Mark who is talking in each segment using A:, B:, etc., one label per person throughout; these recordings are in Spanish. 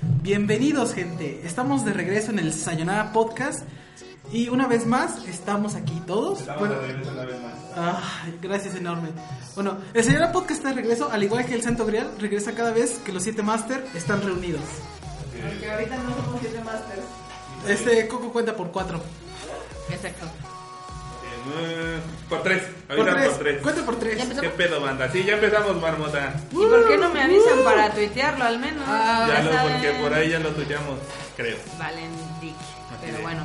A: Bienvenidos, gente. Estamos de regreso en el Sayonara Podcast. Y una vez más, estamos aquí todos.
B: Estamos
A: Bueno,
B: de regreso una vez más.
A: ay, gracias enorme. Bueno, el Sayonara Podcast está de regreso, al igual que el Santo Grial, regresa cada vez que los siete Master están reunidos.
B: Eh,
C: Porque ahorita no somos siete masters.
A: Este Coco cuenta por cuatro.
D: Exacto.
B: eh, Por tres.
A: Por
B: Ahorita
A: tres.
B: por tres.
A: Cuenta por tres.
D: Ya empezó.
B: ¿Qué pedo, banda? Sí, ya empezamos, marmota.
D: ¿Y por qué no me
A: Uh.
D: avisan para tuitearlo al menos? Ah,
B: Ya lo,
D: saben.
B: porque por ahí ya lo tuiteamos, creo.
D: Valen Dick. Pero
B: es.
D: bueno.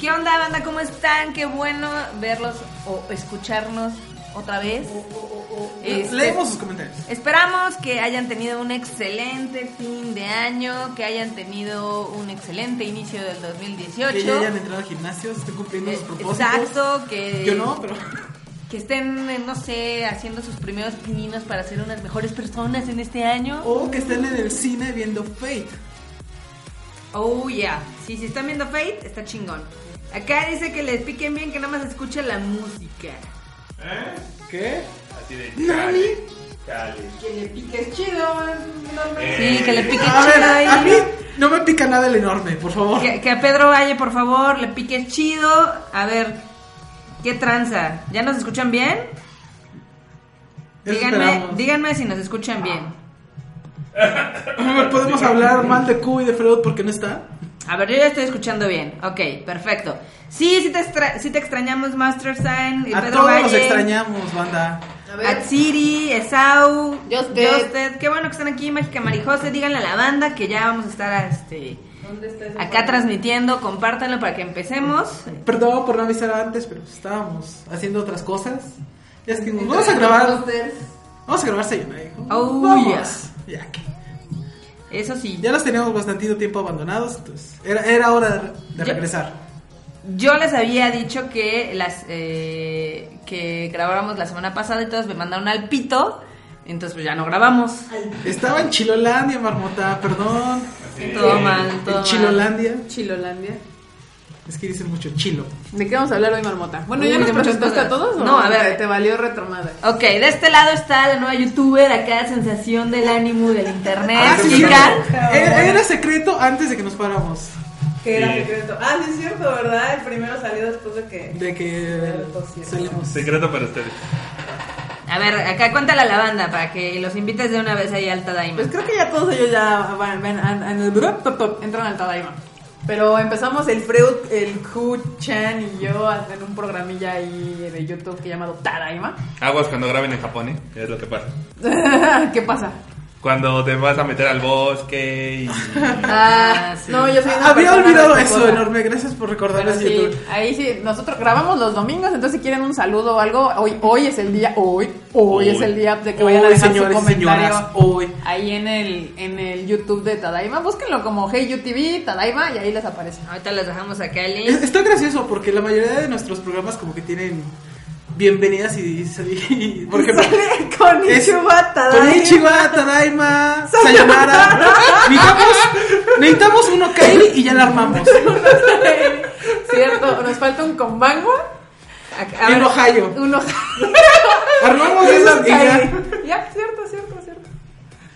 D: ¿Qué onda, banda? ¿Cómo están? Qué bueno verlos o escucharnos otra vez.
A: Oh,
D: Este,
A: Leemos sus comentarios.
D: Esperamos que hayan tenido un excelente fin de año, que hayan tenido un excelente inicio del 2018.
A: Que ya hayan entrado al gimnasio, estén cumpliendo
D: Eh,
A: sus propósitos.
D: Exacto, que
A: Yo no, pero.
D: que estén, eh, no sé, haciendo sus primeros pininos para ser unas mejores personas en este año.
A: O que estén en el cine viendo Fate.
D: Oh, yeah. Sí, si están viendo Fate, está chingón. Acá dice que les piquen bien, que nada más escuche la música.
B: ¿Eh?
A: ¿Qué?
B: Así de
A: ¿Nani?
B: chale. Chale.
C: Que le piques chido, no me-
B: Eh.
D: Sí, que le piquen
A: A ver,
D: chido ahí.
A: a mí no me pica nada el enorme, por favor.
D: Que, que a Pedro Valle, por favor, le pique chido. A ver, ¿qué tranza? ¿Ya nos escuchan bien?
A: Eso
D: Díganme,
A: esperamos.
D: díganme si nos escuchan bien.
A: ¿Podemos hablar mal de Q y de Freud porque no está?
D: A ver, yo ya estoy escuchando bien. Ok, perfecto. Sí, sí te, extra- sí te extrañamos, Master Sign. y
A: a
D: Pedro
A: todos nos
D: Valle,
A: extrañamos, banda.
C: A ver,
D: Atsiri, Esau,
C: Justed.
D: Justed. Qué bueno que están aquí, Mágica Marijose. Díganle a la banda que ya vamos a estar este,
C: ¿dónde está ese
D: acá
C: fan?
D: transmitiendo. Compártanlo para que empecemos.
A: Perdón por no avisar antes, pero pues estábamos haciendo otras cosas. Ya es que dijimos, vamos a grabar.
C: Masters.
A: Vamos a grabar Sayonara, hijo.
D: Oh,
A: vamos. Ya que-
D: Eso sí.
A: Ya los teníamos bastante tiempo abandonados, entonces era, era hora de, de
D: Yo-
A: regresar.
D: Yo les había dicho que las eh, que grabáramos la semana pasada y todas me mandaron al pito. Entonces pues ya no grabamos.
A: Estaba en Chilolandia, Marmota, perdón.
B: Así de-
D: Todo mal, todo
A: En
D: mal.
A: Chilolandia.
E: Chilolandia.
A: Es que dicen mucho chilo.
E: ¿De qué vamos a hablar hoy, Marmota? Bueno,
D: Uy,
E: ¿ya nos
D: de muchas
E: presentaste
D: cosas.
E: a todos? o
D: No, a ver.
E: Te, te valió retomada.
D: Ok, de este lado está la nueva youtuber, acá sensación del ánimo del internet.
A: Ah, sí,
D: chica.
A: cierto. era, era secreto antes de que nos paramos.
C: Que era
B: Sí.
C: secreto. Ah, sí es cierto, ¿verdad? El primero salió después de que.
A: De que salimos.
B: Secreto para ustedes.
D: A ver, acá cuéntale a la banda para que los invites de una vez ahí al Tadaima.
E: Pues creo que ya todos ellos ya van, van- an- an- entran al Tadaima. Pero empezamos el Freud, el Q-Chan y yo en un programilla ahí de YouTube que llamado Tadaima.
B: Aguas cuando graben en Japón, ¿eh? Es lo que pasa.
E: Ah, ¿Qué pasa?
B: Cuando te vas a meter al bosque y...
D: Ah, sí.
E: No, yo soy una
A: Había
E: persona
A: olvidado
E: respetuosa.
A: eso, enorme. Gracias por recordarme
E: Pero sí, ahí sí, nosotros grabamos los domingos, entonces si quieren un saludo o algo, hoy, hoy es el día, hoy, hoy,
B: Hoy.
E: es el día de que vayan a dejar su
A: señores y
E: comentario
A: señoras, hoy.
E: ahí en el, en el YouTube de Tadaima, búsquenlo como Hey YouTube Tadaima y ahí les aparece.
D: Ahorita les dejamos acá el
A: Es-
D: link.
A: Está gracioso porque la mayoría de nuestros programas como que tienen bienvenidas y... y- y- por ejemplo,
C: Con
A: es-
C: Tadaima.
A: Konnichiwa, Tadaima, Sayonara. Necesitamos, necesitamos uno Kairi y ya la armamos.
E: Cierto, nos falta un combango,
D: Acá- a
A: en
D: ver,
A: Ohio.
E: uno
A: Armamos esas y ya.
E: Ya, cierto, cierto, cierto.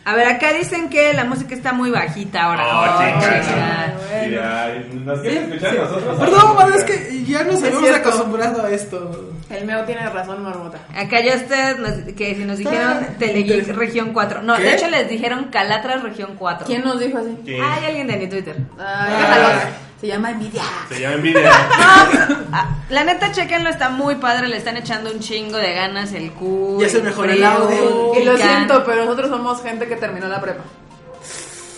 D: a ver, acá dicen que la música está muy bajita ahora.
B: Oh, chicas.
D: chingada.
B: nos quieren escuchar nosotros.
A: Perdón, pero es que ya nos
E: Es
A: habíamos
E: cierto.
A: acostumbrado a esto.
E: El Meo tiene razón, Marmota.
D: Acá ya usted nos- que si nos dijeron
A: Está
D: Telegeek
A: interesante.
D: Región 4. No,
A: ¿Qué?
D: de hecho les dijeron Calatras Región 4.
E: ¿Quién nos dijo así?
B: ¿Quién?
D: Hay alguien de mi Twitter.
E: Ay,
B: Ah.
E: Se llama envidia.
B: Se llama envidia.
D: Ah, la neta, chequenlo, está muy padre. Le están echando un chingo de ganas el Q.
A: Ya se mejoró el audio.
E: Y lo
D: Can.
E: siento, pero nosotros somos gente que terminó la prepa.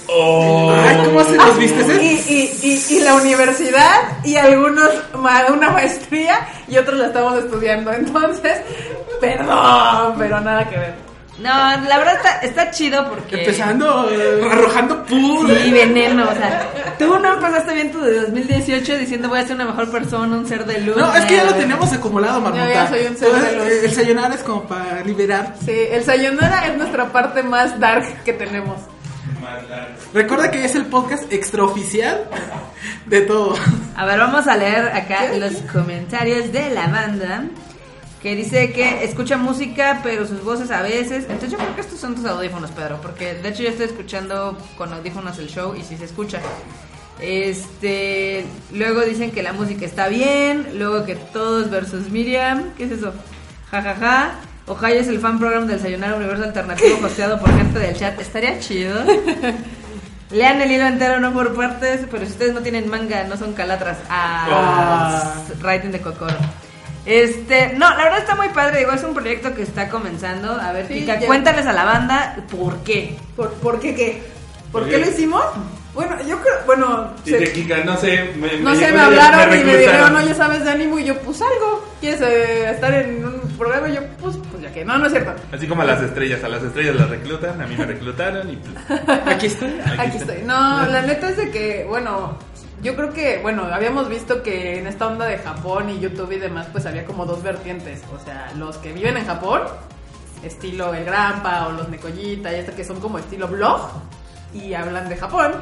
B: Oh.
A: Ay, ¿cómo hacen los visteces?
E: Y, y, y, y la universidad y algunos ma- una maestría y otros la estamos estudiando. Entonces, perdón, pero nada que ver.
D: No, la verdad está, está chido porque.
A: Empezando, eh, arrojando pur.
D: Sí, veneno, o sea, tú no pasaste bien tu de 2018 diciendo voy a ser una mejor persona, un ser de luz.
A: No, es que ya lo
D: Eh,
A: tenemos acumulado, marmota.
E: Ya, ya soy un ser de
A: Entonces,
E: luz.
A: eh, El sayonara es como para liberar.
E: Sí, el Sayonara es nuestra parte más dark que tenemos.
A: Recuerda que es el podcast extraoficial de todo.
D: A ver, vamos a leer acá los comentarios de la banda. que dice que escucha música, pero sus voces a veces. Entonces yo creo que estos son tus audífonos, Pedro, porque de hecho yo estoy escuchando con audífonos el show y sí se escucha. Este, luego dicen que la música está bien, luego que todos versus Miriam, ¿qué es eso? Jajaja. Ja, ja. Ohio es el fan program del Sayonara Universo Alternativo hosteado por gente del chat. Estaría chido. Lean el hilo entero, no por partes, pero si ustedes no tienen manga, no son calatras. Ah, Rating de Kokoro. Este, no, la verdad está muy padre, digo, es un proyecto que está comenzando. A ver,
E: Sí,
D: Kika,
E: ya.
D: cuéntales a la banda por qué.
E: ¿Por, por qué qué? ¿Por qué
B: Oye.
E: lo hicimos? Bueno, yo creo, bueno, se-
B: Dice Kika, no sé, me,
E: no sé,
B: llegó
E: me
B: y
E: hablaron y me dijeron,
B: reclutaron.
E: oye, ¿sabes de ánimo? Y yo, pues algo, ¿quieres eh, estar en un programa? Y yo, pues, pues ya que, no, no es cierto.
B: Así como a las estrellas, a las estrellas las reclutan, a mí me reclutaron y pues,
A: Aquí estoy.
B: aquí,
E: Aquí
B: está.
E: estoy. No, la neta es de que, bueno, yo creo que, bueno, habíamos visto que en esta onda de Japón y YouTube y demás, pues había como dos vertientes. O sea, los que viven en Japón, estilo el Grampa o los Necollita y esto que son como estilo blog y hablan de Japón.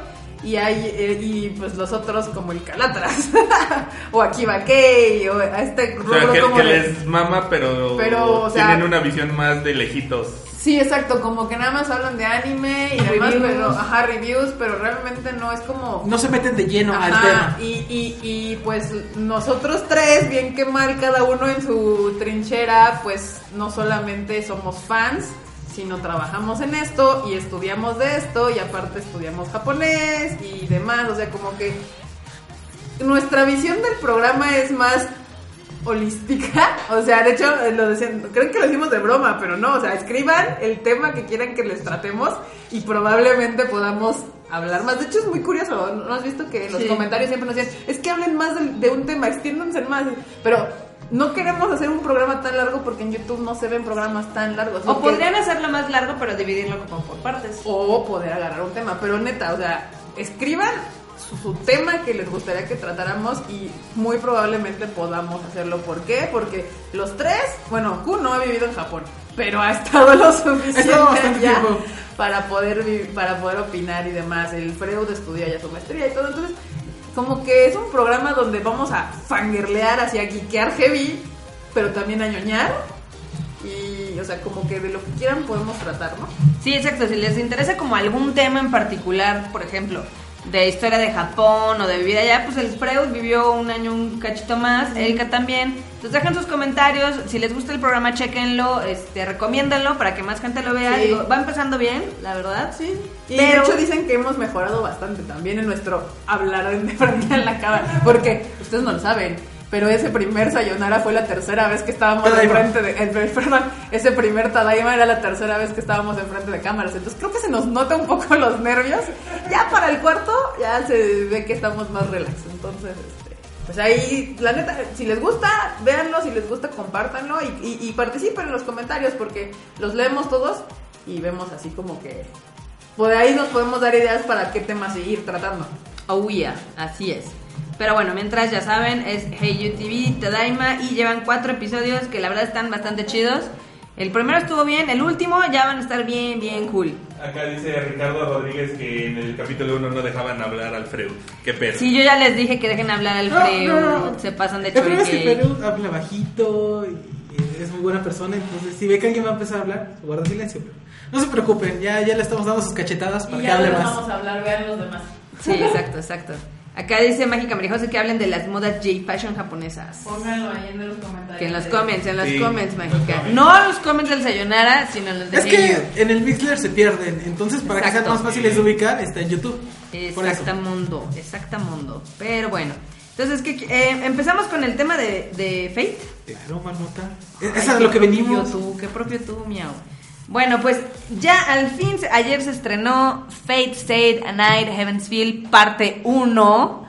E: Y hay, eh, y pues los otros como el Calatras o Akiba Kei o a este
B: O sea,
E: rubro
B: que,
E: como
B: que
E: de-
B: les mama, pero,
E: Pero, o sea-
B: tienen una visión más de lejitos.
E: Sí, exacto, como que nada más hablan de anime y demás,
D: Reviews.
E: pero, ajá, reviews, pero realmente no es como...
A: No se meten de lleno al
E: Ajá,
A: tema.
E: Y, y, y pues nosotros tres, bien que mal cada uno en su trinchera, pues no solamente somos fans, sino trabajamos en esto y estudiamos de esto y aparte estudiamos japonés y demás, o sea, como que nuestra visión del programa es más holística, o sea, de hecho eh, lo decían, creen que lo hicimos de broma, pero no, o sea, escriban el tema que quieran que les tratemos y probablemente podamos hablar más. De hecho es muy curioso, ¿no has visto que en los
D: Sí.
E: comentarios siempre nos decían, es que hablen más del- de, un tema, extiéndanse más, pero no queremos hacer un programa tan largo porque en YouTube no se ven programas tan largos.
D: O
E: Lo que-
D: podrían hacerlo más largo, pero dividirlo como por partes.
E: o poder agarrar un tema. Pero neta, o sea, escriban su, su tema que les gustaría que tratáramos y muy probablemente podamos hacerlo. ¿Por qué? Porque los tres, bueno, Q no ha vivido en Japón, pero ha estado lo suficiente
A: Estado bastante
E: allá
A: tiempo.
E: para poder vi- para poder opinar y demás. El Freud estudia ya su maestría y todo, entonces como que es un programa donde vamos a fangirlear hacia geekear heavy, pero también a ñoñar y o sea, como que de lo que quieran podemos tratar, ¿no?
D: Sí, exacto. Si les interesa como algún tema en particular, por ejemplo, de historia de Japón o de vivir allá, pues el Freud vivió un año un cachito más, Elka también. Entonces dejen sus comentarios, si les gusta el programa, chequenlo, este, recomiéndenlo para que más gente lo vea.
E: Sí.
D: Digo, va empezando bien, la verdad.
E: Sí. Y de
D: Pero-
E: hecho dicen que hemos mejorado bastante también en nuestro hablar de frente a la cámara. Porque ustedes no lo saben, pero ese primer Sayonara fue la tercera vez que estábamos
A: Tadaima.
E: enfrente de. el- el- perdón, ese primer Tadaima era la tercera vez que estábamos enfrente de cámaras. Entonces creo que se nos nota un poco los nervios. Ya para el cuarto, ya se ve que estamos más relax. Entonces, este, Pues ahí, la neta, si les gusta, véanlo, si les gusta, compártanlo y, y- y participen en los comentarios porque los leemos todos y vemos así como que por ahí nos podemos dar ideas para qué temas seguir tratando.
D: Oh yeah, así es. Pero bueno, mientras ya saben, es Hey You TV, Tadaima y llevan cuatro episodios que la verdad están bastante chidos. El primero estuvo bien, el último ya van a estar bien, bien cool.
B: Acá dice Ricardo Rodríguez que en el capítulo 1 no dejaban hablar al Freud. Qué perro.
D: Sí, yo ya les dije que dejen hablar al
A: No,
D: Freud,
A: no.
D: se pasan de
A: El problema es que
D: chorique.
A: Perú habla bajito y y es muy buena persona, entonces si ve que alguien va a empezar a hablar, guarda silencio. No se preocupen, ya, ya le estamos dando sus cachetadas para que hable más.
E: a hablar, vean los demás.
D: Sí, exacto, exacto. Acá dice Mágica María José que hablen de las modas J-Fashion japonesas.
E: Pónganlo ahí en los comentarios.
D: Que en los comments, en los
B: Sí,
D: comments, Mágica.
B: los comments.
D: No los comments del Sayonara, sino los de
A: Es
D: Hey You.
A: que en el Mixler se pierden, entonces para que
D: Exacto.
A: sean más fáciles de ubicar está en YouTube. Por eso.
D: Exactamundo, exactamundo. Pero bueno, entonces ¿qué- eh, empezamos con el tema de, de Fate.
A: Claro, marmota. Es-
D: Ay,
A: Eso es
D: qué
A: lo que
D: propio
A: venimos.
D: Tú, qué propio tú, miau. Bueno, pues ya al fin, se- ayer se estrenó Fate State A Night Heavensfield parte 1.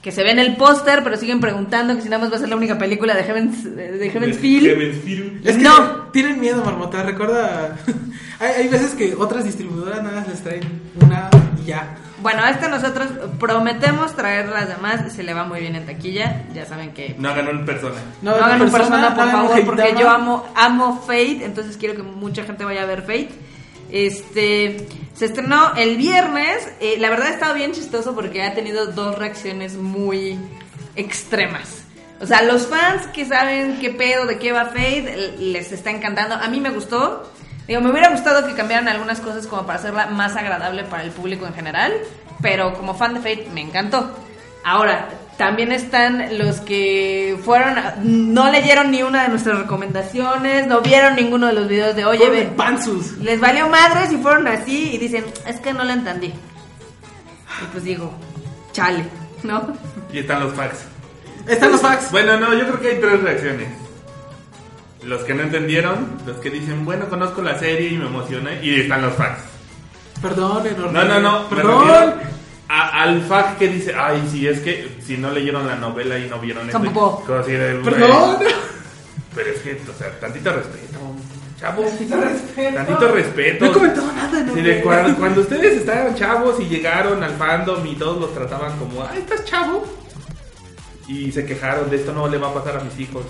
D: Que se ve en el póster, pero siguen preguntando que si nada más va a ser la única película de Heavens, de Heavensfield.
B: Heavensfield.
A: Es que
D: No.
A: tienen miedo, marmota. Recuerda, hay, hay veces que otras distribuidoras nada más les traen una y ya.
D: Bueno, a esta nosotros prometemos traer las demás. Se le va muy bien en taquilla. Ya saben que
B: No ganó en persona.
D: No, hagan un persona, por
A: no hagan un
D: favor, porque
A: Gintama.
D: yo amo, amo Fate, entonces quiero que mucha gente vaya a ver Fate. Este se estrenó el viernes. eh, la verdad ha estado bien chistoso porque ha tenido dos reacciones muy extremas. O sea, los fans que saben qué pedo, de qué va Fade, l- les está encantando. A mí me gustó. Digo, me hubiera gustado que cambiaran algunas cosas como para hacerla más agradable para el público en general, pero como fan de Fate me encantó. Ahora, también están los que fueron, a- no leyeron ni una de nuestras recomendaciones, no vieron ninguno de los videos de Oye,
A: Oye,
D: ve,
A: panzus.
D: les valió madres y fueron así y dicen, es que no la entendí. Y pues digo, chale, ¿no?
B: Y están los facts.
A: Están los facts.
B: Bueno, no, yo creo que hay tres reacciones. Los que no entendieron, los que dicen, bueno, conozco la serie y me emociona, y están los facts.
A: Perdón, enorme.
B: No, no, no, me refiero
A: Perdón.
B: a- al fact que dice, ay, si es que si no leyeron la novela y no vieron este esto,
D: Tampoco.
B: como si era el-
A: Perdón.
B: Pero es que, o sea, tantito respeto, chavos.
A: Tantito respeto.
B: Tantito respeto.
A: No he comentado nada, no.
B: Sí, de cuando, cuando ustedes estaban chavos y llegaron al fandom y todos los trataban como, ah, estás chavo. Y se quejaron de esto no le va a pasar a mis hijos.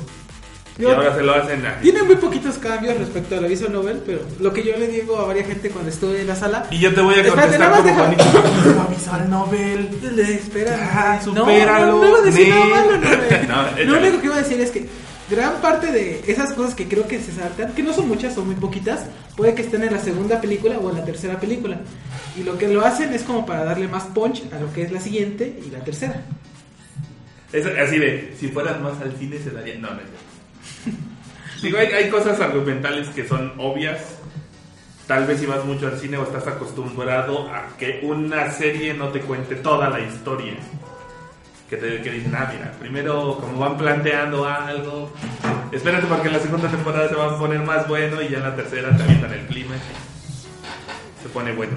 A: Yo-
B: y ahora se lo hacen a...
A: Tiene muy poquitos cambios respecto a la visual novel, pero lo que yo le digo a varias gente cuando estuve en la sala.
B: Y yo te voy a
A: Espérate,
B: contestar
A: nada más
B: como
A: deja.
B: Juanito.
A: La visual novel. Le- Espera.
B: Ah,
A: No,
B: supéralo,
A: No, no, iba a decir nada
B: Ned.
A: malo, no, güey.
B: No, échale.
A: Lo único que iba a decir es que gran parte de esas cosas que creo que se saltan, que no son muchas, son muy poquitas, puede que estén en la segunda película o en la tercera película. Y lo que lo hacen es como para darle más punch a lo que es la siguiente y la tercera.
B: Es así de, si fueras más al cine se daría... No, no. es cierto. Digo, hay, hay cosas argumentales que son obvias. Tal vez si vas mucho al cine o estás acostumbrado a que una serie no te cuente toda la historia. Que te que dicen, ah, mira, primero como van planteando algo, espérate porque en la segunda temporada se va a poner más bueno y ya en la tercera te avientan el clima. Se pone bueno.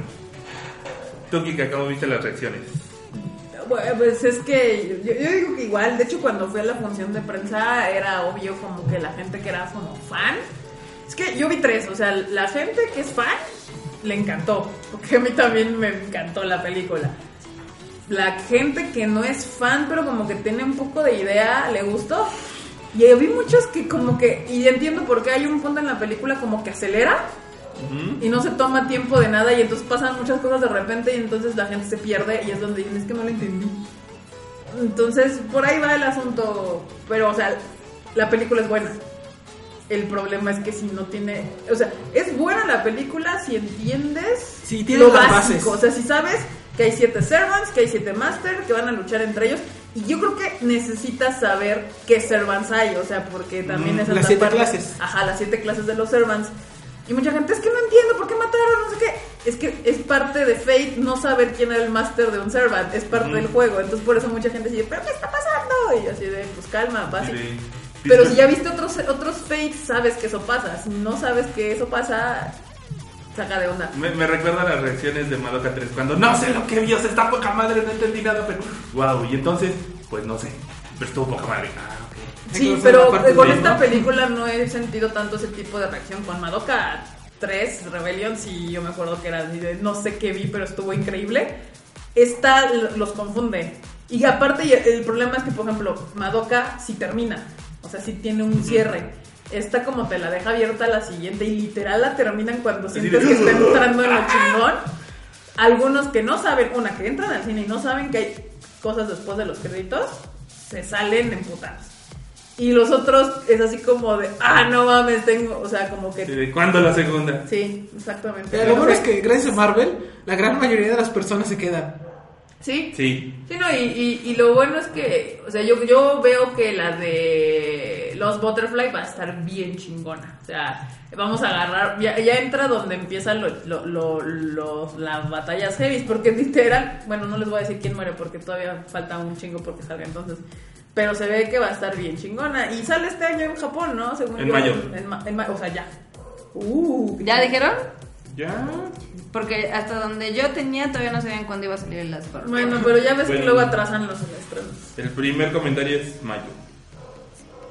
B: Tú, Kika, ¿cómo viste las reacciones?
E: Bueno, pues es que yo, yo digo que igual, de hecho cuando fui a la función de prensa era obvio como que la gente que era como fan, es que yo vi tres, o sea, la gente que es fan le encantó, porque a mí también me encantó la película. La gente que no es fan, pero como que tiene un poco de idea, le gustó. Y yo vi muchos que como que, y entiendo por qué hay un punto en la película como que acelera,
B: Ujú.
E: y no se toma tiempo de nada y entonces pasan muchas cosas de repente y entonces la gente se pierde y es donde dicen es que no lo entendí. Entonces por ahí va el asunto, pero o sea, la película es buena. El problema es que si no tiene, o sea, es buena la película si entiendes
A: Si tienes las bases.
E: o sea, si sabes que hay siete servants, que hay siete master, que van a luchar entre ellos. Y yo creo que necesitas saber qué servants hay, o sea, porque también
A: Mm,
E: es
A: las
E: otra
A: siete
E: parte-
A: clases.
E: Ajá, las siete clases de los servants. Y mucha gente, es que no entiendo por qué mataron, no sé qué. Es que es parte de Fate no saber quién era el master de un servant, es parte
B: Mm.
E: del juego. Entonces por eso mucha gente dice, pero ¿qué está pasando? Y yo así de, pues calma, paz. y-
B: Sí.
E: Pero si ya viste otros, otros Fates, sabes que eso pasa. Si no sabes que eso pasa, saca de onda.
B: Me, me recuerda las reacciones de Madoka 3 cuando no sé lo que vio, se está poca madre, no entendí nada, pero wow, y entonces, pues no sé, pero estuvo poca madre. Ah, ok.
E: Sí,
A: Entonces,
E: pero
A: aparte
E: con
A: de-
E: esta película no he sentido tanto ese tipo de reacción con Madoka 3, Rebellion, sí, yo me acuerdo que era así de no sé qué vi, pero estuvo increíble. Esta l- los confunde. Y aparte y el- el problema es que, por ejemplo, Madoka sí termina, o sea, sí tiene un cierre. Esta como te la deja abierta a la siguiente y literal la terminan cuando
B: Así
E: sientes
B: de-
E: que está entrando en lo chingón. Algunos que no saben, una que entran al cine y no saben que hay cosas después de los créditos, se salen emputados. Y los otros es así como de, ah, no mames, tengo, o sea, como
B: Sí,
E: que...
B: ¿De cuándo la segunda?
E: Sí, exactamente.
A: Pero lo bueno es que gracias a Marvel, la gran mayoría de las personas se quedan.
E: Sí,
B: Sí.
E: sí, no, y, y, y lo bueno es que, o sea, yo, yo veo que la de los Butterfly va a estar bien chingona. O sea, vamos a agarrar, ya, ya entra donde empiezan lo, lo- lo- los- las batallas heavy, porque literal, bueno, no les voy a decir quién muere porque todavía falta un chingo porque salga entonces. Pero se ve que va a estar bien chingona. Y sale este año en Japón, ¿no? Según
B: En
E: yo,
B: mayo.
E: en ma- en ma- o sea, ya. Uh,
D: ¿Ya dijeron?
B: Ya.
D: Porque hasta donde yo tenía todavía no sabían cuándo iba a salir el Last Guardian.
E: Bueno, pero ya ves que
B: Bueno.
E: luego atrasan los estrenos.
B: El primer comentario es mayo.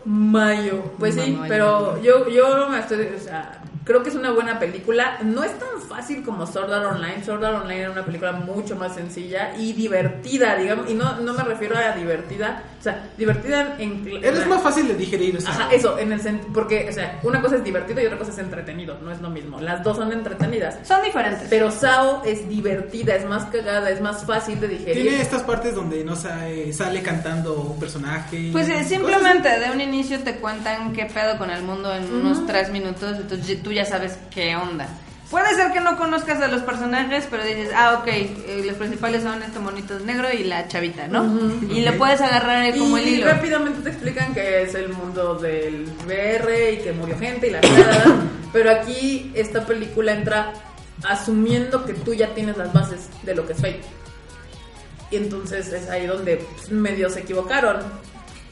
E: Mayo. Pues sí,
D: Mayo.
E: pero yo, yo me estoy. O sea, Creo que es una buena película. No es tan fácil como Sword Art Online. Sword Art Online era una película mucho más sencilla y divertida, digamos. Y no, no me refiero a divertida. O sea, divertida en...
A: Eres más fácil de digerir. o sea.
E: Ajá, eso, en el sen- porque, o sea, una cosa es divertido y otra cosa es entretenido, no es lo mismo. Las dos son entretenidas.
D: Son diferentes.
E: Pero Sao es divertida, es más cagada, es más fácil de digerir.
A: Tiene estas partes donde no sale, sale cantando un personaje.
D: Pues eh,
A: cosas
D: simplemente de un inicio te cuentan qué pedo con el mundo en unos tres minutos, entonces ya- tú ya sabes qué onda. Puede ser que no conozcas a los personajes, pero dices, ah, ok, eh, los principales son este monito negro y la chavita, ¿no? Y le
A: Ok.
D: puedes agarrar ahí como el
E: Y
D: hilo.
E: rápidamente te explican que es el mundo del VR y que murió gente y la nada. pero aquí esta película entra asumiendo que tú ya tienes las bases de lo que es fake. Y entonces es ahí donde pues, medio se equivocaron.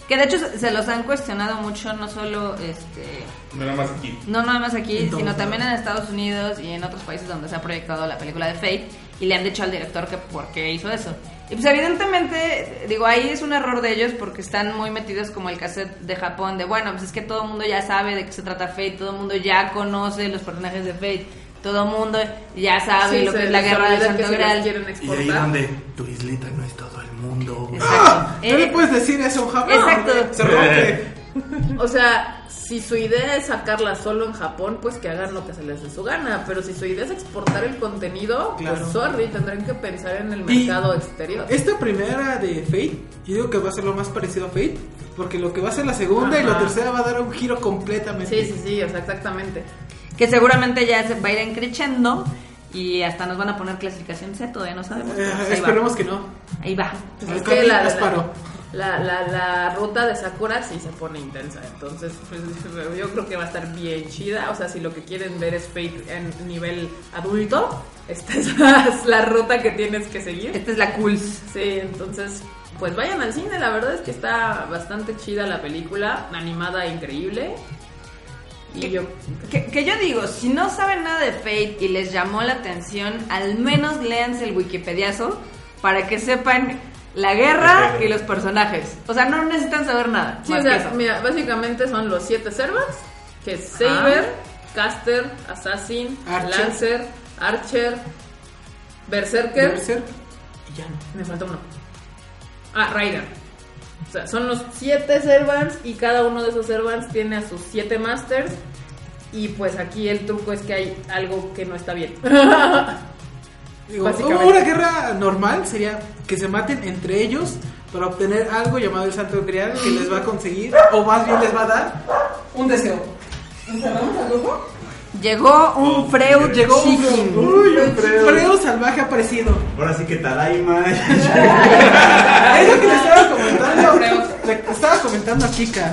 D: Que de hecho se se los han cuestionado mucho, no solo este,
B: Nada más aquí.
D: No nada más aquí,
A: En todos
D: sino también en
A: lados.
D: Estados Unidos y en otros países donde se ha proyectado la película de Fate y le han dicho al director que por qué hizo eso. Y pues evidentemente, digo, ahí es un error de ellos porque están muy metidos como el cassette de Japón de, bueno, pues es que todo el mundo ya sabe de qué se trata Fate, todo el mundo ya conoce los personajes de Fate, todo el mundo ya sabe
E: Sí,
D: Ah, lo
E: se
D: que es la
E: les
D: guerra del
E: olvida que
D: Santo
E: se las
D: Graal.
E: quieren
B: Y de ahí
E: exportar.
B: donde tu islita no es todo el mundo.
D: Exacto.
A: No le
D: Eh,
A: puedes decir eso a un japonés.
D: Exacto.
A: Se rompe.
E: O sea, si su idea es sacarla solo en Japón, pues que hagan lo que se les dé su gana. Pero si su idea es exportar el contenido,
A: Claro.
E: pues sorry, tendrán que pensar en el
A: Y
E: mercado exterior.
A: Esta primera de Fate, yo digo que va a ser lo más parecido a Fate, porque lo que va a ser la segunda y la
E: Ajá.
A: tercera va a dar un giro completamente.
E: Sí, sí, sí, o sea, exactamente.
D: que seguramente ya se va a ir encrechando y hasta nos van a poner clasificación C, todavía no sabemos.
A: Eh,
D: pero pues ahí va.
A: esperemos que no.
D: Ahí va.
E: Pues
A: Al
E: es
A: cambio,
E: que la,
A: Gasparo.
E: la, la- la ruta de Sakura sí se pone intensa. Entonces, pues, yo creo que va a estar bien chida. O sea, si lo que quieren ver es Fate en nivel adulto, esta es la, la ruta que tienes que seguir.
D: Esta es la cool.
E: Sí, entonces, pues vayan al cine, la verdad es que está bastante chida la película, animada increíble. Y
D: ¿Qué?
E: yo,
D: Que, que yo digo, si no saben nada de Fate y les llamó la atención, al menos léanse el Wikipediazo para que sepan la guerra y los personajes. O sea, no necesitan saber nada.
E: sí, o
D: más que
E: sea,
D: eso.
E: mira, básicamente son los siete servants, que es
F: Ah.
E: Saber, Caster, Assassin,
A: Archer.
E: Lancer, Archer, Berserker,
A: Berserk, y ya no.
E: me falta uno. Ah, Raider. O sea, son los siete servants y cada uno de esos servants tiene a sus siete masters. Y pues aquí el truco es que hay algo que no está bien.
A: Digo,
E: Básicamente.
A: una guerra normal sería que se maten entre ellos para obtener algo llamado el Santo Grial que les va a conseguir, o más bien les va a dar un deseo. ¿Encerramos al grupo?
D: Llegó un
B: Oh,
D: Freud
A: Llegó un
D: chicken.
A: freo. Uy, un
G: Freo.
A: freo salvaje aparecido.
G: Ahora sí que Tadaima.
A: Es lo que le estaba comentando. Le estaba comentando a Kika.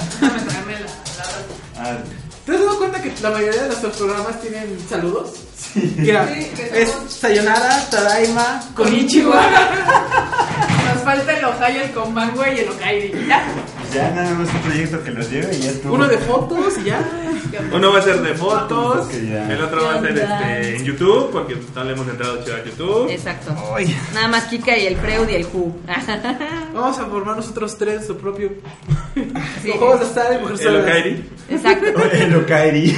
G: Ah,
A: ¿Te has dado cuenta que la mayoría de nuestros programas tienen saludos? Sí. Mira, es Sayonara, Tadaima, Konnichiwa.
F: Nos falta el Ohio, el Combango y el Okairi. Ya.
G: ya nada más un proyecto que los lleve y ya estuvo.
A: Uno de fotos y ya.
B: Uno va a ser de fotos,
G: Que ya.
B: el otro va a ser
D: Ya.
B: este, en YouTube, porque no le hemos entrado chido a YouTube.
D: Exacto.
G: Ay.
D: Nada más Kika y el Freud y el Who.
A: Vamos a formar nosotros tres su propio.
D: Sí.
A: Los juegos de azar y mujer
B: El
A: sola.
B: Okairi.
D: Exacto.
G: El Okairi.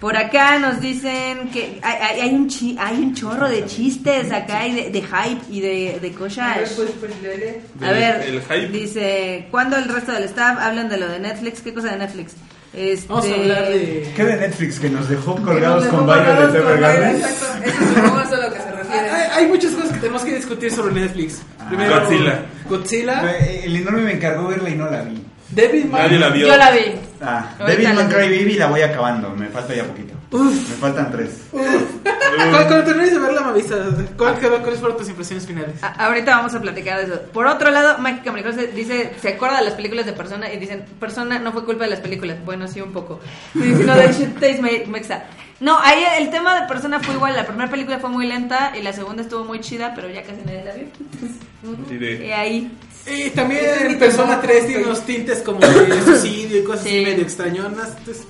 D: Por acá nos dicen que hay, hay- hay un, chi- hay un chorro de chistes acá y de, de hype y de, de cosas.
E: pues,
F: Pues,
D: A
B: Del-
D: ver,
B: el hype.
D: dice, ¿cuándo el resto del staff hablan de lo de Netflix? ¿Qué cosa de Netflix? Este,
A: Vamos a hablar de.
G: ¿Qué de Netflix que nos dejó colgados con Violet
F: varios de
G: Evergarden?
F: Eso supongo es a lo que se
A: Hay,
F: refiere.
A: hay muchas cosas que tenemos que discutir sobre Netflix. Primero,
B: Godzilla.
A: Godzilla.
G: El enorme me encargó verla y no la vi.
A: David
B: Nadie la vio.
D: Yo la vi.
G: Ah,
D: Ahorita
G: David
D: la-
G: McRae Baby la voy acabando. Me falta ya poquito. Me faltan tres.
A: Cuando, cuando termines de verla, me avisas. ¿Cuál quedó- ¿Cuáles fueron tus impresiones finales?
D: A- ahorita vamos a platicar de eso. Por otro lado, Mágica Maricosa dice, se acuerda de las películas de Persona y dicen, Persona no fue culpa de las películas. Bueno, sí, un poco. Sí, Sino de Shit Taste Me- Mexa. No, ahí el tema de Persona fue igual. La primera película fue muy lenta y la segunda estuvo muy chida, pero ya casi nadie la vio.
B: Y de-
D: Y ahí,
A: Y también Persona 3 tiene unos tintes como de suicidio y cosas
D: Sí.
A: así medio extrañonas. Entonces,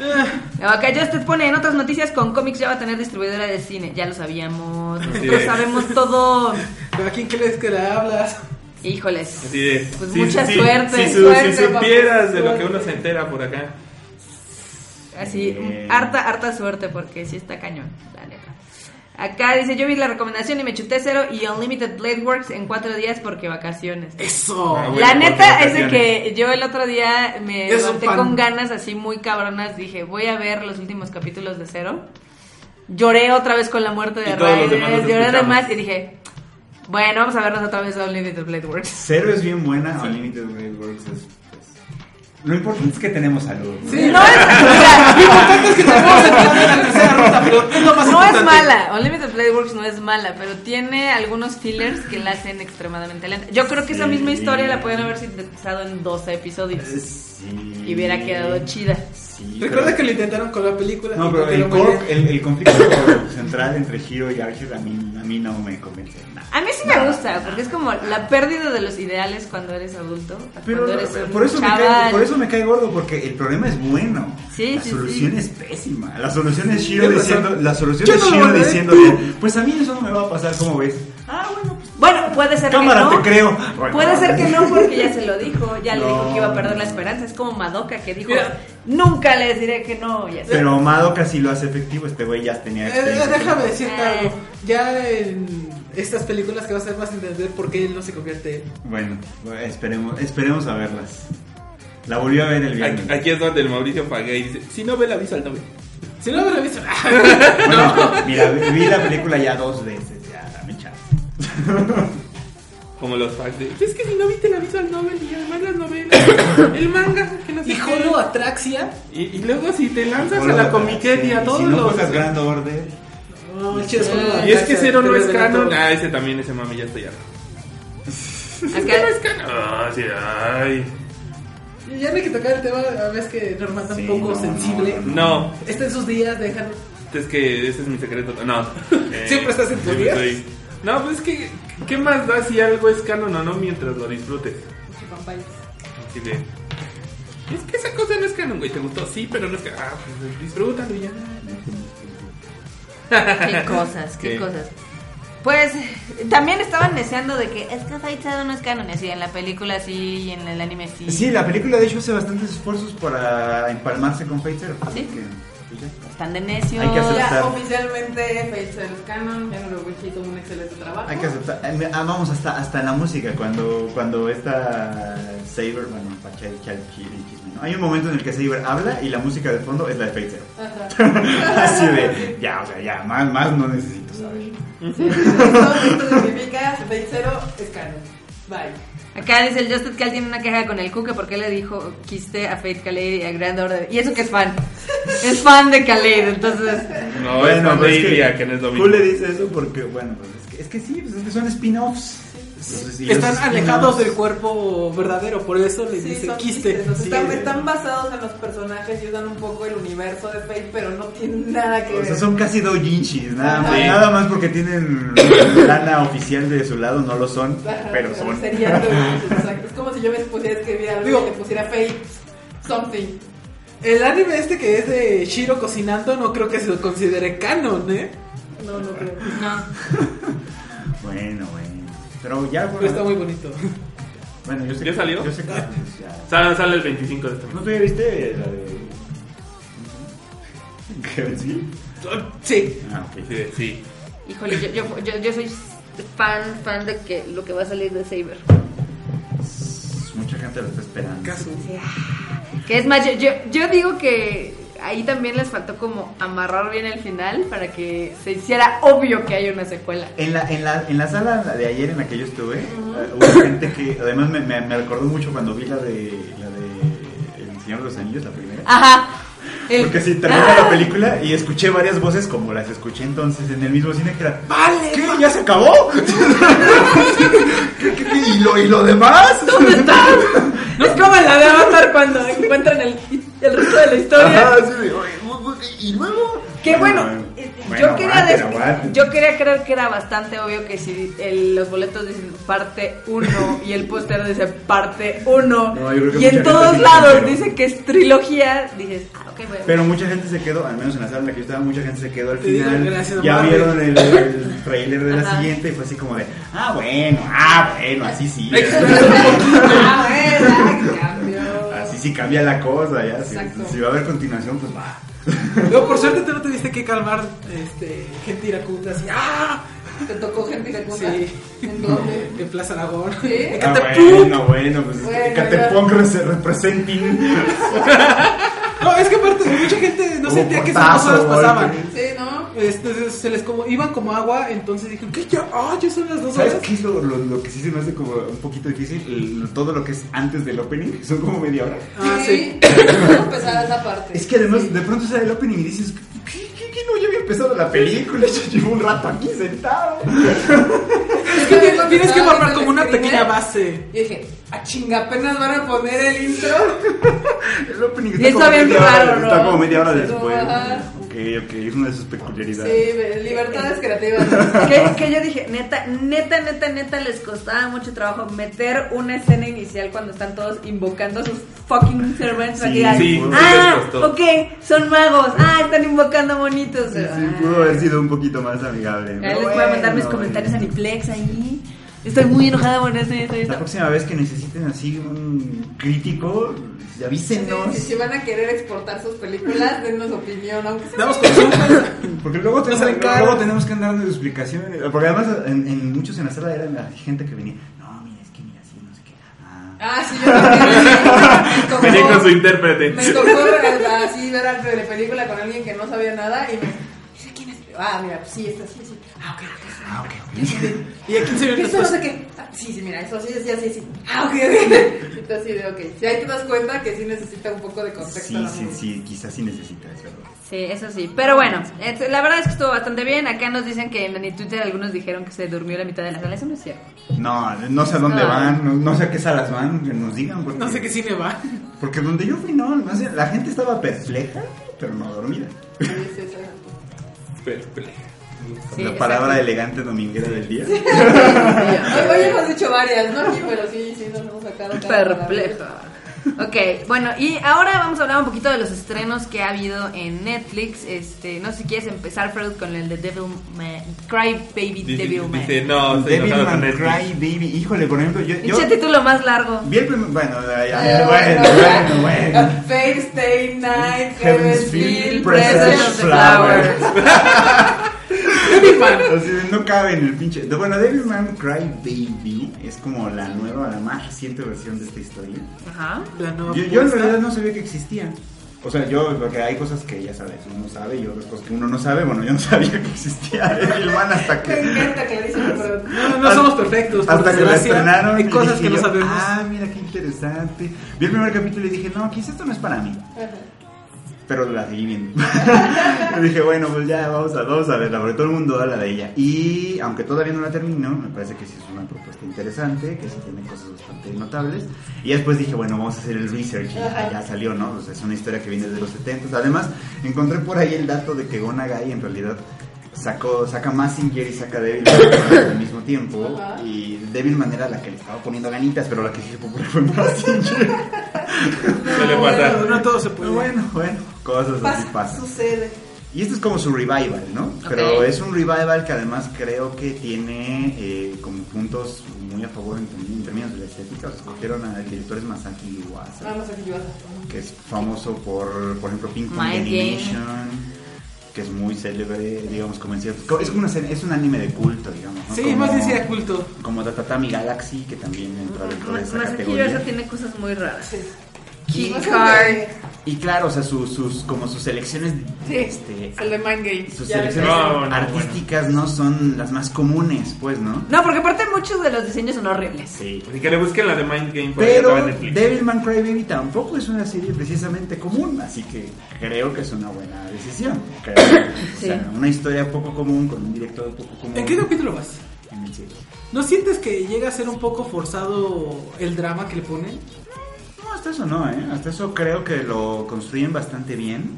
A: ah,
D: Acá Justin pone en otras noticias con cómics ya va a tener distribuidora de cine. Ya lo sabíamos. Nosotros
B: Sí.
D: sabemos todo.
A: ¿pero ¿A quién crees que le hablas?
D: Híjoles.
B: Así de,
D: Pues mucha suerte,
B: si, su-
D: suerte,
B: si supieras de lo que
D: papá.
B: uno se entera por acá.
D: Así,
B: Eh.
G: Bien.
D: harta, harta suerte porque sí está cañón. la neta. Acá dice, yo vi la recomendación y me chuté cero y Unlimited Blade Works en cuatro días porque vacaciones.
A: Eso.
B: Ah,
D: la
B: bueno,
D: neta
B: porque
D: es de
B: vacaciones.
D: que yo el otro día me
A: Es un
D: levanté
A: fan.
D: con ganas así muy cabronas, dije, voy a ver los últimos capítulos de Cero. Lloré otra vez con la muerte de
B: Y todos los
D: Raiden,
B: demás los
D: lloré
B: escuchamos.
D: además y dije, bueno, vamos a vernos otra vez Unlimited Blade Works.
G: Cero es bien buena, Unlimited Blade Works es. pues, Lo importante es que tenemos salud. ¿no?
A: Sí,
D: No es, o sea,
A: Lo importante es que tenemos la tercera ruta, pero es lo más
D: No
A: importante.
D: es mala, Unlimited Playworks no es mala, pero tiene algunos fillers que la hacen extremadamente lenta. Yo creo que esa
G: Sí.
D: misma historia la pueden haber sintetizado en 12 episodios
G: Eh, Sí.
D: y hubiera quedado chida.
G: Sí,
A: Recuerda
G: pero-
A: que lo intentaron con la película.
G: No,
A: y
G: pero
A: creo
G: el,
A: que lo
G: cor-
A: fue.
G: el, el conflicto central entre Hiro y Archer a mí, a mí no me convence. nada.
D: A mí sí me gusta, porque es como la pérdida de los ideales cuando eres adulto,
G: Pero
D: cuando eres
G: eh,
D: un
G: por eso, me
D: chaval.
G: cae, por eso me cae gordo, porque el problema es bueno.
D: Sí,
G: la
D: sí,
G: solución
D: sí.
G: es pésima. La solución es Shiro
A: Tienes
G: diciendo,
A: razón.
G: la solución
A: Yo
G: es
A: no lo
G: Shiro
A: volveré.
G: diciéndole, pues a mí eso no me va a pasar, ¿cómo ves? Ah, bueno, pues,
D: Bueno, puede ser
G: cámara,
D: que no.
G: te creo.
D: Puede ser que no, porque ya se lo dijo, ya le dijo
G: No.
D: que iba a perder la esperanza. Es como Madoka que dijo,
A: Mira.
D: nunca les diré que no. y así.
G: Pero Madoka sí lo hace efectivo, este güey ya
A: Eh,
G: tenía experiencia.
A: déjame decirte
D: Eh.
A: algo. Ya en estas películas que vas a ver vas a entender por qué él no se convierte.
G: Bueno, esperemos, esperemos a verlas. La volvió a ver el
B: Aquí,
G: viernes.
B: aquí es donde el Mauricio Pagué dice: Si no ve la visa al novio.
A: Si no me lo he visto.
G: Bueno, mira, vi- vi la película ya dos veces, ya, dame chance.
B: Como los fans de. Es que si no viste la visa al Nobel y además las novelas, el manga, que no sé
A: Y
B: qué".
A: Holo Atraxia.
B: Y, y luego si te lanzas a la comiquet y a todos
G: si no
B: los.
G: juegas Grand Order,
A: No, el chido es Holo
B: Y es que
A: Atraxia,
B: cero no
A: Ah, pero
B: es
A: de la
B: canon.
A: torre.
B: Ah, ese también, ese mami, ya estoy harto.
D: Acá-
B: Ah, sí, ay.
A: Y ya no hay que tocar el tema, a veces que Norma está un
G: Sí,
A: poco
G: no,
A: sensible.
G: no,
B: No,
A: Está en sus días, déjalo.
B: es que ese es mi secreto. No. Eh,
A: ¿Siempre estás en tu
B: sí,
A: día?
B: soy- No, pues es que, ¿qué más da si algo es canon o no mientras lo disfrutes? Así de, Es que esa cosa no es canon, güey. ¿Te gustó? Sí, pero no es que. Ah, pues disfrútalo y ya.
D: Qué cosas, qué
B: Sí.
D: cosas. Pues también estaban deseando de que es que Saitado no es canon, y así en la película sí y en el anime sí.
G: Sí, la película de hecho hace bastantes esfuerzos para empalmarse con Fate Zero.
D: Sí.
G: que, pues, ya.
D: Están de necios.
G: Hay que hacer-
F: Ya
G: Aceptar.
F: oficialmente Fate Zero es canon, ya no lo voy a hizo un excelente trabajo.
G: Hay que aceptar. Ay, me- Ah, vamos hasta, hasta en la música, cuando, cuando esta Saber, bueno, Pachai, Chal, Chil y Chisme, ¿no? Hay un momento en el que Saber habla y la música de fondo es la de Fate Zero. Así de, ya, o sea, ya, más, más no necesito saber.
F: Sí, esto, esto significa Fate Zero es canon. Bye.
D: Acá dice el Justin Cal tiene una queja con el Cuque porque le dijo quiste a Fate Kaleid y a Grand Order. Y eso que es fan. es fan de Kaleid, entonces.
B: No, bueno, es
G: pues
B: de Iria, que no es lo mismo.
G: Cool le dice eso porque, bueno, pues es que, es que sí, pues es que son spin-offs. Entonces, y los
A: Están
G: spin-offs-
A: alejados del cuerpo verdadero, por eso le
F: Sí,
A: dice
F: son
A: quiste.
F: quistes, o sea,
A: Sí,
F: están,
A: güey.
F: están basados en los personajes y usan un poco el universo de Fate, pero no tienen nada que
G: O
F: ver.
G: sea, son casi doujinshis, nada más,
B: Sí.
G: nada más porque tienen lana oficial de su lado, no lo son,
F: Ajá,
G: pero son.
F: serían doujinshis, exacto. Es como si yo me pusiera a escribir algo
A: Digo-
F: y le pusiera Fate something.
A: El anime este que es de Shiro cocinando no creo que se lo considere canon, ¿eh?
F: No, no creo.
D: No.
G: Bueno, bueno. Pero ya,
A: Pero está
G: bueno,
A: muy bonito.
G: bueno yo sé
B: ¿Ya
G: que-
B: salió? Ah.
G: Yo sé que pues, ya.
B: Sale, sale el 25 de este
G: ¿No
B: mes.
G: te viste la de. Kevin Smith?
A: Sí.
G: Ah, ok.
B: Sí, sí.
D: Híjole, yo, yo, yo, yo soy fan, fan de que lo que va a salir de Saber.
G: Mucha gente lo está esperando.
A: Caso.
D: Que es más, yo, yo, yo digo que ahí también les faltó como amarrar bien el final para que se hiciera obvio que hay una secuela.
G: En la, en, la, en la sala de ayer en la que yo estuve, eh, hubo gente que además me, me, me recordó mucho cuando vi la de, la de El Señor de los Anillos, la primera.
D: Ajá. El- Ah.
G: Porque si termina la película y escuché varias voces como las escuché entonces en el mismo cine que era
A: Vale.
G: ¿Qué? ¿Ya se acabó? ¿Qué, qué, qué? y lo, y lo demás?
E: ¿Dónde está? Es como en la de Avatar cuando encuentran el, el resto de la historia.
G: Ajá, sí, de, "Oye, uy, uy, y luego.
D: Que bueno, eh, yo, quería
G: aguanten,
D: des-
G: aguanten.
D: yo quería creer que era bastante obvio que si el- los boletos dicen parte 1 y el póster dice parte 1
G: No, yo creo que
D: y en
G: mucha
D: todos
G: gente sí
D: lados
G: se enteró.
D: dice que es trilogía, dices, ah, ok, bueno.
G: Pero mucha gente se quedó, al menos en la sala en la que yo estaba, mucha gente se quedó al
A: Te digo,
G: final.
A: gracias,
G: ya
A: Marvel.
G: vieron el, el trailer de la siguiente y fue así como de, ah, bueno, ah, bueno, así sí.
B: Extra.
F: Ah, bueno, ay, cambio.
G: Así si cambia la cosa, ya. Si,
F: Exacto.
G: si va a haber continuación, pues va.
A: Luego, por suerte, tú no tuviste que calmar este, gente iracunda así. ¡Ah!
F: Te tocó gente de Cuba.
A: Sí.
F: ¿En dónde?
A: En Plaza Aragón.
F: ¿Sí?
A: En
G: Ah,
A: Catepec.
G: bueno, bueno, pues
F: Bueno, ya.
G: Catepunk re- representing.
A: No, es que aparte, mucha gente no
G: Hubo
A: sentía que esas dos
G: portazo,
A: horas
G: golpe.
A: pasaban.
F: Sí, ¿no?
A: Este, se- se les como, iban como agua, entonces dijeron, ¿qué? ¿Ya? Ah, ya son las dos
G: ¿Sabes
A: horas.
G: qué es lo, lo- lo que sí se me hace como un poquito difícil? El- todo lo que es antes del opening, son como media hora.
A: Ah, sí.
F: Vamos a empezar esa parte.
G: Es que además de pronto sale el opening y dices, ¿qué, qué, qué no? Ya había empezado la película, yo llevo un rato aquí sentado.
A: Es que tienes, tienes que
F: Estaba
A: formar
F: viendo
A: como
F: el
A: una
F: screener.
A: pequeña base.
F: Y dije, a chinga, apenas van a poner el intro.
G: El opening
D: Y está bien
G: media
D: raro,
G: hora,
D: ¿no?
G: está como media hora
F: Sí,
G: después.
F: ajá.
G: Ok, ok, es una de sus peculiaridades.
F: Sí, ve- libertades creativas.
D: Que, que yo dije, neta, neta, neta, neta, les costaba mucho trabajo meter una escena inicial cuando están todos invocando a sus fucking servants. para que
G: Sí,
D: digan,
B: sí, sí
D: ah,
B: les costó".
D: ok, son magos, ah, están invocando monitos.
G: Sí, sí,
D: Ah.
G: pudo haber sido un poquito más amigable.
D: Ahí
G: pero
D: les voy a mandar mis
G: bueno,
D: comentarios a
G: bueno.
D: mi Plex ahí. Estoy muy enojada con esto y esto y
G: La
D: esto.
G: próxima vez que necesiten así un crítico,
F: Sí,
G: avísenos.
F: si, si van a querer exportar sus películas, denos opinión, aunque sea.
A: Damos consultas.
G: Porque luego,
A: Nos
G: tenemos,
A: encargan.
G: luego tenemos que andar dando explicaciones. Porque además en, en muchos en la sala era la gente que venía. No, mira, es que mira, así, no sé qué. Ah.
F: Ah, sí, yo también. Me
B: Venía con
F: tocó,
B: su intérprete.
F: me tocó ver- así ver arte de película con alguien que no sabía nada y me. "¿Esa quién es? Ah, mira, pues sí, esta sí, sí. Ah, ok, ok.
G: Ah, ok.
A: Y a 15 minutos
F: Esto no
A: después.
F: sé qué. Ah, sí, sí, mira, eso sí, sí, sí, sí. Ah, ok, ok. Entonces, sí, de, ok. Si ahí te das cuenta que sí necesita un poco de contexto.
G: Sí,
F: la
G: sí,
F: movie.
G: sí, quizás sí necesitas, ¿verdad?
D: Sí, eso sí. Pero bueno, es- la verdad es que estuvo bastante bien. Acá nos dicen que en en Twitter algunos dijeron que se durmió la mitad de la sala. Eso no es cierto.
G: No, no sé a dónde
D: Ah.
G: van, no, no sé a qué salas van, que nos digan. Porque,
A: No sé qué cine va.
G: Porque donde yo fui, no, no sé, la gente estaba perpleja, pero no dormida.
F: Sí, sí, exacto.
D: Sí,
G: la palabra
D: exacto.
G: elegante dominguera del día.
F: Oye, Hoy hemos dicho varias, ¿no? Aquí, pero sí, sí, nos hemos sacado. cada
D: Perpleja. Ok, bueno, y ahora vamos a hablar un poquito de los estrenos que ha habido en Netflix. Este, no sé si quieres empezar, Fred, con el de Devil Man, Cry Baby
B: Dice,
D: Devil Man.
B: dice, no, estoy
G: Devil
B: enojado con
G: Man
B: Netflix.
G: Cry Baby, híjole, por ejemplo, yo. yo
D: Pinche título más largo.
G: vi el primer. pues, Bueno, ya, ya,
F: Pero
G: bueno, bueno, bueno.
F: Face Day Night,
G: Heaven's
F: Heaven's
G: Field,
F: Field,
G: Presents
F: Presents
D: Presents of the
G: Flowers.
A: Devil Man.
G: Así de, no cabe en el pinche. de- Bueno, Devilman Cry Baby es como la nueva, la más reciente versión de esta historia.
D: Ajá.
A: La nueva
G: Yo, yo en
A: propuesta.
G: realidad no sabía que existía. O sea, yo, porque hay cosas que ya sabes, uno sabe y otras cosas que uno no sabe. Bueno, yo no sabía que existía Devilman hasta
F: Me
G: que.
F: encanta clarísimo, pero.
A: No, no somos perfectos. por
G: Hasta que la
A: desgracia.
G: estrenaron. y
A: Hay cosas
G: dije
A: que no
G: yo,
A: sabemos.
G: Ah, mira qué interesante. Vi el primer capítulo y dije, no, quizás esto no es para mí. Pero la seguí viendo. Y dije, bueno, pues ya vamos a, vamos a verla, porque todo el mundo habla de ella. Y aunque todavía no la termino, me parece que sí es una propuesta interesante, que sí tiene cosas bastante notables. Y después dije, bueno, vamos a hacer el research. Y
F: Ajá.
G: ya salió, ¿no? O sea, es una historia que viene desde los 70. Además, encontré por ahí el dato de que Gonagai en realidad sacó, saca Massinger y saca Devilman al mismo tiempo.
F: Ajá.
G: Y Devilman era la que le estaba poniendo ganitas, pero la que sí se popular fue Massinger.
B: Suele pasar.
A: No, no todo se
G: Pero
A: puede.
G: bueno, bueno, cosas así
F: Pasa,
G: pasan.
F: sucede.
G: Y esto es como su revival, ¿no? Pero es un revival que además creo que tiene eh, como puntos muy a favor en, en términos de la estética. Los escogieron al director es Masaki Iwasa,
F: Vamos a que yo.
G: que es famoso por, por ejemplo, Pink Pong
D: My
G: Animation, que es muy célebre, digamos, como en ciertos- co- Es, una, se- es un anime de culto, digamos. ¿no?
A: Sí,
G: Como-
A: más bien sea culto.
G: Como Datatami Galaxy, que también entra dentro de esa
D: Masaki
G: categoría.
D: Yuasa tiene cosas muy raras.
F: Sí.
D: Key
F: No sé
D: card.
F: de-
G: Y claro, o sea, sus, sus, como sus selecciones
F: Sí,
G: este,
F: es el de Mind Games.
G: sus
F: Ya ves.
G: selecciones
B: No, no,
G: artísticas no son las más comunes, pues, ¿no?
D: No, porque aparte muchos de los diseños son horribles.
G: Sí.
B: Así que le busquen la de Mind Game por ahí
G: Pero
B: estaba en Netflix.
G: Devilman Crybaby tampoco es una serie precisamente común, así que creo que es una buena decisión. Creo. O
D: Sí.
G: sea, una historia poco común con un director poco común.
A: ¿En qué capítulo vas?
G: En el serie.
A: ¿No sientes que llega a ser un poco forzado el drama que le ponen?
G: No, hasta eso no, ¿eh? Hasta eso creo que lo construyen bastante bien.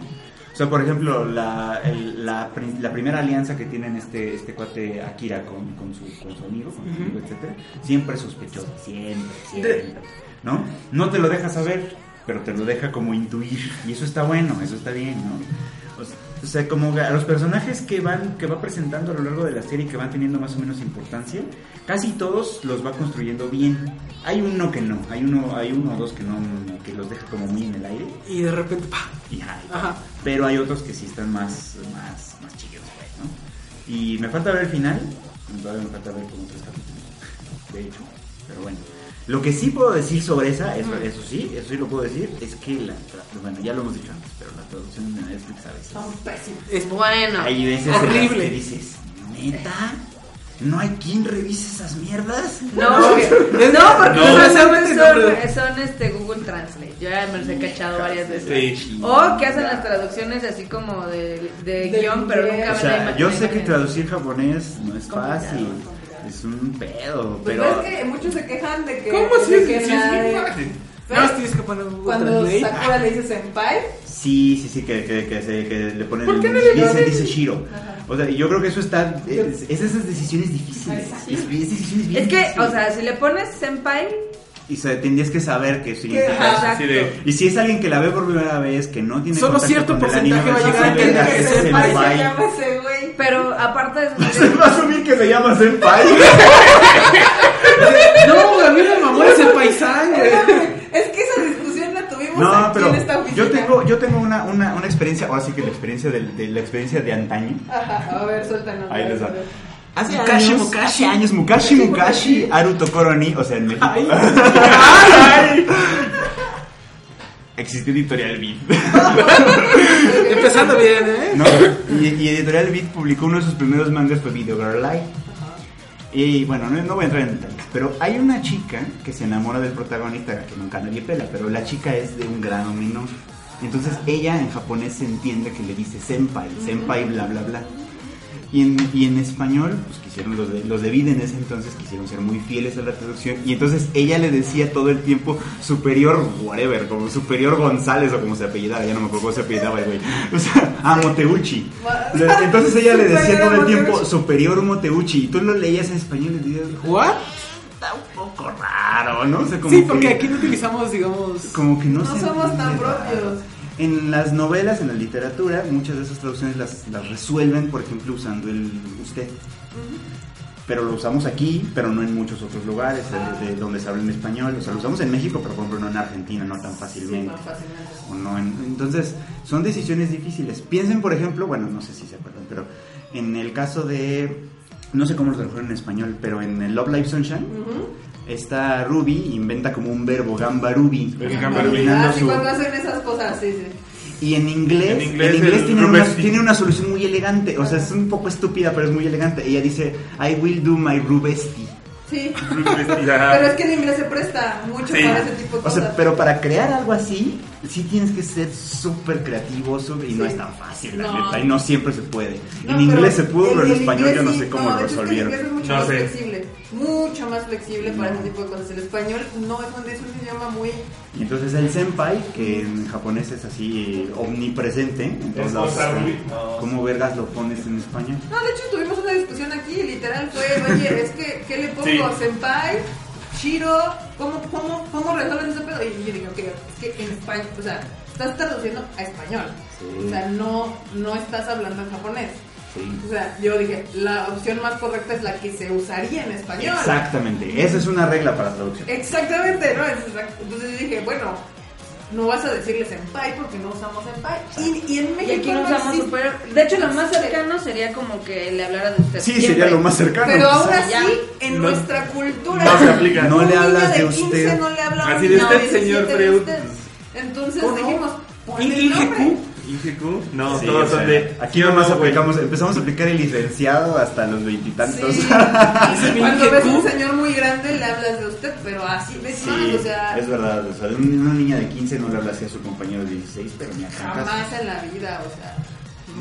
G: O sea, por ejemplo, la, el- la, pri- la primera alianza que tienen este, este cuate Akira con, con, su, con su amigo, con su
A: Ujú.
G: amigo, etcétera, siempre es sospechosa, siempre,
A: De-
G: siempre, ¿no? No te lo deja saber, pero te lo deja como intuir, y eso está bueno, eso está bien, ¿no? O sea, O sea, como a los personajes que van que va presentando a lo largo de la serie y que van teniendo más o menos importancia, casi todos los va construyendo bien. Hay uno que no, hay uno, hay uno o dos que no que los deja como muy en el aire.
A: Y de repente, pa.
G: Y, ajá, y-
A: Ajá.
G: Pero hay otros que sí están más más más chillos, güey, ¿no? Y me falta ver el final, todavía me falta ver como tres capítulos. De hecho, pero bueno. Lo que sí puedo decir sobre esa, eso, eso sí, eso sí lo puedo decir, es que la, tra- bueno, ya lo hemos dicho antes, pero las traducciones de Netflix a veces
F: Son pésimos.
A: Es
D: Bueno.
G: hay veces en las
A: Oh, Horrible.
G: que dices, neta, no hay quien revise esas mierdas.
D: No, porque- no, porque
B: No.
D: esas
A: Solamente
D: son,
A: no.
D: son, este, Google Translate. Yo ya me los he cachado varias veces.
B: Sí.
D: O que hacen las traducciones así como de, de
A: De
D: guión, pero
A: inglés.
D: nunca
G: O
D: ven la
G: sea,
D: imagen
G: yo
D: de
G: sé que
D: imagen.
G: traducir japonés no es
D: Complicado,
G: fácil, es un pedo,
F: Pues
G: pero
F: ves que muchos se quejan de que.
A: ¿Cómo
F: de
A: si es,
F: que
A: si
F: la
A: es bien
F: de-
A: fácil?
F: ¿Ves?
A: Nada más tienes que poner un
F: Cuando
A: Translate.
F: Sakura le dice senpai,
G: sí, sí, sí, que, que, que se- que le ponen,
A: ¿Por qué no le
G: dice,
A: ponen?
G: dice Shiro. O sea, yo creo que eso está, es, es esas decisiones difíciles, es, es decisiones bien
D: Es que, o
G: difíciles.
D: sea, si le pones senpai,
G: y se- tendrías que saber que significa eso.
D: exacto.
B: Así de,
G: Y si es alguien que la ve por primera vez, que no tiene
A: Solo
G: contacto
A: cierto
G: con el anime, pues
A: porcentaje va a llegar
G: recibe
A: a entender
G: las
A: que
G: escenas
A: senpai se
G: en
F: se
G: Pai.
F: llama ese güey.
D: Pero aparte de
G: Se
D: eso,
G: va a asumir que se llama Senpai.
A: No, a mí me mamó ese paisán, güey.
F: Es que esa discusión la tuvimos
G: No,
F: aquí
G: pero
F: en esta oficina.
G: yo tengo, yo tengo una, una, una experiencia, ahora sí que la experiencia del- de, la experiencia de antaño.
F: Ajá, a ver, suéltanos.
G: Ahí les va. Hace
A: Mukashi,
G: años,
A: Mukashi.
G: hace años, Mukashi Mukashi, Aruto Koroni, o sea, en México.
A: Ay.
G: Existió Editorial Beat.
A: Empezando bien, ¿eh?
G: ¿no? Y, y Editorial Beat publicó uno de sus primeros mangas fue Video Girl Live. Y bueno, no, no voy a entrar en detalles, pero hay una chica que se enamora del protagonista, que nunca nadie pela, pero la chica es de un grado menor. Entonces ella en japonés se entiende que le dice senpai, senpai, bla, bla, bla. Y en, y en español, pues quisieron los de, los de Vida en ese entonces, quisieron ser muy fieles a la traducción. Y entonces ella le decía todo el tiempo superior, whatever, como superior González o como se apellidaba, ya no me acuerdo cómo se apellidaba el güey. O sea, a Moteucci. Le- Entonces ella le decía todo el tiempo superior Moteuchi. Y tú lo leías en español y decías,
A: ¿What?
G: está un poco raro, ¿no? O sea, como
A: Sí,
G: que-
A: porque aquí no utilizamos, digamos.
G: como que no,
F: No
G: se
F: somos tan
G: entiende,
F: propios.
G: ¿verdad? En las novelas, en la literatura, muchas de esas traducciones las, las resuelven, por ejemplo, usando el usted. Pero lo usamos aquí, pero no en muchos otros lugares de-
F: Ah.
G: de donde se habla en español. O sea, lo usamos en México, pero por ejemplo no en Argentina, no tan fácilmente. O no en- entonces, son decisiones difíciles. Piensen, por ejemplo, bueno, no sé si se acuerdan, pero en el caso de, no sé cómo lo tradujeron en español, pero en el Love Live Sunshine, esta Ruby inventa como un verbo, gamba Ruby.
B: El gamba ruby.
G: combinando
F: Ah, sí,
G: su-
F: cuando hacen esas cosas, sí, sí.
G: Y en inglés, en
B: En inglés
G: inglés,
B: el
G: tiene, una,
B: Rubersky.
G: tiene una solución muy elegante. O sea, es un poco estúpida, pero es muy elegante. Ella dice, I will do my Rubesti.
F: Sí.
B: ya.
F: Pero es que el inglés se presta mucho
B: Sí.
F: para ese tipo de
G: O
F: cosas.
G: sea, pero para crear algo así, sí tienes que ser súper creativo súper- y no
F: Sí.
G: es tan fácil, la
F: No.
G: neta, y no siempre se puede.
F: No,
G: en
F: pero
G: inglés se pudo, pero en
F: el
G: español yo no
F: inglés
G: sé
F: sí,
G: cómo lo
F: de hecho, es que
G: resolvieron.
F: El inglés es mucho
B: No
F: más
B: sé.
F: flexible, mucho más flexible para
G: No.
F: ese tipo de cosas. El español no es un, es un idioma muy...
G: Y entonces el senpai, que en japonés es así eh, omnipresente, en todos
B: Es
G: lados,
B: cosa
G: está.
B: ruin, no.
G: ¿cómo vergas lo pones en español?
F: No, de hecho tuvimos una discusión aquí, literal, fue, oye, es que, ¿qué le pongo?
B: Sí.
F: ¿Senpai? ¿Shiro? ¿Cómo, cómo, cómo resuelven ese pedo? Y yo digo, ok, es que en español, o sea, estás traduciendo a español.
G: Sí.
F: O sea, no, no estás hablando en japonés.
G: Sí.
F: O sea, yo dije, la opción más correcta es la que se usaría en español.
G: Exactamente, esa es una regla para traducción.
F: Exactamente, ¿no? Es exact- Entonces dije, bueno, no vas a decirle senpai porque no usamos senpai. Y, y en
D: Y
F: México
D: aquí no usamos
F: existe.
D: super. De hecho, lo más cercano sería como que le hablara de usted.
G: Sí,
D: Siempre.
G: sería lo más cercano.
F: Pero aún
D: sea, ya.
F: así, en
B: No-
F: nuestra cultura.
B: no se aplica.
G: No
F: un
G: le
F: niño
G: hablas de
F: 15
G: usted.
F: No le habla a un
B: Así de
F: niño
B: usted,
F: 17
B: señor
F: de
B: Freud.
F: usted. Entonces
A: ¿Cómo no?
F: dijimos,
A: ¿Y-
F: ponle
A: y
F: el nombre.
B: IGQ, no,
G: Sí,
B: todos
G: o sea,
B: son de.
G: Aquí nomás
B: no, güey.
G: aplicamos, empezamos a aplicar el licenciado hasta los veintitantos.
F: Sí.
A: Ese
F: Cuando
A: IGQ.
F: ves a un señor muy grande, le hablas de usted, pero así de
G: Sí,
F: mal, o sea.
G: es verdad. O sea, un- una niña de 15 no le habla así a su compañero de 16, pero ni a cajas.
F: Jamás en la vida, o sea.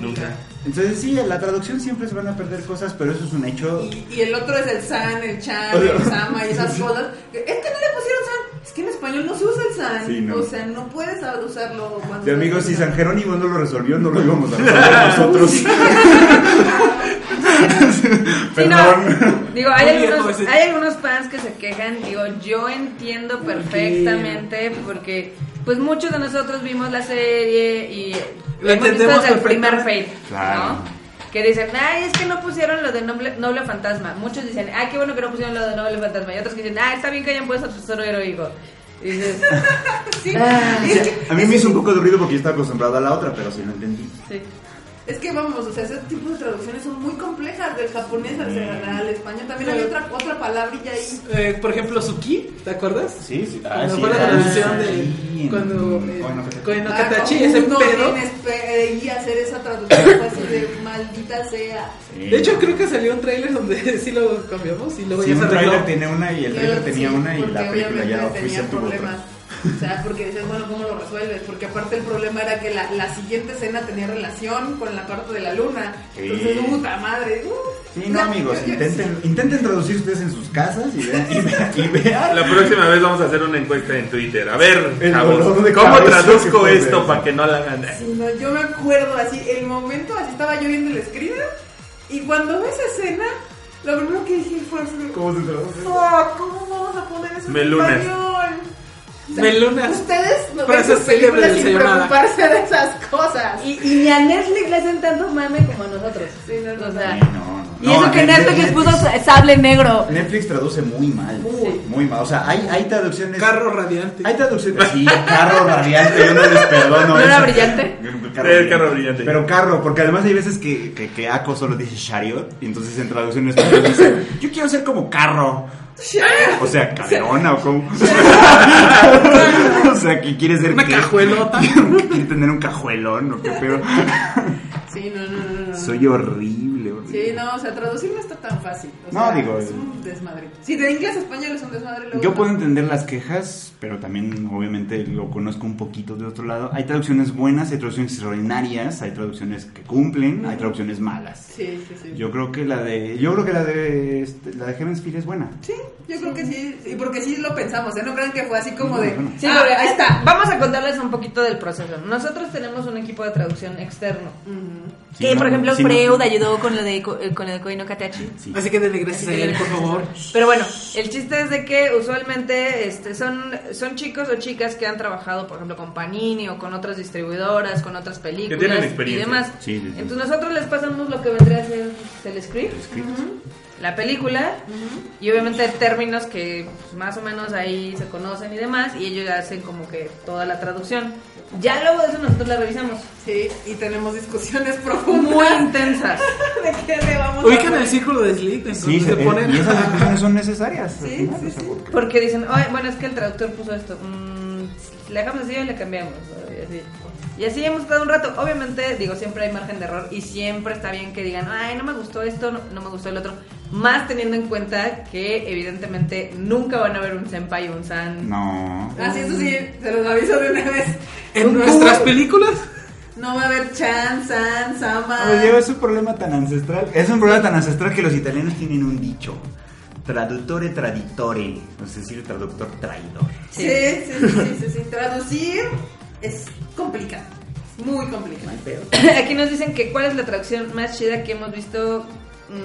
B: Nunca.
G: Entonces, sí, en la traducción siempre se van a perder cosas, pero eso es un hecho.
F: Y, y el otro es el san, el chan,
G: O sea,
F: el sama y esas cosas. Es que no le pusieron san. Es que en español no se usa el san.
G: Sí, no.
F: O sea, no puedes usarlo cuando.
G: De amigos, si San
F: estás
G: Jerónimo no lo resolvió, no lo íbamos a resolver nosotros.
D: Sí, no,
G: Perdón.
D: digo, hay
A: Oye,
D: algunos,
A: José.
D: hay algunos fans que se quejan, digo, yo entiendo perfectamente porque pues muchos de nosotros vimos la serie y
A: Lo entendemos
D: del primer
A: perfectamente.
D: Fate,
G: Claro.
D: ¿no? Que dicen, ay, es que no pusieron lo de noble, noble fantasma. Muchos dicen, ay, qué bueno que no pusieron lo de noble fantasma. Y otros que dicen, ah, está bien que hayan puesto tesoro heroico. Y dices,
F: Sí,
G: O
F: es,
G: sea,
F: que,
G: a mí me hizo un poco de ruido porque yo estaba acostumbrado a la otra, pero sí lo entendí.
D: sí.
F: es que vamos, o sea, ese tipo de traducciones son muy complejas del japonés al, al español. También hay
A: Sí.
F: otra, otra palabrilla ahí.
A: Eh, por ejemplo, Suki, ¿te acuerdas?
G: Sí, Ah, sí.
A: Cuando fue la traducción de. Cuando. eh,
G: pues,
A: Koen no Katachi, ese
F: no
A: pedo.
F: tienes pe- eh, y hacer esa traducción fue así de maldita sea.
A: De hecho, creo que salió un tráiler donde sí lo cambiamos y luego ya
G: un
A: se
G: trailer
A: arregló.
G: tenía una y el trailer
F: Pero
G: tenía
F: sí,
G: una y
F: porque
G: la película
F: obviamente
G: ya
F: tenía
G: oficial tuvo otra.
F: O sea, porque decías, bueno, ¿cómo lo resuelves? Porque aparte el problema era que la, la siguiente escena tenía relación con la parte de la luna. Entonces,
G: Sí.
F: puta madre. uh,
G: Sí,
F: o
G: no,
F: sea,
G: amigos,
F: yo- yo-
G: intenten, intenten traducir ustedes en sus casas y vean. Y vean, y vean.
B: La próxima vez vamos a hacer una encuesta en Twitter. A ver,
G: El
B: chavos,
G: dolor de
B: ¿cómo
G: cabeza que
B: traduzco
G: fue
B: esto
G: eso?
B: para que no la hagan?
F: Sí, no, yo me acuerdo así, el momento, así estaba yo viendo el screener y cuando ve esa escena, lo primero que dije fue así, de,
G: ¿Cómo se traduce?
F: "Oh, ¿cómo vamos a poner eso en
B: Melunas.
F: español?
A: Melunas.
F: Ustedes no ven
A: Frases
F: sus películas
A: célebres de
F: sin
A: Sayonara.
F: preocuparse de esas cosas.
D: Y, y ni a Netflix le hacen tanto mame como a nosotros.
F: Sí, no, no,
D: O
G: Ay,
D: sea,
G: no, no.
D: y
G: No,
D: eso que
G: Net-
D: Netflix les puso
G: Netflix-
D: sable negro.
G: Netflix traduce muy mal.
A: Uy.
G: Muy mal. O sea, hay, hay traducciones.
A: Carro radiante.
G: Hay traducciones. Sí, carro radiante. Yo no les perdono.
D: ¿No era
G: eso.
D: brillante?
B: Era carro brillante.
G: Pero carro, porque además hay veces que, que, que Ako solo dice chariot. Y entonces en traducción en español dice: Yo quiero ser como carro. O sea, caderona o como. o sea, que quiere ser.
A: Una
G: qué?
A: cajuelota.
G: quiere tener un cajuelón o qué pedo.
F: Sí, no, no, no, no, no.
G: Soy horrible, horrible.
F: Sí, no, o sea, traducir no está tan fácil. O
G: No,
F: sea,
G: digo- eh,
F: Es un desmadre. Sí, de inglés a español es un desmadre. luego
G: Yo
F: no.
G: puedo entender las quejas, pero también obviamente lo conozco un poquito de otro lado. Hay traducciones buenas, hay traducciones extraordinarias, hay traducciones que cumplen, hay traducciones malas.
F: Sí, sí, sí.
G: Yo creo que la de yo creo que la de este, la de Heaven's Feel es buena.
F: Sí, yo creo que sí. sí, Porque sí lo pensamos, ¿eh? No crean que fue así como de.
G: No, no.
D: Sí,
F: "Ah,
D: porque
F: ahí está.
D: Vamos a contarles un poquito del proceso. Nosotros tenemos un equipo de traducción externo.
G: Sí,
D: que,
G: no,
D: por ejemplo,
G: sí, no.
D: Freud ayudó con lo de, co- eh, con lo de Koino Katachi.
G: Sí.
A: Así que denle gracias a él, por favor.
D: Pero bueno, el chiste es de que usualmente este, son, son chicos o chicas que han trabajado, por ejemplo, con Panini o con otras distribuidoras, con otras películas
B: tienen
D: y
B: experiencia.
D: demás.
G: Sí, sí, sí.
D: Entonces nosotros les pasamos lo que vendría a ser el script,
G: El script.
D: la película y obviamente términos que pues, más o menos ahí se conocen y demás y ellos hacen como que toda la traducción. Ya luego de eso nosotros la revisamos.
F: Sí, y tenemos discusiones profundas.
D: Muy intensas.
F: ¿De qué le vamos a
A: Ubican
F: poner?
A: el círculo de Slick, entonces
G: Sí,
A: se,
G: se- eh,
A: ponen.
G: y esas discusiones son necesarias. al
F: Sí,
G: final,
F: sí,
G: o sea,
F: sí.
G: porque-
D: Porque dicen, "Ay, bueno, es que el traductor puso esto. Mm, le dejamos así y le cambiamos. ¿no? Y así. Y así hemos estado un rato. Obviamente, digo, siempre hay margen de error y siempre está bien que digan, ay, no me gustó esto, no, no me gustó el otro. Más teniendo en cuenta que, evidentemente, nunca van a ver un senpai o un san.
G: No.
F: Ah, sí, eso sí, se los aviso de una vez.
A: En nuestras películas.
F: No va a haber Chan, San, Sama.
G: Oye, es un problema tan ancestral. Es un problema tan ancestral que los italianos tienen un dicho. Traduttore traditore. No sé si el traductor traidor.
F: Sí, sí, sí, sí, sí, sí. Traducir es complicado. Es muy complicado.
D: Aquí nos dicen que cuál es la traducción más chida que hemos visto,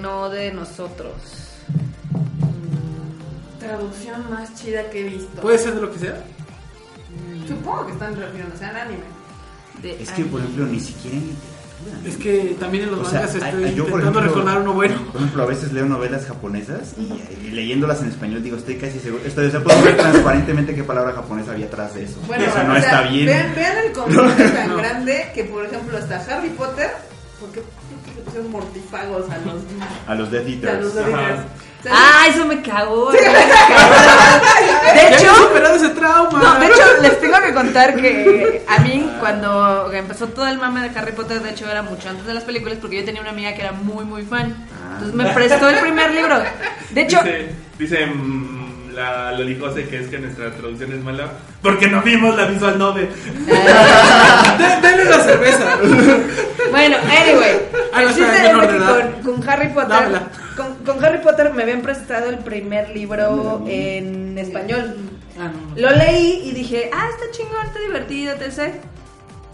D: no de nosotros.
F: Traducción más chida que he visto.
A: Puede ser de lo que sea.
F: Supongo que están refiriéndose al anime.
D: Mm, De-
G: Es que,
D: ay,
G: por ejemplo, ni siquiera en literatura.
A: Es que también en los
G: O sea,
A: mangas
G: ay,
A: estoy
G: ay, yo, por
A: intentando
G: ejemplo,
A: recordar uno bueno.
G: Por ejemplo, a veces leo novelas japonesas y, y leyéndolas en español digo, estoy casi seguro. Estoy, o sea, puedo ver transparentemente qué palabra japonesa había atrás de eso.
F: Bueno,
G: eso no
F: o sea,
G: está bien.
F: Vean, vean el concepto tan grande que, por ejemplo, hasta Harry Potter, porque le pusieron mortífagos a los,
G: A los Death
F: a
G: Eaters.
F: los Avengers. O sea,
D: Ah, eso me cagó. eso me cagó. De
A: Ya
D: hecho,
A: he superado ese trauma.
D: No, Ah. de hecho, les tengo que contar que a mí, cuando empezó todo el mame de Harry Potter, de hecho era mucho antes de las películas, porque yo tenía una amiga que era muy, muy fan. Entonces me prestó el primer libro. De hecho,
B: Dice, dice mm, la Lolicose que es que nuestra traducción es mala porque no vimos la visual novel.
A: Den- denle la cerveza.
D: bueno, anyway.
A: Ah, no,
D: el chiste
A: espera,
D: es
A: menor
D: de que
A: de edad.
D: con, con Harry Potter.
A: Dámela.
D: Con, con Harry Potter me habían prestado el primer libro en español.
A: Ah, no, no.
D: Lo leí y dije, ah, está chingón, está divertido, etc.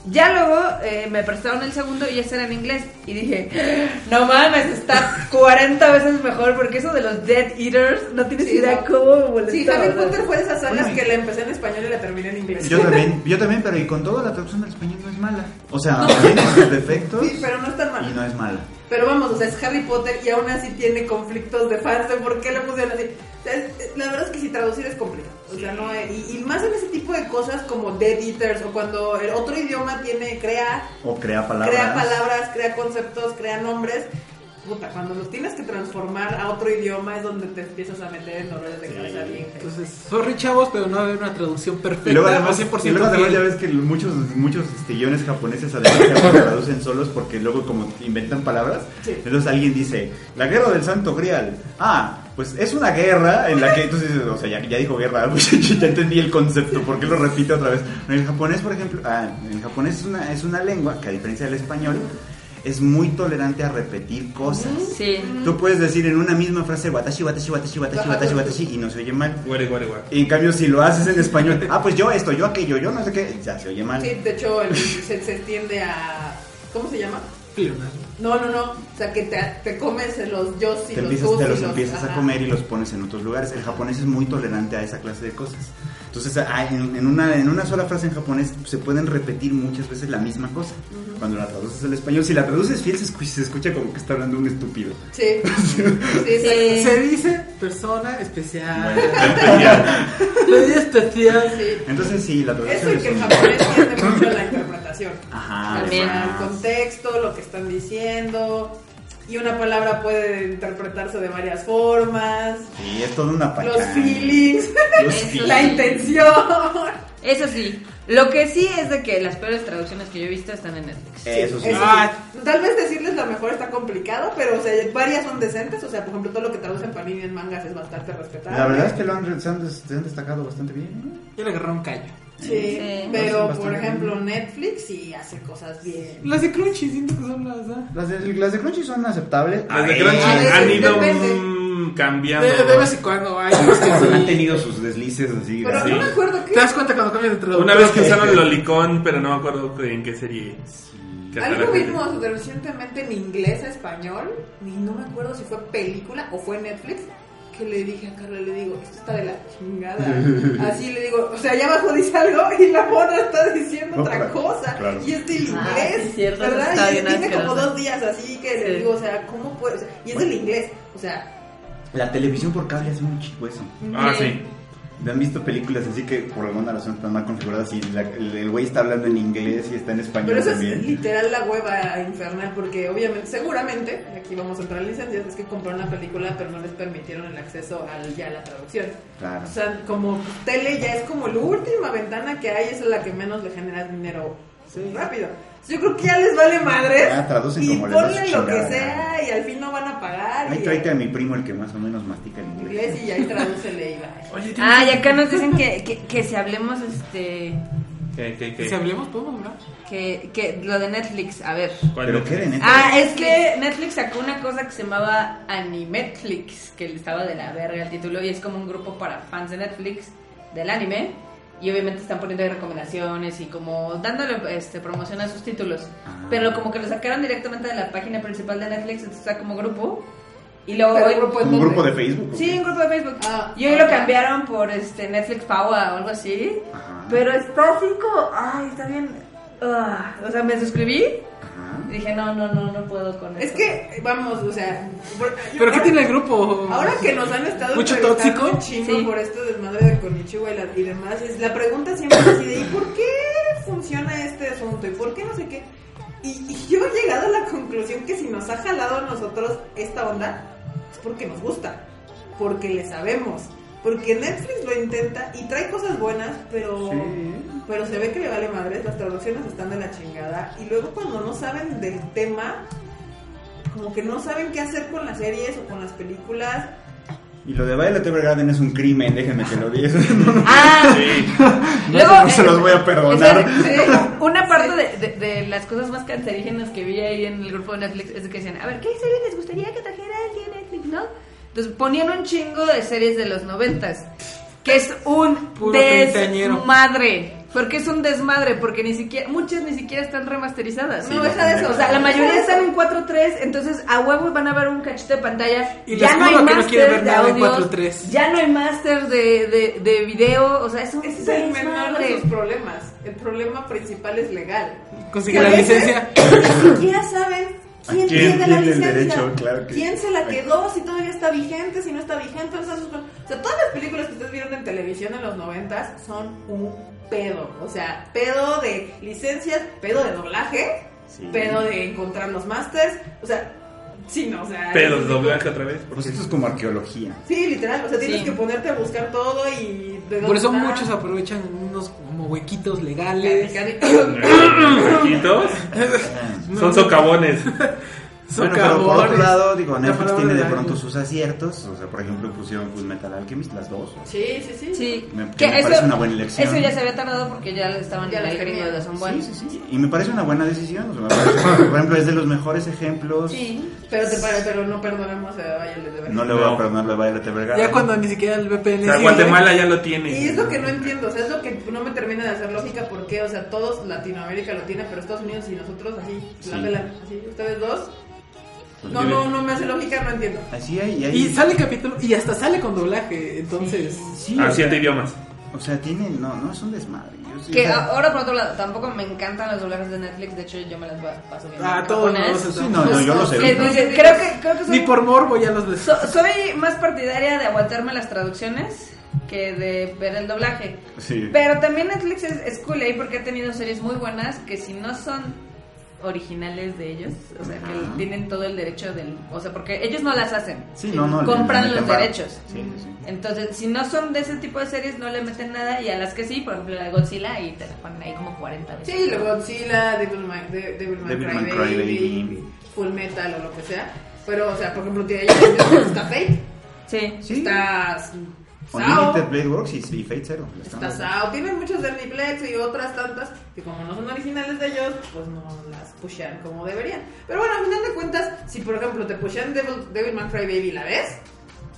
D: Ya luego eh, me prestaron el segundo y ese era en inglés. Y dije, no mames, está 40 veces mejor porque eso de los Dead Eaters, no tienes
F: Sí,
D: idea
F: no.
D: cómo me molestó.
F: Sí, Harry
D: o sea.
F: Potter fue de esas sagas
G: Bueno, y-
F: que la empecé en español y la terminé en inglés.
G: Yo también, yo también, pero y con todo la traducción al español no es mala. O sea, tiene sus defectos
F: Sí, pero no es tan
G: y
F: mal.
G: no es mala.
F: Pero vamos, o sea, es Harry Potter y aún así tiene conflictos de fans de por qué le pusieron así. O sea, es- la verdad es que si traducir es complicado. O sea, no hay- y, y más en ese tipo de cosas como Dead Eaters o cuando el otro idioma tiene, crea,
G: O crea palabras.
F: crea palabras, crea conceptos, crea nombres. Puta, cuando los tienes que transformar a otro idioma es donde te empiezas a meter en dolores de cabeza bien. feos.
A: Entonces, sorry chavos, pero no va a haber una traducción perfecta.
G: Y luego además,
A: o 100%
G: y luego además
A: fiel.
G: ya ves que muchos, muchos este, guiones japoneses además ya lo traducen solos porque luego como inventan palabras,
F: Sí.
G: entonces alguien dice, la guerra del santo grial, ah, pues es una guerra en la que, entonces, dices, o sea, ya, ya dijo guerra, pues, ya entendí el concepto, ¿por qué lo repite otra vez? En el japonés, por ejemplo, ah, en el japonés es una, es una lengua que a diferencia del español, es muy tolerante a repetir cosas.
D: Sí.
G: Tú puedes decir en una misma frase watashi, watashi, watashi, watashi, watashi, watashi y no se oye mal.
B: Guare, guare, guare.
G: Y en cambio, si lo haces en español, ah, pues yo esto, yo aquello, yo no sé qué, ya se oye mal.
F: Sí, de hecho, el- se, se extiende a. ¿Cómo se llama?
A: Leonardo.
F: No, no, no. O sea, que te, te comes los yo y
G: te,
F: los
G: empiezas,
F: tus
G: te
F: y
G: los empiezas
F: ajá.
G: a comer y los pones en otros lugares. El japonés es muy tolerante a esa clase de cosas. Entonces, ah, en, en una, en una sola frase en japonés se pueden repetir muchas veces la misma cosa. Cuando la traduces al español, si la traduces fiel, se escucha, se escucha como que está hablando un estúpido.
F: Sí. sí, sí.
D: Sí.
A: Se dice persona especial.
B: Especial.
A: Pedida especial.
G: Entonces, sí, la
F: Eso
G: traducción
F: y que el
G: un-
F: japonés tiende mucho a la interpretación.
G: Ajá,
F: También
G: además.
F: el contexto, lo que están diciendo. Y una palabra puede interpretarse de varias formas.
G: Sí, es toda una
F: Los
G: pachanga.
F: feelings,
G: Los
D: Eso.
F: la
G: feelings.
F: intención.
D: Eso sí. Lo que sí es de que las peores traducciones que yo he visto están en Netflix.
G: Eso sí.
F: Eso sí.
A: Ay.
F: Tal vez decirles la mejor está complicado, pero o sea, varias son decentes. O sea, por ejemplo, todo lo que traducen Panini en mangas es bastante respetable.
G: La verdad es que lo han, se, han, des- se han destacado bastante bien. ¿no?
A: Ya le agarraron callo.
F: Sí,
D: Sí.
F: pero
G: Bastante
F: por
G: bien.
F: ejemplo, Netflix sí hace cosas bien.
A: Las de Crunchy, siento que son las. ¿ah?
G: Las de, las de Crunchy son aceptables.
B: Las de
G: pero-
B: Crunchy
F: veces
B: han ido
F: depende.
B: mm, cambiando.
A: De, de vez en cuando hay unos que sí.
G: Han tenido sus deslices así.
F: Pero
G: así.
F: no me acuerdo
A: ¿Te das
F: que
A: cuenta cuando cambias de traductor?
B: Una vez que usaron Lolicón, pero no me acuerdo en qué serie. Que hasta
F: algo
B: la gente-
F: vimos recientemente en inglés a español, y no me acuerdo si fue película o fue Netflix, que le dije a Carla, le digo, esto está de la chingada. Así le digo, o sea, allá abajo dice algo y la mona está diciendo
G: No,
F: otra
G: claro,
F: cosa.
G: claro.
F: Y es del inglés,
D: Ah, sí, es cierto, eso
F: ¿verdad?
D: está
F: Y
D: bien
F: tiene como
D: asqueroso.
F: dos días así que
D: Sí.
F: le digo, o sea, ¿cómo puede? o sea, y es del inglés, o sea,
G: La televisión por cable hace un chico eso.
B: Ah, sí.
G: Han visto películas así que por alguna razón están mal configuradas y la- el el güey está hablando en inglés y está en español
F: Pero eso
G: también.
F: es literal la hueva infernal, porque obviamente, seguramente, aquí vamos a entrar en licencias, es que compraron la película, pero no les permitieron el acceso al, ya a la traducción.
G: Claro.
F: O sea, como tele ya es como la última ventana que hay, esa es la que menos le genera dinero rápido. Yo creo que ya les vale madres.
G: Ya, traducen
F: y
G: como les
F: ponle
G: des
F: lo que
G: chingada
F: sea
G: gana.
F: y al fin no van a pagar.
G: Ahí
F: y
G: tráete a mi primo el que más o menos mastica el
F: inglés
G: inglés.
F: y ahí tradúcele y va.
B: Oye, ¿tienes-
D: Ah, y acá nos dicen que, que, que si hablemos, este.
B: ¿Qué, qué,
A: Que
B: qué?
A: Si hablemos, podemos hablar.
D: Que, que lo de Netflix, a ver.
B: ¿Cuál
G: Pero
B: es?
G: qué de neta.
D: Ah, es que Netflix sacó una cosa que se llamaba Animetflix, que le estaba de la verga el título, y es como un grupo para fans de Netflix del anime, y obviamente están poniendo ahí recomendaciones y como dándole este, promoción a sus títulos.
G: Ah.
D: Pero como que lo sacaron directamente de la página principal de Netflix, entonces está como grupo, y luego...
F: Pero
D: hoy-
F: grupo
G: Como un grupo de Facebook. ¿o
D: Sí,
G: qué?
D: un grupo de Facebook.
F: Ah,
D: y hoy lo
F: ok.
D: cambiaron por este Netflix Power o algo así.
G: Ajá.
D: Pero está así como... Ay, está bien... ah, o sea, me suscribí
G: Ajá.
D: y dije, no, no, no, no puedo con
F: Es
D: esto.
F: que, vamos, o sea. por-
A: ¿Pero qué tiene el grupo?
F: Ahora que nos han estado
A: ¿Mucho
F: entrevistando
A: tóxico?
F: un chingo
D: Sí.
F: por esto desmadre de Konichiwa y, la- y demás, es, la pregunta siempre es así de ¿y por qué funciona este asunto? ¿Y por qué no sé qué? Y, y yo he llegado a la conclusión que si nos ha jalado a nosotros esta onda, es porque nos gusta, porque le sabemos, porque Netflix lo intenta y trae cosas buenas, pero... Pero se ve que le vale madres, las traducciones están de la chingada. Y luego cuando no saben del tema, como que no saben qué hacer con las series o con las películas.
G: Y lo de Violet Evergarden es un crimen, déjenme que lo diga. Eso no,
D: Ah, Luego, eh,
G: no se los voy a perdonar.
D: o sea, eh, una parte de, de- de las cosas más cancerígenas que vi ahí en el grupo de Netflix es que decían, a ver, ¿qué serie les gustaría que trajera el día de Netflix, no? Entonces ponían un chingo de series de los noventas, que es un
A: Puro treintañero.
D: desmadre. Porque es un desmadre, porque ni siquiera, muchas ni siquiera están remasterizadas.
G: Sí,
D: no,
G: no
D: deja de eso.
G: están
D: O sea, la
G: remasterizadas.
D: mayoría están en 4.3, entonces a huevo van a ver un cachito de pantalla.
A: Y les
D: ya no hay
A: juro que no
D: máster
A: quiero ver
D: de
A: nada en
D: audios,
A: 4:3.
D: Ya no hay máster de, de, de video. O sea, es un
F: Ese es el menor de
D: desmadre.
F: sus problemas. El problema principal es legal.
A: Conseguir la
F: Que a veces
A: licencia.
F: Ni siquiera saben quién,
G: ¿A quién
F: tiene la
G: tiene el
F: licencia.
G: derecho? Claro que-
F: ¿Quién se la quedó? Si todavía está vigente, si no está vigente. O sea, sus- o sea, todas las películas que ustedes vieron en televisión en los noventas son un pedo. O sea, pedo de licencias, pedo de doblaje,
G: Sí.
F: pedo de encontrar los másters. O sea, sí, no, o sea.
B: Pero
F: es-
B: doblaje otra vez.
G: Pues
B: Porque
G: esto es como arqueología.
F: Sí, literal. O sea, tienes
D: Sí.
F: que ponerte a buscar todo y. de dónde
A: Por eso
F: está.
A: muchos aprovechan unos como huequitos legales.
B: Chiquitos, son socavones.
G: Bueno, pero por otro
A: Socavones.
G: lado, digo,
A: La
G: Netflix
A: palabra
G: tiene de
A: del
G: pronto
A: año.
G: sus aciertos. O sea, por ejemplo, pusieron Full Metal Alchemist, las dos.
F: Sí, sí, sí.
D: Sí.
G: Me- que me parece una buena elección.
D: Eso ya se había tardado porque ya estaban
F: Ya
D: ya
F: las
D: ahí
F: tenían.
D: gringos, ya son
G: Sí,
D: buenos.
G: sí, sí. Y me parece una buena decisión. o sea, me parece- por ejemplo, es de los mejores ejemplos.
D: Sí.
F: Pero, te, pare- pero no perdonamos a Violet de
G: No le voy a
B: No.
G: perdonar la Violet Evergarden.
A: Ya cuando ni siquiera el VPN.
B: O sea,
A: sirve.
B: Guatemala ya lo tiene.
F: Y es lo que no entiendo, o sea, es lo que no me termina de hacer lógica porque, o sea, todos Latinoamérica lo tiene, pero Estados Unidos y nosotros así,
G: Sí.
F: la pelan, así, ustedes dos.
G: Pues
F: No,
B: dime.
F: no, no me hace lógica, no entiendo.
G: Así hay, y hay-
A: Y sale capítulo. Y hasta sale con doblaje. Entonces.
G: Sí,
B: A
G: o sea,
B: Ah, siete idiomas.
G: O sea, tienen, no, no es un desmadre. Yo sí-
D: Que ah,
G: o sea,
D: ahora por otro lado, tampoco me encantan los doblajes de Netflix, de hecho yo me las va- paso bien.
A: Ah, todos los-
G: sí, no, no, yo lo sé.
D: Entonces, creo que, creo que soy,
A: Ni por morbo ya los ves.
D: so- soy más partidaria de aguantarme las traducciones que de ver el doblaje.
G: Sí.
D: Pero también Netflix es, es cool ahí porque ha tenido series muy buenas que si no son originales de ellos, o sea, que
G: Ajá.
D: tienen todo el derecho del... O sea, porque ellos no las hacen.
G: Sí, no, no, le-
D: Compran
G: le
D: los
G: meten varo.
D: derechos.
G: Sí, sí, sí.
D: Entonces, si no son de ese tipo de series, no le meten nada. Y a las que sí, por ejemplo, la de Godzilla, ahí te la ponen ahí como 40 veces.
F: Sí, luego Godzilla, Devilman, De- Devilman
G: Devilman
F: Crybaby,
G: Crybaby.
F: Full Metal o lo que sea. Pero, o sea, por ejemplo, tiene ahí está Fate,
D: Sí.
G: Sí.
F: está Sao,
G: Unlimited Blade Works y, y Fate Zero. la están
F: está Sao, ah, tienen muchos de Aniplex y otras tantas que como no son originales de ellos, pues no las pushan como deberían. Pero bueno, al final de cuentas, si por ejemplo te pushan Devil, Devilman Crybaby la ves,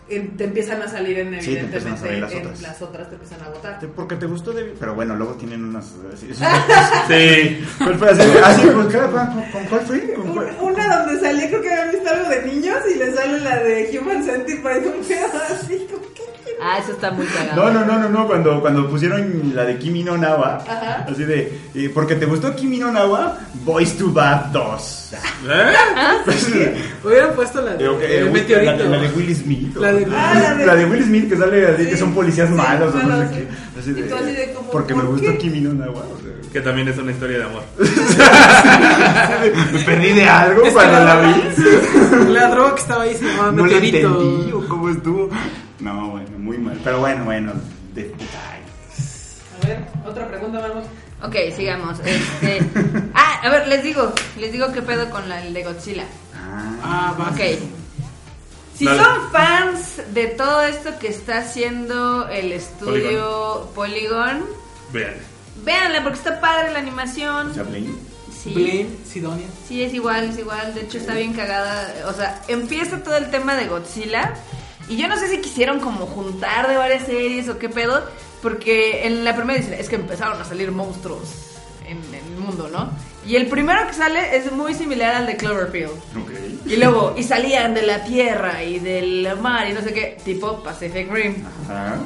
F: eh, te empiezan a salir en
G: Sí, te
F: evidentemente
G: empiezan a salir las
F: en
G: otras.
F: las otras te empiezan a votar.
G: Te- Porque te gustó Devil, pero bueno, luego tienen unas... eh,
B: Sí.
G: ¿Cuál fue así? Así, pues, ¿cuál- cuál- ¿Con cuál fue? ¿Con cuál?
F: Un- Una donde salía, creo que habían visto algo de niños y le sale la de Human Centipede, un pedo así, como que...
D: Ah, eso está muy cagado.
G: No, no, no, no, no, cuando, cuando pusieron la de Kimi no Nawa,
F: Ajá.
G: así de, eh, porque te gustó Kimi no Nawa, Boys to Bad 2.
B: ¿Eh?
A: Hubieran puesto la de,
G: Digo que,
A: el
G: eh,
A: meteorito.
G: La, de- la de Will Smith. o-
A: La de-
F: Ah, la de-
G: la de Will Smith que sale así que son policías
F: Sí,
G: malos o no
F: malos,
G: sé
F: sí.
G: qué. Así
F: Y tú así de como,
G: porque me
F: ¿por
G: gustó
F: qué?
G: Kimi no Nawa. o sea,
B: Que también es una historia de amor.
G: me perdí de algo
A: Es que
G: cuando la vi.
A: La droga que estaba ahí se
D: Ah,
A: llamaba
G: No la
A: meteorito.
G: entendí o cómo estuvo. No, bueno, muy mal. Pero bueno, bueno. de- ay,
F: A ver, otra pregunta, vamos.
D: Ok, sigamos. Este... Ah, a ver, les digo. Les digo qué pedo con la, el de Godzilla.
G: ah,
A: Ah, va.
D: Ok. Si
B: Dale.
D: son fans de todo esto que está haciendo el estudio Polygon,
B: Vean.
D: véanla porque está padre la animación.
G: Chaplin.
D: Sí.
A: Blame, Sidonia.
D: Sí, es igual, es igual. De hecho, está bien cagada. O sea, empieza todo el tema de Godzilla. Y yo no sé si quisieron como juntar de varias series o qué pedo. Porque en la primera dicen, es que empezaron a salir monstruos en, en el mundo, ¿no? Y el primero que sale es muy similar al de Cloverfield.
G: Ok.
D: Y luego, y salían de la tierra y del mar y no sé qué, tipo Pacific Rim.
G: Ajá.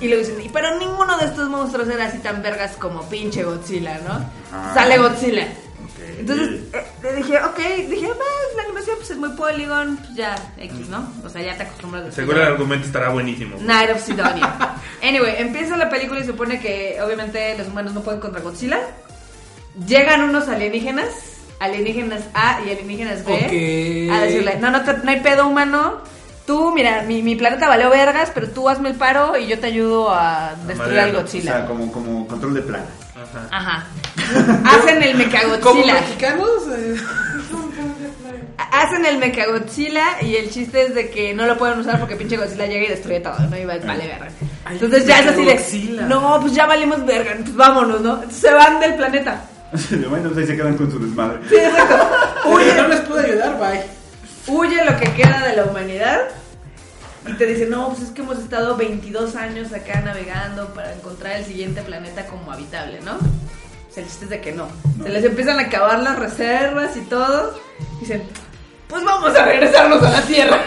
D: Y luego dicen, "Y pero ninguno de estos monstruos era así tan vergas como pinche Godzilla, ¿no?
G: Ah.
D: Sale Godzilla.
G: Ok.
D: Entonces eh, le dije, ok, dije, "Va, la animación pues es muy Polygon, pues ya, X, ¿no? O sea, ya te acostumbras. a-
B: Seguro el argumento estará buenísimo.
D: Night of Sidonia. anyway, empieza la película y supone que obviamente los humanos no pueden contra Godzilla. Llegan unos alienígenas, alienígenas A y alienígenas B,
A: Ok.
D: a decirle, no, no, te- no hay pedo humano. Tú, mira, mi, mi planeta valió vergas, pero tú hazme el paro y yo te ayudo a destruir al
B: madrearlo.
G: O
D: Godzilla.
G: sea, como, como control de plaga.
B: Ajá.
D: Ajá. Hacen el
A: Como
D: mecagodzilla.
A: mexicanos, eh,
D: Hacen el mecagodzilla y el chiste es de que no lo pueden usar porque pinche Godzilla llega y destruye todo, ¿no? Y va- vale verga.
A: Ay,
D: Entonces ya es así de,
A: Mechagodzilla.
D: no, pues ya valimos verga, pues vámonos, ¿no? Entonces se van del planeta.
G: bueno, pues ahí se quedan con su desmadre.
D: Sí, exacto.
A: oye,
D: Huye,
A: no les puedo ayudar, bye.
D: huye lo que queda de la humanidad y te dicen, no, pues es que hemos estado 22 años acá navegando para encontrar el siguiente planeta como habitable, ¿no? O sea, el chiste es de que no. Se les empiezan a acabar las reservas y todo. Y dicen, pues vamos a regresarnos a la Tierra.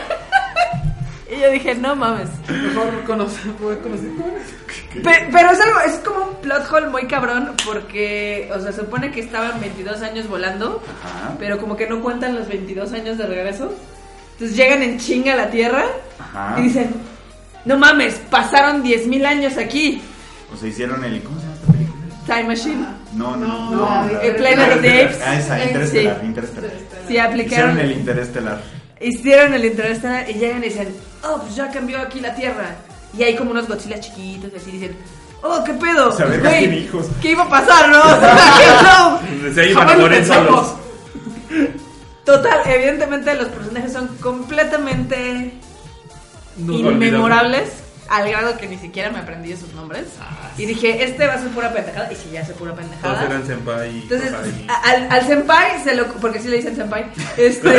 D: y yo dije, no mames.
A: Mejor conocer, poder conocer.
D: Pe- pero es algo, es como un plot hole muy cabrón porque, o sea, se supone que estaban 22 años volando,
G: Ajá.
D: pero como que no cuentan los 22 años de regreso. Entonces llegan en chinga a la Tierra
G: Ajá.
D: y dicen, no mames, pasaron 10.000 años aquí.
G: O sea, hicieron el. ¿Cómo se llama esta película?
D: Time Machine.
G: No, no,
F: No,
G: no. la-
D: el Planet of the Apes.
G: Ah, esa,
D: Eh,
G: Interestelar.
D: sí.
G: Interestelar.
D: Sí, aplicaron,
G: Hicieron el Interestelar.
D: hicieron el interestelar y llegan y dicen, oh, pues ya cambió aquí la Tierra. Y hay como unos Godzilla chiquitos y así dicen, oh, qué pedo.
G: Se
D: Pues,
G: aventan
D: güey,
G: sin hijos.
D: ¿Qué iba a pasar, no? O sea, ¿qué
B: Desde ahí
D: Jamás lo
B: Mandalorian solos.
D: pensamos. Total, evidentemente los personajes son completamente inmemorables al grado que ni siquiera me aprendí sus nombres. Y dije, este va a ser pura pendejada. Y si ya hace pura
B: Todos
D: pendejada.
B: eran senpai. y
D: Entonces, ah,
B: kawaii.
D: a- al, al senpai se lo. Porque sí le dicen senpai. Este.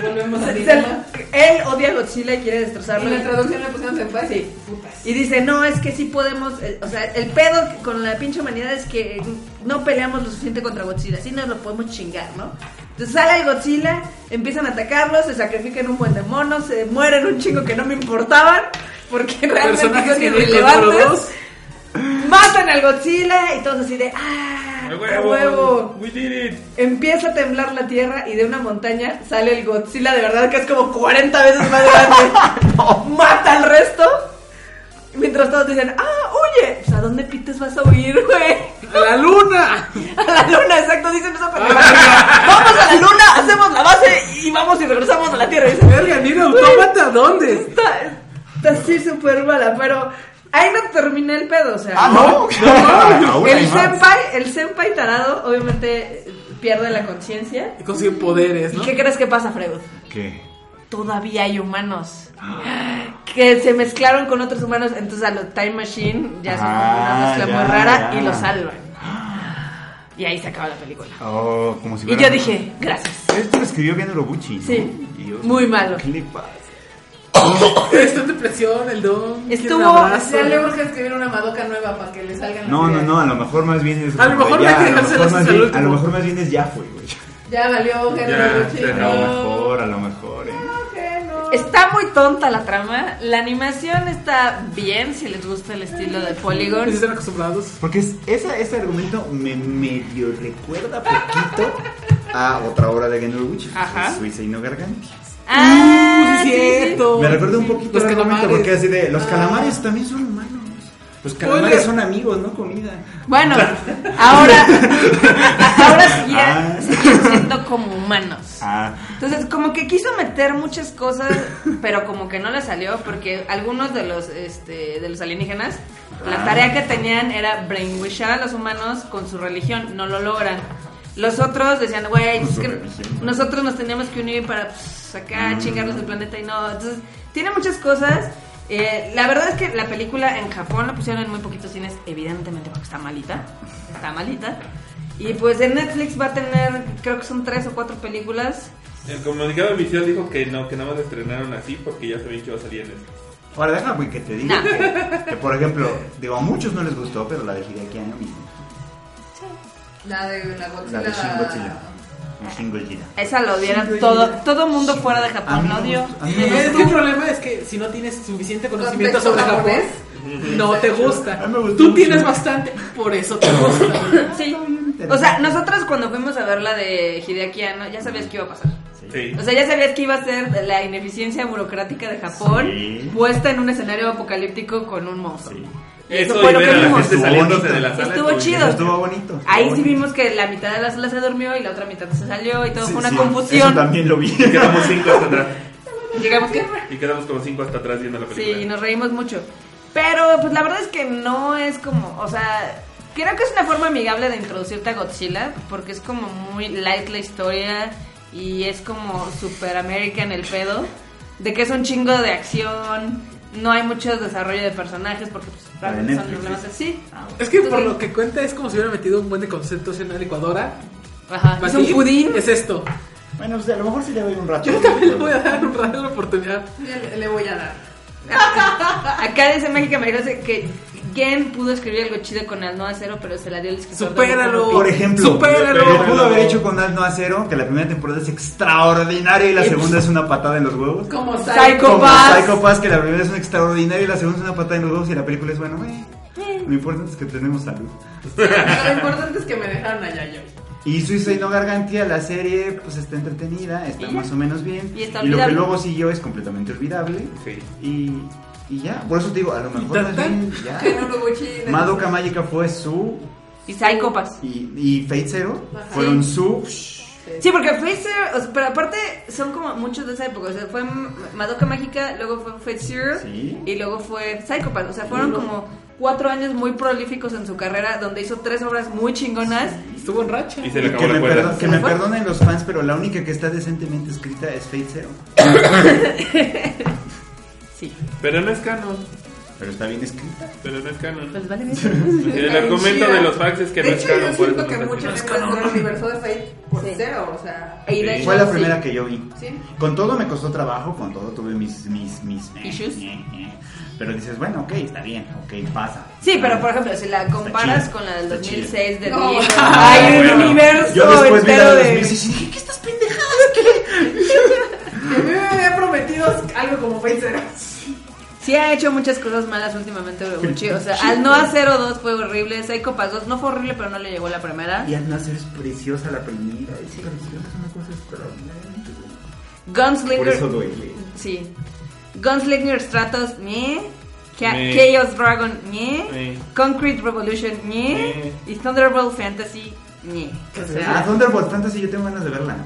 F: Volvemos a
D: se- él odia a Godzilla y quiere destrozarlo.
F: En la traducción le pusieron senpai, sí. Putas.
D: Y dice, no, es que sí podemos, eh, o sea, el pedo con la pinche humanidad es que eh, no peleamos lo suficiente contra Godzilla, así nos lo podemos chingar, ¿no? Entonces sale el Godzilla, empiezan a atacarlos, se sacrifican un buen de monos, se mueren un chingo que no me importaban, porque realmente
A: Personajes
D: son
A: que no controló.
D: irrelevantes. Matan al Godzilla y todos así de, ¡ah!
B: ¡A
D: ¡A
B: huevo!
D: huevo!
B: ¡We did it!
D: Empieza a temblar la tierra y de una montaña sale el Godzilla de verdad que es como 40 veces más grande. Mata al resto. Mientras todos dicen, ah, oye, pues, ¿a dónde pites vas a huir, güey?
A: ¡A la luna!
D: A la luna, exacto, dicen esa
G: Ah.
D: pendejada. Vamos a la luna, hacemos la base y vamos y regresamos a la tierra. Y dicen,
A: Verga, ni un autómata, ¿dónde?
D: está, está así súper mala, pero ahí no termina el pedo, o sea.
G: Ah, no. Aún hay
D: El
G: más.
D: senpai, el senpai tarado, obviamente eh, pierde la conciencia.
A: Y Consigue poderes,
D: ¿Y
A: ¿no?
D: qué crees que pasa, Freud?
G: ¿Qué?
D: todavía hay humanos que se mezclaron con otros humanos, entonces a los Time Machine ya son como una
G: Ah,
D: mezcla
G: ya,
D: muy rara
G: ya.
D: y lo salvan. Y ahí se acaba la película.
G: Oh, como si
D: Y
G: fuera-
D: yo dije, gracias.
G: Esto lo escribió bien Urobuchi. ¿no?
D: Sí.
G: Y yo-
D: Muy malo.
G: ¿Qué le pasa?
A: Está en depresión, el don. quiere
D: Estuvo-
A: un abrazo.
F: Ya le urge escribir una madoca nueva para que le salgan
G: No,
F: las
G: no,
F: ideas.
G: no, a lo mejor más bien es.
A: A lo mejor no hay que
G: a lo
A: dejárselo
G: mejor
A: hasta
G: más
A: el
G: bien-
A: último.
G: A lo mejor más bien es ya fue, güey.
F: Ya valió, Gerardo
B: se
A: Ah.
G: A lo
F: Chico.
G: mejor, a lo mejor, eh.
D: Está muy tonta la trama. La animación está bien si les gusta el estilo de Polygon.
A: Sí, Están acostumbrados.
G: Porque es- esa, ese argumento me medio recuerda poquito a otra obra de Gen Urobuchi,
D: Ajá.
G: Suiza y no Gargantias.
D: Ah,
A: Uh, sí,
D: sí, sí.
A: cierto.
G: Me recuerda un poquito
A: Los
G: al argumento,
A: calamares. Ah.
G: porque así de los calamares también son humanos. Los calamares
A: Spoiler.
G: son amigos, no comida.
D: Bueno, ahora, ahora seguirán-
G: Ah.
D: siguen siendo como humanos.
G: Ah,
D: Entonces, como que quiso meter muchas cosas, pero como que no le salió, porque algunos de los, este, de los alienígenas,
G: Ah.
D: la tarea que tenían era brainwashar a los humanos con su religión, no lo logran. Los otros decían, güey,
G: Con
D: es
G: su
D: que
G: religión.
D: nosotros nos teníamos que unir para pues, acá
G: Mm.
D: chingarnos el planeta y no. Entonces, tiene muchas cosas. Eh, la verdad es que la película en Japón la pusieron en muy poquitos cines, evidentemente porque está malita. Está malita. Y pues en Netflix va a tener, creo que son tres o cuatro películas.
B: El comunicado oficial dijo que no, que nada más estrenaron así porque ya sabían que iba a salir en esto.
G: ahora déjame que te diga que, que, por ejemplo, digo, a muchos no les gustó, pero la de Hideaki Anno me gustó.
F: La de la
G: La
F: Godzilla.
G: de Shin Godzilla. La Shin Godzilla.
D: Esa lo odiaron todo, todo mundo fuera de Japón la
G: A mí me
D: odió.
G: gustó. A mí me
A: Es que el problema es que si no tienes suficiente conocimiento
F: Contexto
A: sobre Japón,
F: japonés.
A: no te
G: A
A: gusta.
G: mí me gustó
A: Tú
G: mucho.
A: tienes bastante, por eso te gusta.
D: Sí. O sea, nosotros cuando fuimos a ver la de Hideaki Anno, ya sabías que iba a pasar.
B: Sí.
D: O sea, ya sabías que iba a ser la ineficiencia burocrática de Japón
G: Sí.
D: puesta en un escenario apocalíptico con un monstruo.
G: Sí.
B: Eso
D: fue
B: y
D: lo
B: ver
D: que
B: a la
D: vimos.
B: gente
G: Estuvo
B: saliéndose
G: bonito.
B: de la sala.
D: Estuvo
B: como
D: chido.
G: Pero
B: diciendo,
G: estuvo bonito. estuvo
D: Ahí sí
G: bonito.
D: vimos que la mitad de la sala se durmió y la otra mitad se salió y todo
G: Sí,
D: fue una
G: sí, Eso
D: confusión.
G: también lo vi.
B: Y quedamos cinco hasta atrás.
D: Llegamos que
B: Y quedamos como cinco hasta atrás viendo la película.
D: Sí, nos reímos mucho. Pero pues la verdad es que no es como, o sea, creo que es una forma amigable de introducirte a Godzilla, porque es como muy light la historia y es como super American el pedo, de que es un chingo de acción, no hay mucho desarrollo de personajes porque pues
G: La de
D: realmente son
G: Netflix,
D: relevantes, sí.
G: Ah, bueno.
A: Es que por lo que cuenta es como si hubiera metido un buen de conceptos en la licuadora.
D: Ajá, es un
A: Batir,
D: pudín.
A: Es esto.
G: Bueno, pues a lo mejor sí le doy un rato.
A: Le voy a dar un rato la oportunidad.
F: Le, le voy a dar.
D: Acá dice Mágica Marijosa que Gen pudo escribir algo chido con al no acero, pero se la dio el escritor. de
A: Supéralo.
D: Boku no
G: Por ejemplo,
A: Supéralo.
G: lo pudo haber hecho con Alno Acero, que la primera temporada es extraordinaria y la segunda es una patada en los huevos.
F: Como
D: pues Psycho.
G: Como
D: Pass.
G: Psycho Pass, que la primera es una extraordinaria y la segunda es una patada en los huevos y la película es bueno, güey. Lo importante es que tenemos salud.
F: Lo importante es que me dejaron allá yo.
G: Y Suicide No Gargantía, la serie, pues está entretenida, está
D: Y ya.
G: más o menos bien.
D: Y está
G: lo que
D: olvidable.
G: luego siguió es completamente olvidable.
B: Sí.
G: Y, y ya, por eso te digo, a lo mejor
A: tan,
G: más
A: tan.
G: bien, ya.
F: Que no lo mochila.
G: Madoka Magica fue su
D: Y
A: Oh.
D: pues. Psychopass.
G: y, y Fate Zero
F: Ajá.
G: fueron su
D: Sí, porque Fate Zero, o sea, pero aparte son como muchos de esa época. O sea, fue M- Madoka Mágica, luego fue Fate Zero
G: Sí.
D: y luego fue Psychopass. O sea, fueron como cuatro años muy prolíficos en su carrera, donde hizo tres obras muy chingonas.
A: Estuvo en racha.
B: Y se le
G: que,
B: acabó
G: me
B: la
G: perdon-
B: cuerda.
G: que me perdonen los fans, pero la única que está decentemente escrita es Fate Zero.
D: Sí.
B: Pero no es canon.
G: Pero está bien escrita.
B: Pero no es canon.
D: Pues vale,
B: El argumento de los fans es que no
F: De
B: es
F: hecho,
B: canon.
F: yo
B: por eso
F: siento que
B: no está
F: muchos
B: haciendo.
F: miembros del universo de Fate por
D: Sí.
F: cero, o sea.
D: Y de
B: Sí.
D: hecho,
G: Fue la
D: sí.
G: primera que yo vi.
F: Sí.
G: Con todo me costó trabajo, con todo tuve mis mis mis eh,
D: Issues.
G: eh, eh. Pero dices, bueno, ok, está bien, ok, pasa.
D: Sí, pero por ejemplo, si la
G: Está
D: comparas
G: chida,
D: con la del
G: está Ah, chida.
D: 2006 de
F: No,
D: Disney,
F: bueno.
D: hay un
B: Bueno,
D: universo
G: Yo después vi la
D: entero
G: de
D: de...
G: 2006 y dije, ¿qué estás pendejada?
F: Y a mí me había prometido algo como Fate Zero.
D: Sí ha hecho muchas cosas malas últimamente Urobuchi. O sea, al no hacer 02 fue horrible. Psycho Pass 2 no fue horrible, pero no le llegó la primera.
G: Y al nacer es preciosa la primera, es preciosa, una cosa extraordinaria. Por
D: Gunslinger.
G: eso duele.
D: Sí. Gunslinger Stratos, ñe. Cha-
B: Ñe.
D: Chaos Dragon, ñe.
B: Ñe.
D: Concrete Revolution, ñe.
B: Ñe.
D: Y Thunderbolt Fantasy, ñe. O
G: Ah,
D: sea,
G: Thunderbolt Fantasy yo tengo ganas de verla.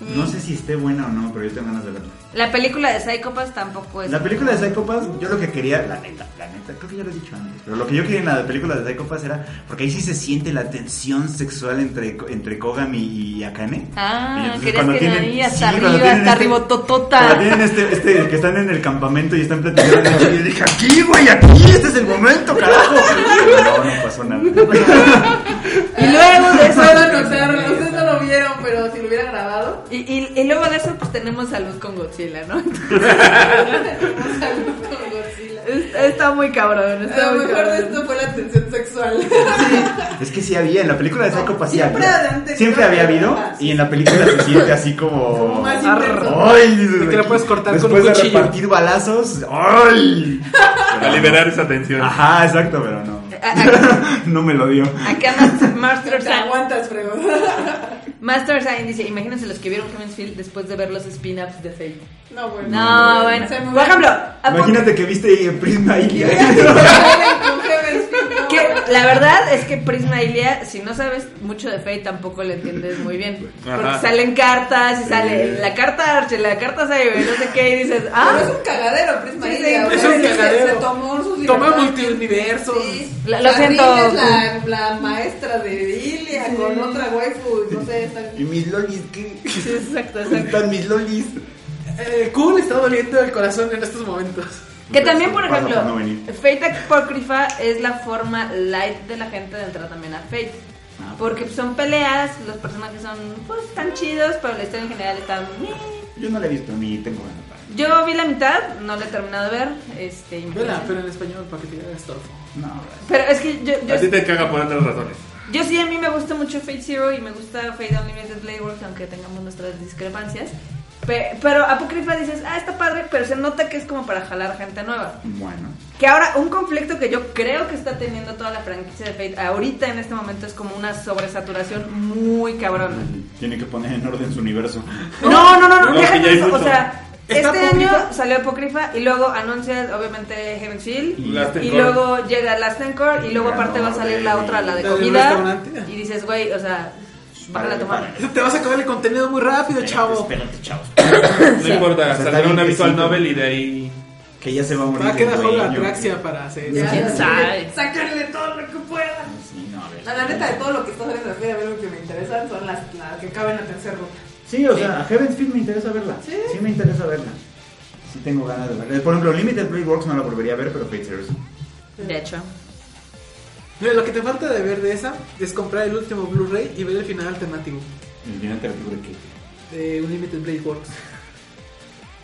D: Mm.
G: No sé si esté buena o no, pero yo tengo ganas de verla.
D: la película de Psycho Pass tampoco es.
G: La película de Psycho Pass, yo lo que quería, la neta, la neta, creo que ya lo he dicho antes, pero lo que yo quería en la película de Psycho Pass era, porque ahí sí se siente la tensión sexual entre, entre Kogami y Akane. Y
D: Ah,
G: entonces
D: querías
G: cuando
D: que
G: tienen-
D: nadie hasta
G: sí, cuando
D: arriba,
G: tienen
D: hasta
G: este-
D: arriba,
G: Cuando
D: totota.
G: tienen este, este, que están en el campamento y están platicando, y yo dije, aquí, güey, aquí, este es el momento, carajo. No, no pasó nada.
D: Y luego de eso.
F: Solo notaron, ustedes no lo vieron, pero si lo hubiera grabado.
D: Y, y, y luego de eso, pues tenemos salud con Godzilla, ¿no?
F: Salud con Godzilla.
D: Es- Está muy cabrón, está
F: A lo
D: muy
F: mejor de
D: cabrón.
F: esto fue la tensión sexual.
G: Es que sí había, en la película de Psycho Pass sí
F: Siempre
G: había.
F: adelante,
G: Siempre
F: ¿no?
G: había habido,
F: Ah, sí.
G: y en la película se siente así como...
F: Más
A: Arr.
F: intenso.
G: ¡Ay! dices,
A: Es que la puedes cortar con
G: después
A: un
G: de
A: cuchillo.
G: repartir balazos, ¡ay!
B: A liberar esa tensión.
G: Ajá, exacto, pero no.
D: A-
G: No me lo dio.
D: a- Acá Mas- Master
F: Te
D: Sign,
F: aguantas, fregón.
D: Master Sign dice, imagínense los que vieron Heaven's Field después de ver los spin-ups de Fate.
F: No, bueno.
D: No, bueno.
F: Se me
D: Por
F: va-
D: ejemplo, ¿a poco-
G: Imagínate que viste eh, Prisma Ilia.
D: que la verdad es que Prisma Ilia, si no sabes mucho de Fate, tampoco le entiendes muy bien.
B: Ajá.
D: Porque salen cartas y sale
G: Sí.
D: la carta Archer, la carta Saber, no sé qué, y dices,
F: Pero es
D: ah,
F: un cagadero, Prisma.
D: Sí, sí,
F: Ilia, o
A: es
F: sea,
A: un
F: se- se-
A: cagadero.
F: Se tomó sus
A: Toma
F: libertades.
A: multiversos.
F: Sí.
D: Lo- lo
F: La
D: siento.
F: Rin es la, la maestra de Ilia con otra waifu, no sé, está
G: Y mis lolis, ¿qué?
D: Sí, exacto,
G: ¿Dónde
D: exacto.
G: están mis lolis?
A: Eh, Q le está doliendo el corazón en estos momentos.
D: Que también, por
G: Pasa
D: ejemplo,
G: por no venir.
D: Fate Apócrifa es la forma light de la gente de entrar también a Fate.
G: Ah.
D: Porque son peleas, los personajes son, pues, están chidos, pero la historia en general está... meh.
G: Yo no la he visto ni tengo ganas. para-
D: Yo vi la mitad, no la he terminado de ver, este... y me
A: Vela,
D: parece-
A: pero en español para que te hagas torfo.
G: No,
D: Pero es que yo, yo,
B: A ti te caga por otras razones.
D: yo sí, a mí me gusta mucho Fate Zero y me gusta Fate Unlimited Blade Works, aunque tengamos nuestras discrepancias. Pe- pero Apócrifa dices, ah, está padre, pero se nota que es como para jalar gente nueva.
G: bueno.
D: Que ahora, un conflicto que yo creo que está teniendo toda la franquicia de Fate ahorita en este momento es como una sobresaturación muy cabrona.
G: Tiene que poner en orden su universo.
D: No, no, no, no,
B: No,
D: deja
B: que ya hay
D: eso. O
B: mucho.
D: sea, este
A: ¿Está
D: año
A: Apócrifa?
D: salió Apócrifa y luego anuncias, obviamente, Heaven's Field.
B: Las
D: Y
B: tengo-
D: luego llega Last Encore y luego
G: Ganó
D: aparte va a salir
G: de-
D: la otra, la de
A: la del
D: comida.
A: restaurante.
D: Y dices, güey, o sea, bájala a tomar.
A: Te vas a acabar el contenido muy rápido, chavo.
G: Espérate, chavos.
B: No importa,
G: está
B: saldrá
G: bien
B: una
G: que
B: visual
G: sí,
B: novel y de ahí.
G: Que ya se va a morir.
A: Va a quedar
G: el
A: solo la
G: dueño.
A: atraxia para hacer.
F: Ya,
D: ¿Quién
F: sí,
D: sabe?
F: Sáquenle todo lo que puedan.
G: Sí, no, a ver.
F: La, la neta de todo lo que está saliendo aquí, a ver lo que me interesan son las, las que caben en la tercera ruta.
G: Sí, o sea, a Heaven's Field me interesa verla. Sí. me interesa verla. Sí tengo ganas de verla. Eh, Por ejemplo, Limited Blade Works no la volvería a ver, pero Fate Zero sí.
D: De hecho.
A: Mira, lo que te falta de ver de esa es comprar el último Blu-ray y ver el final alternativo.
G: El final alternativo de qué?
A: de Unlimited Blade Works.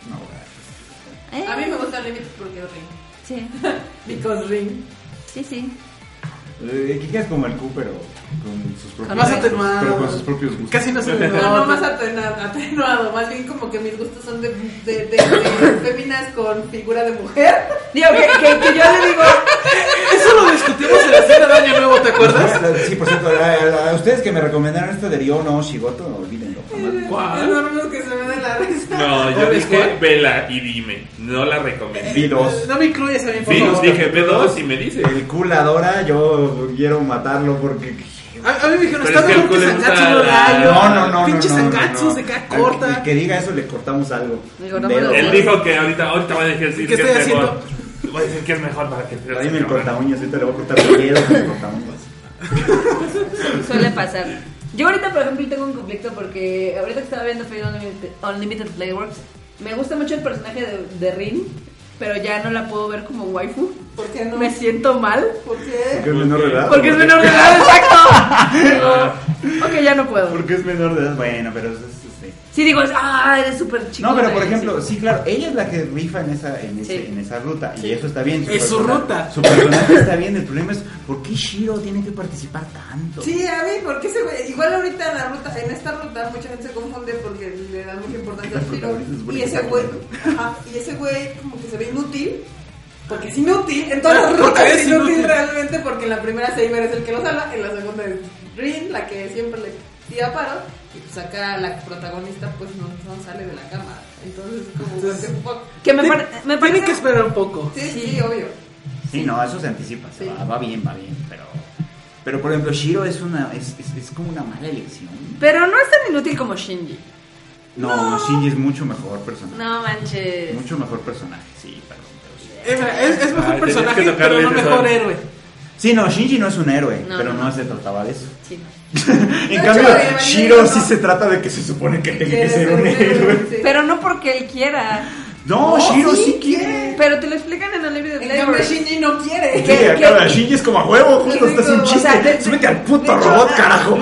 G: No, güey.
D: Eh,
F: A mí me gusta Unlimited porque es ring.
D: Sí,
A: Because Ring.
D: sí, sí.
G: Eh, Kika es como el Q, pero con sus propios
A: Más atenuado.
G: Pero con sus propios gustos.
A: Casi no se le
F: No,
A: nota.
F: no más atenua- atenuado, más bien como que mis gustos son de, de, de- de féminas con figura de mujer.
D: Digo, que, que- que yo le digo,
A: Eso lo discutimos en la cena de Año Nuevo, ¿te acuerdas?
G: Sí, por cierto, a, a- a ustedes que me recomendaron esto de Ryono Shigoto, olvídenlo. jamás.
B: ¿Cuál?
F: Son unos que se me de la risa.
B: No, yo
A: ¿Cuál es
B: dije
A: cuál?
B: vela y dime. No la recomendé.
G: Vi dos.
A: No me incluyes a mí, por
B: Sí,
A: favor.
B: dije ve dos y me dice.
G: El Q la adora, yo quiero matarlo porque.
A: A, a mí me dijeron, está
B: Pero es
A: mejor
B: que al
A: que
B: culo le
A: Sangatsu
B: gusta
A: no
B: la-
A: rayo.
G: No, no, no.
A: Pinches
G: no, no, no,
A: Sangatsu
G: no.
A: de cara
G: Al-
A: corta.
G: el que diga eso le cortamos algo.
D: Le cortamos
G: Dedo.
D: los
B: Él
D: dedos.
B: dijo que ahorita, ahorita va a decir
A: ¿Qué
B: que
A: estoy
B: es mejor.
A: haciendo?
B: Va a decir que es mejor para que te
G: Ahí me el cortaúñas, ahorita le voy a cortar el dedo con el cortaúñas.
D: suele pasar. Yo ahorita, por ejemplo, tengo un conflicto porque ahorita que estaba viendo Fate Unlimited, Unlimited Playworks, me gusta mucho el personaje de, de Rin, pero ya no la puedo ver como waifu.
F: ¿Por qué no?
D: Me siento mal.
F: ¿Por qué?
G: Porque es menor de edad.
D: Porque es menor de edad, exacto. Digo, ok, ya no puedo.
G: Porque es menor de edad. Bueno, pero es. es- es-
D: Sí, digo, ah, eres súper chico.
G: No, pero por ejemplo, sí, claro, ella es la que rifa en esa, en ese-
D: Sí.
G: en esa ruta y eso está bien.
A: Es su
G: persona-
A: ruta.
G: Su personaje está bien, el problema es ¿por qué Shiro tiene que participar tanto?
F: Sí, a mí, porque ese güey, igual ahorita en la ruta, en esta ruta mucha gente se confunde porque le da mucha importancia
G: Las
F: al tiro.
G: protagonistas es
F: Y
G: bonita,
F: ese güey, ajá, y ese güey como que se ve inútil, porque es inútil, en todas las
A: Porque
F: rutas
A: es
F: es inútil,
A: inútil.
F: realmente, porque en la primera Saber es el que lo salva, en la segunda es Rin, la que siempre le tira paro, y pues acá la protagonista pues no, no sale de la cama. Entonces como
A: Entonces,
F: what the fuck.
D: que me,
A: Ti-
D: par- me
A: Tienen
D: parece
A: que esperar un poco.
F: Sí, sí, obvio.
G: Sí, no, eso se anticipa, se
F: Sí.
G: va, va bien, va bien, pero... Pero por ejemplo, Shiro es una es, es- es como una mala elección.
D: Pero no es tan inútil como Shinji.
G: No, Shinji es mucho mejor personaje.
D: No manches.
G: Mucho mejor personaje, sí, perdón. pero sí.
A: Es, es- es mejor
B: Ay, tenías
A: personaje,
B: que tocarle
A: pero no
B: ese
A: mejor
B: son.
A: héroe.
G: Sí, no, Shinji no es un héroe,
D: No,
G: pero
D: no,
G: no,
D: no.
G: se trataba de eso.
D: Sí, no.
G: En
F: hecho,
G: cambio,
F: de-
G: Shiro
F: no.
G: sí se trata de que se supone que tiene que
F: Quiere
G: ser un héroe.
F: sí.
D: Pero no porque él quiera. Oh,
G: No,
F: No,
G: Shiro
F: sí
G: sí quiere.
D: Pero te lo explican en Unlimited
F: En cambio,
D: Playworks.
F: Shinji no quiere.
D: ¿Qué?
G: Sí, acaba, Shinji es como a huevo, justo
F: Sí,
G: estás un
F: o
G: chiste.
D: sea, de-
G: Súbete al
D: de
G: puto
D: hecho,
G: robot, carajo.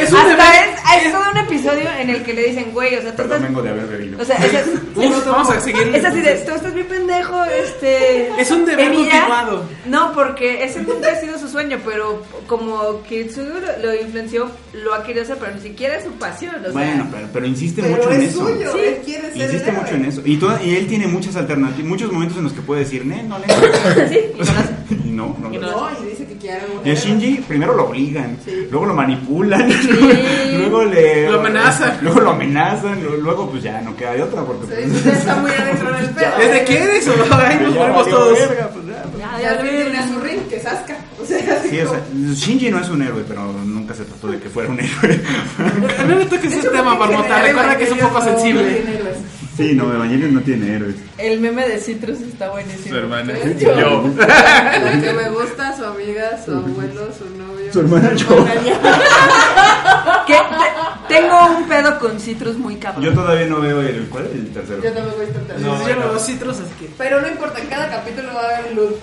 A: Es un
D: Hasta
A: deber.
D: es, hay todo un episodio en el que le dicen, güey, o sea, tú
G: Perdón,
D: estás.
G: vengo de haber bebido.
D: O sea, es, es-
A: Uf, vamos a seguir.
D: es así de, tú estás bien pendejo, este.
A: Es un deber
D: Emilia".
A: continuado.
D: No, porque ese nunca ha sido su sueño, pero como Kitsugu lo, lo influenció, lo ha querido hacer, pero ni siquiera es su pasión, o sea.
G: bueno, pero, pero insiste
F: Pero
G: mucho en
F: es
G: eso.
F: suyo,
D: Sí.
F: él quiere ser
G: Insiste
F: el héroe.
G: mucho en eso. Y, toda- y él tiene muchas alternativas, muchos momentos en los que puede decir, "Ne, no le.
D: Sí, y no lo hace.
G: y no, no.
D: Y
G: lo-
D: no.
F: No, y dice que quiere un
G: Y a
F: héroe.
G: Shinji primero lo obligan,
F: Sí.
G: luego lo manipulan,
D: Sí.
G: luego le
A: Lo amenazan.
G: luego lo amenazan, lo- luego pues ya no queda de otra porque
F: Sí,
G: pues,
F: ya está muy adentro del pedo.
A: ¿Desde quién eres? o no? Ahí
G: ya
A: nos ponemos
G: valió
A: todos.
G: verga, pues, ya, pues.
D: Ya,
F: Y
D: ya,
F: al fin tiene
D: ya.
F: a su ring, que es Asuka. O sea, así
G: Sí, o
F: como-
G: sea, Shinji no es un héroe, pero nunca se trató de que fuera un héroe.
A: A mí me toca
F: De
A: ese
F: hecho,
A: tema,
F: creo que en
A: Marmota.
F: general
A: Recuerda que es un poco
F: Evangelion no- no
A: sensible.
F: tiene héroes.
G: Sí, no, Evangelion no tiene héroes.
D: El meme de Citrus está buenísimo.
B: Su hermana.
F: De hecho.
B: Yo.
F: La que me gusta, su amiga, su abuelo, su novio.
G: Su hermana yo.
D: Que te- tengo un pedo con Citrus muy cabrón.
G: Yo todavía no veo el cuál es el tercero.
F: Yo tampoco he visto el tercero.
A: Yo
B: No, bueno.
A: llevo dos citros, así que.
F: Pero no importa, en cada capítulo va a haber luz.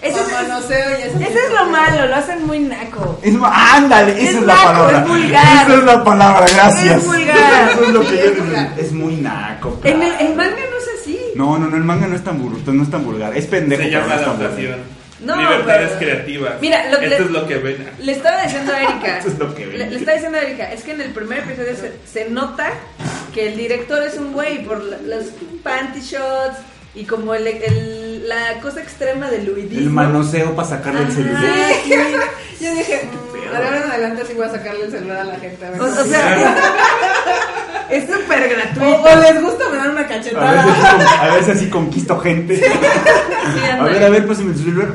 D: Ese es-
F: Manoseo y eso.
D: Ese es lo malo, lo hacen muy naco.
G: Es ma- ándale, esa
D: Es
G: es, la
D: naco,
G: palabra.
D: es vulgar.
G: Esa es la palabra, gracias.
D: Es vulgar.
G: Eso es lo que yo
F: Es vulgar.
G: Es muy naco.
D: En el,
G: claro.
D: el manga no es así.
G: No, no, no, el manga no es tan bruto, no es tan vulgar. Es pendejo,
B: Se
G: pero
B: llama
G: no es tan vulgar.
B: adaptación.
D: No,
B: Libertades
D: pero-
B: creativas.
D: Mira, lo que-
B: Esto es lo que ven.
D: Le estaba diciendo a Erika.
G: Eso es lo que vi.
D: le, le estaba diciendo a Erika, es que en el primer episodio se, se nota que el director es un güey por la- los panty shots y como el, el- la cosa extrema del luidismo.
G: El manoseo para sacarle el
D: Ajá,
G: celular.
D: sí.
F: Yo dije, mm, de ahora en adelante sí voy a sacarle el celular a la gente. a ver
D: O, o
F: cómo-
D: sea, es es súper
F: o,
D: gratuito.
F: o les gusta me dan una
G: A
F: cachetada.
G: veces, con- a veces así conquisto gente.
D: Sí,
G: A
D: ándale.
G: ver, a ver, pásame el celular.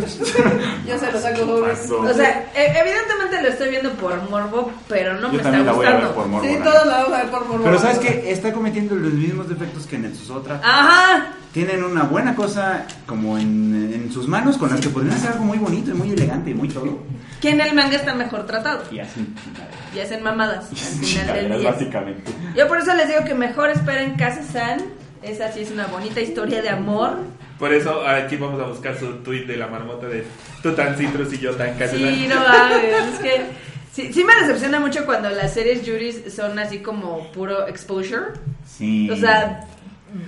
F: Yo se lo saco
G: pasó?
F: joven.
D: O sea, e- evidentemente lo estoy viendo por morbo, pero no
G: Yo
D: me está
G: también la voy a ver por
D: gustando.
G: morbo.
F: Sí,
G: la neta.
F: todos la vamos a ver por morbo.
G: Pero ¿sabes qué? Está cometiendo los mismos defectos que en sus otras.
E: Ah.
D: Ajá.
G: Tienen una buena cosa como en, en sus manos con las que podrían hacer algo muy bonito y muy elegante y muy todo.
D: Que en el manga está mejor tratado.
G: Y así.
D: Y hacen mamadas al final del
G: chingaderas,
D: día.
G: básicamente.
D: Yo por eso les digo que mejor esperen Casa San. Esa sí es una bonita historia de amor.
B: Por eso aquí vamos a
D: eh,
B: buscar su tweet de la marmota de tú tan citrus y yo tan casi.
D: Sí, no mames, es que Sí, sí me decepciona mucho cuando las series Juris son así como puro exposure.
G: Sí.
D: O sea,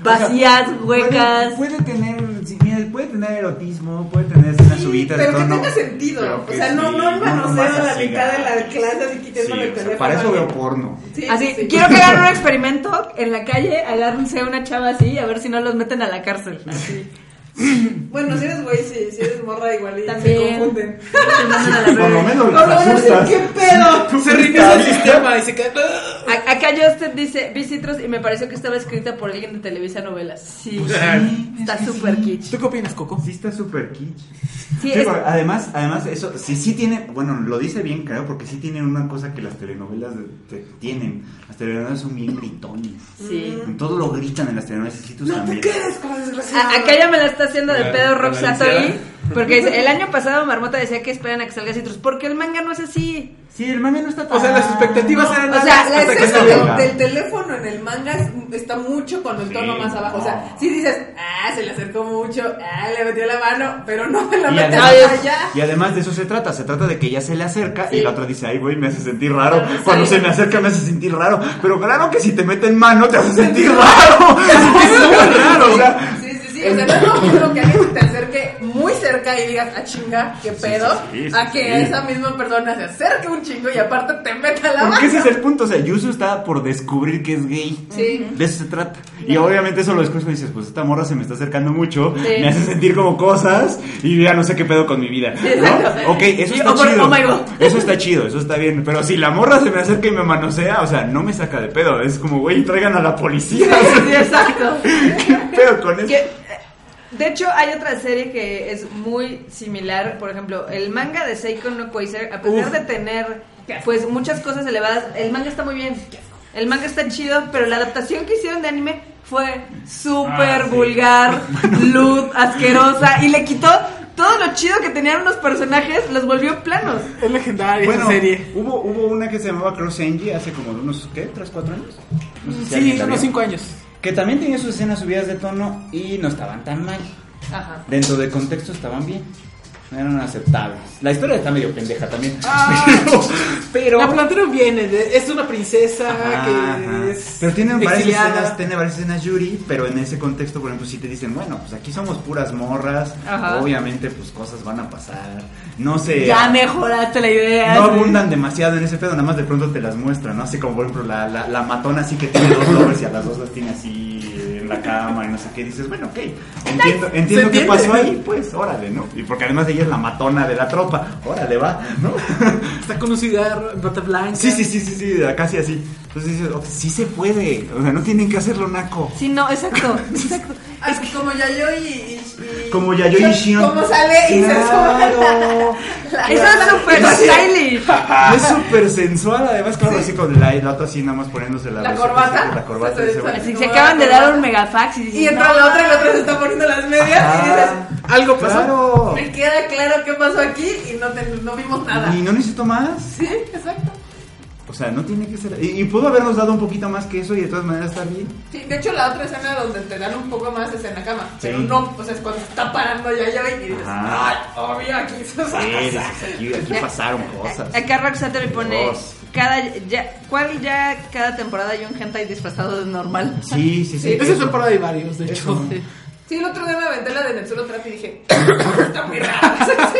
D: vacías, huecas.
G: Puede, puede tener, sí, mira, puede tener erotismo, puede tener escenas subidas de
E: Pero que
G: tono.
E: tenga sentido.
G: pero
E: O
G: que
E: sea, no,
G: sí,
E: no
G: nomás
E: manoseo la
G: así,
E: mitad de
G: gacho.
E: la clase así
G: Sí,
E: quitándome el
G: o sea,
E: teléfono.
G: para eso veo porno.
E: Sí,
D: Así,
E: sí, sí.
D: quiero que hagan un experimento en la calle, agárrense a una chava así, a ver si no los meten a la cárcel. Así.
E: Bueno, si eres güey, sí, si eres morra igual y se
D: También.
E: confunden.
D: Te mandan a la
H: Por lo
D: verga.
H: menos
E: No,
H: las
E: Ah, no, no, sí,
H: asustas.
E: ¿Qué pedo?
A: Se reinicia el sistema y se cae. ¡Ah!
D: A- Acá Justin dice, vi Citrus y me pareció que estaba escrita por alguien de Televisa Novelas. Sí, está súper kitsch.
A: ¿Tú qué opinas, Coco?
G: Sí está súper kitsch.
D: Sí,
G: Sí,
D: es-
G: porque además, además eso sí sí tiene, bueno, lo dice bien claro porque sí tienen una cosa que las telenovelas de- te- tienen. Las telenovelas son bien gritones.
D: sí.
G: Todo lo gritan en las telenovelas y sí, tú
E: No te
G: también.
E: quedes con la desgraciada.
D: A- acá ya me la está haciendo de
B: La-
D: pedo Rob
B: la
D: Satori.
B: lisiada.
D: Porque dice, el año pasado Marmota decía que esperan a que salga Citrus. Porque el manga no es así.
G: Sí, el manga no está tan
A: O sea, las expectativas eran
E: O
A: altas
E: sea, la
A: hasta que
E: escena
A: salió.
E: del,
G: salió.
E: del teléfono en el manga es- está mucho con el tono
G: Sí,
E: más abajo. O sea,
G: no.
E: sí dices, ah, se le acercó mucho, ah, le metió la mano, pero no me la
G: Y
E: metió
G: además,
E: allá.
G: y además de eso se trata, se trata de que ella se le acerca y
E: Sí.
G: la otra dice, ay güey, me hace sentir raro.
E: Pero,
G: Cuando
E: sí.
G: se me acerca me hace sentir raro. Pero claro que si te meten mano te hace sentir raro. Es súper raro. O sea,
E: Sí, sí, sí. O sea, no es lo mismo que alguien se te acerque muy cerca y digas, ah, chinga, qué pedo,
G: sí, sí,
E: a que
G: sí.
E: esa misma persona se acerque un chingo y aparte te meta la mano.
G: porque ese es el punto. O sea, Yusu está por descubrir que es gay.
E: Sí.
G: De eso se trata. Y obviamente eso lo descubres y dices, pues esta morra se me está acercando mucho,
D: Sí.
G: me hace sentir como cosas y ya no sé qué pedo con mi vida. ¿no?
D: Exacto.
G: Ok, eso
D: Y,
G: está
D: oh, por-
G: chido.
D: oh my God.
G: Eso está chido, eso está bien. Pero si la morra se me acerca y me manosea, o sea, no me saca de pedo. Es como, güey, traigan a la policía. O sea,
D: Sí, exacto.
G: ¿Qué pedo con eso?
D: Que, eh, de hecho, hay otra serie que es muy similar. Por ejemplo, el manga de Seiko no Quasar, a pesar
A: Uf.
D: de tener pues muchas cosas elevadas, el manga está muy bien. El manga está chido, pero la adaptación que hicieron de anime fue súper
B: Ah, sí.
D: vulgar, luz, asquerosa, y le quitó todo lo chido que tenían los personajes, los volvió planos.
A: Es legendaria
G: Bueno,
A: esa serie.
G: Hubo, hubo una que se llamaba Cross Engie hace como unos, ¿qué? ¿Tres, cuatro años? No sé si alguien
A: Sí,
G: la
A: unos
G: vio.
A: 5 años.
G: Que también tenía sus escenas subidas de tono y no estaban tan mal.
E: Ajá.
G: Dentro del contexto estaban bien. Eran aceptables. La historia está medio pendeja también. pero.
A: La plantearon bien, es de- es una princesa
G: Ajá,
A: que
G: ajá.
A: es
G: Pero tienen varias,
A: exiliada.
G: escenas, tiene varias escenas Yuri, pero en ese contexto, por ejemplo, si te dicen, bueno, pues aquí somos puras morras,
D: Ajá.
G: obviamente pues cosas van a pasar, no sé,
D: Ya mejoraste la idea.
G: no abundan demasiado en ese pedo, nada más de pronto te las muestran, ¿no? Así como por ejemplo la, la, la matona así que tiene dos lovers y a las dos las tiene así en la cama y no sé qué, dices, bueno, ok, entiendo, entiendo qué
A: entiende.
G: pasó ahí, pues órale, ¿no? Y porque además ella es la matona de la tropa, órale va, ¿no?
A: Está con un cigarro en bata blanca.
G: Sí, sí, sí, sí, sí, casi así. Entonces dices, "Oh, sí se puede, o sea, no tienen que hacerlo naco.
D: Sí, no, exacto, exacto.
E: Ah, Es que como Yayo y. y- y-
G: Como Yayo y Shion.
E: Como sale y se sube.
G: Claro.
D: Eso es súper stylish.
G: Es súper sensual, además, claro, así con la, la otra así nada más poniéndose la,
E: La
G: receta,
E: corbata.
G: así, La corbata.
E: Se-
G: ese,
E: se-
G: güey.
D: Así se acaban de dar un megafax y dices,
E: Y entra
D: "No,
E: la otra y la otra se está poniendo las medias
G: Ah,
A: Algo pasó.
G: claro.
E: y dices, me queda claro qué pasó aquí y no, te- no vimos nada.
G: Y no necesito más.
E: Sí, exacto.
G: O sea, no tiene que ser. Y, y pudo habernos dado un poquito más que eso y de todas maneras está bien.
E: Sí, de hecho la otra escena donde te dan un poco más es en la cama, pero
G: Sí.
E: no, o sea, es cuando está parando ya ya y dices,
G: Ajá.
E: ay, obvio, aquí se va a pasar".
G: aquí, pasaron cosas.
D: Acá Rock Saturday pone
G: Dios.
D: cada ya, ¿Cuál ya cada temporada hay un hentai disfrazado de normal?
G: Sí, sí, sí.
A: Esa es temporada de varios, de hecho.
G: Eso.
E: Sí, el otro día me aventé la de Netsuro Trap y dije, está muy raro. O sea, sí,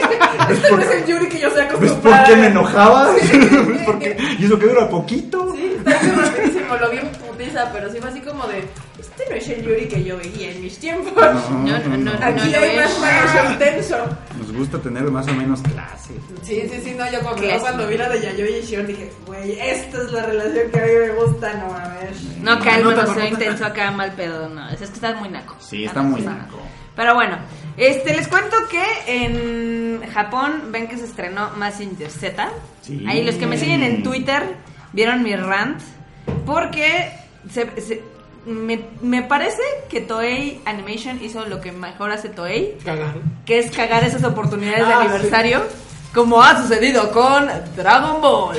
E: este no es el Yuri que yo sea
G: ¿Ves
E: acostumbrada.
G: por qué me enojaba? ¿Ves por qué? Y eso que dura poquito.
E: Sí, está hecho rapidísimo, lo vi en putiza, pero sí fue así como de, este no es el Yuri que yo veía en mis tiempos.
G: Mm,
D: No, no, no, no.
E: Aquí hay más manos intenso.
G: Nos gusta tener más o menos clase.
E: Sí, sí, sí, no, yo cuando,
D: Clásico.
E: cuando vi la de Yayoi y Shion dije, güey, esta es la relación que a mí me gusta, no mames.
D: No, calma,
A: Anota,
D: no sea
A: anota.
D: intenso acá, mal pedo, no. Es es que está muy naco.
G: Sí, está muy naco.
D: Pero bueno, este, les cuento que en Japón ven que se estrenó Massinger Z.
G: Sí.
D: Ahí los que me siguen en Twitter vieron mi rant. Porque se- se- me, me parece que Toei Animation hizo lo que mejor hace Toei.
A: Cagaron.
D: que es cagar esas oportunidades de
A: Ah,
D: aniversario, como ha sucedido con Dragon Ball,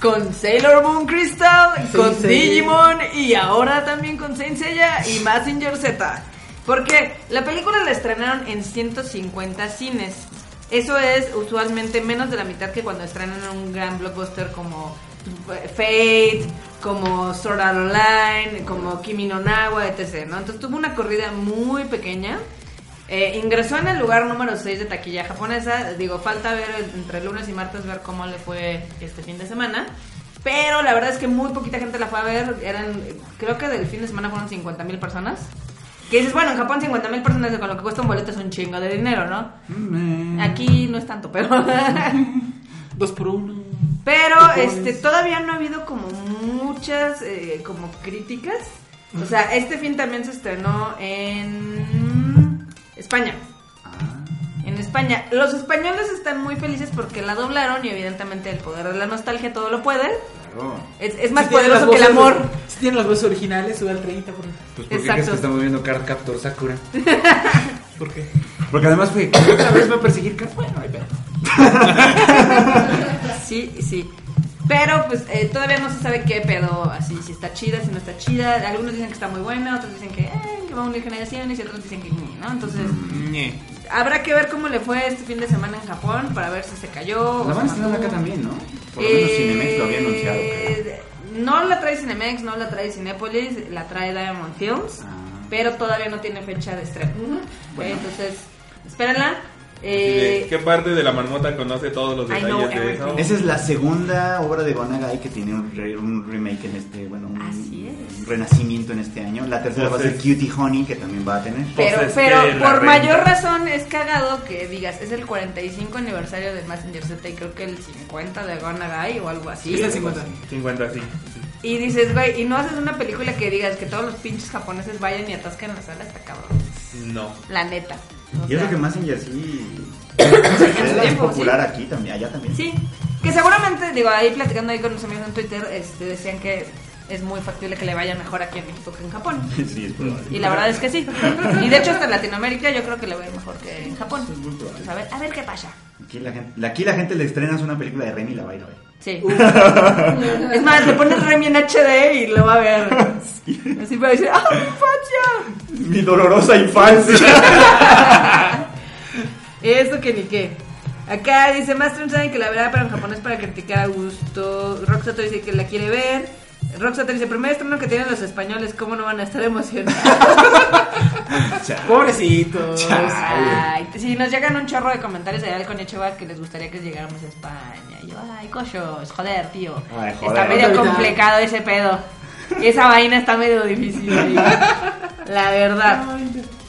D: con Sailor Moon Crystal, con
A: Seiya.
D: Digimon y ahora también con Saint Seiya y Mazinger Z. Porque la película la estrenaron en 150 cines. Eso es usualmente menos de la mitad que cuando estrenan un gran blockbuster como eh, Fate, como Sword Art Online, como Kimi no Nawa, etc. ¿no? Entonces tuvo una corrida muy pequeña. Eh, ingresó en el lugar número 6 de taquilla japonesa. Digo, falta ver el- entre lunes y martes ver cómo le fue este fin de semana. Pero la verdad es que muy poquita gente la fue a ver. Eran, creo que del fin de semana fueron 50 mil personas. Que dices, bueno, en Japón 50 mil personas con lo que cuesta un boleto es un chingo de dinero, ¿no?
G: Mm,
D: Aquí no es tanto, pero...
A: Dos por uno.
D: Pero
A: Japones.
D: este todavía no ha habido como muchas eh, como críticas. O sea, este fin también se estrenó en España.
A: Ah.
D: En España. Los españoles están muy felices porque la doblaron y evidentemente el poder de la nostalgia todo lo puede.
I: Claro.
D: Es, es más
A: Si tienen las
D: poderoso que el
A: voces-
D: amor.
A: Si tienen las voces originales, sube al 30. Por...
I: Pues porque
D: Exacto.
I: crees que estamos viendo Card Captor Sakura.
A: ¿Por qué?
I: Porque además fue, ¿qué otra vez va a perseguir Card? Bueno, ahí va.
D: Sí, sí. Pero pues eh, todavía no se sabe qué pedo, así, si está chida, si no está chida. Algunos dicen que está muy buena, otros dicen que, eh, que va a unir generaciones y otros dicen que, "Ni", ¿no? Entonces, habrá que ver cómo le fue este fin de semana en Japón para ver si se cayó. o
I: Pues, La van a
D: se
I: estrenar
D: mantuvo.
I: acá también, ¿no? Por lo menos
D: Eh,
I: Cinemex lo había anunciado. creo.
D: No la trae Cinemex, no la trae Cinépolis, la trae Diamond Films,
I: Ah.
D: pero todavía no tiene fecha de estreno.
I: Bueno.
D: Entonces, espérenla.
B: Así de,
D: Eh,
B: ¿Qué parte de la marmota conoce todos los
D: I know
B: detalles de eso?
D: everything.
I: Esa es la segunda obra de Gonagai que tiene un, re- un remake en este, bueno, un,
D: Así es.
I: un renacimiento en este año. La tercera va a ser
B: Entonces-
I: Cutie Honey, que también va a tener.
D: Pero,
B: Entonces,
D: pero
B: que la
D: por
B: renta.
D: mayor razón es cagado que digas, es el 45 aniversario de Messenger Z y creo que el 50 de Gonagai o algo así.
A: Sí, es el 50.
B: 50, sí.
D: Y dices, güey, y no haces una película que digas que todos los pinches japoneses vayan y atasquen la sala, está cabrón.
B: No.
D: La neta. O
I: y es lo
D: sea,
I: que más en Jersey
D: en su
I: es
D: tiempo,
I: popular aquí también, allá también.
D: Sí, que seguramente, digo, ahí platicando ahí con unos amigos en Twitter, este, decían que es muy factible que le vaya mejor aquí en México que en Japón.
I: Sí, es probable.
D: Y la verdad es que sí. Y de hecho hasta en Latinoamérica yo creo que le va a ir mejor que en Japón. Pues a ver, a ver qué pasa.
I: Aquí la gente, aquí la gente le estrenas una película de Remy y la va a ir a ver.
D: Sí. es más, le pones Remy en HD y lo va a ver. Así para decir, ¡ah, mi facha!
I: Mi dolorosa infancia.
D: Eso que ni qué. Acá dice Master saben que la verdad para un japonés para criticar a gusto. Roxato dice que la quiere ver. Roxato dice, primer estreno que tienen los españoles, ¿cómo no van a estar emocionados?
A: Pobrecitos.
D: ay, si nos llegan un chorro de comentarios allá con Echeval que les gustaría que llegáramos a España. Y yo, ay, cochos, joder, tío.
I: Ay, joder.
D: Está medio complicado ese pedo. Esa vaina está medio difícil ahí. La verdad.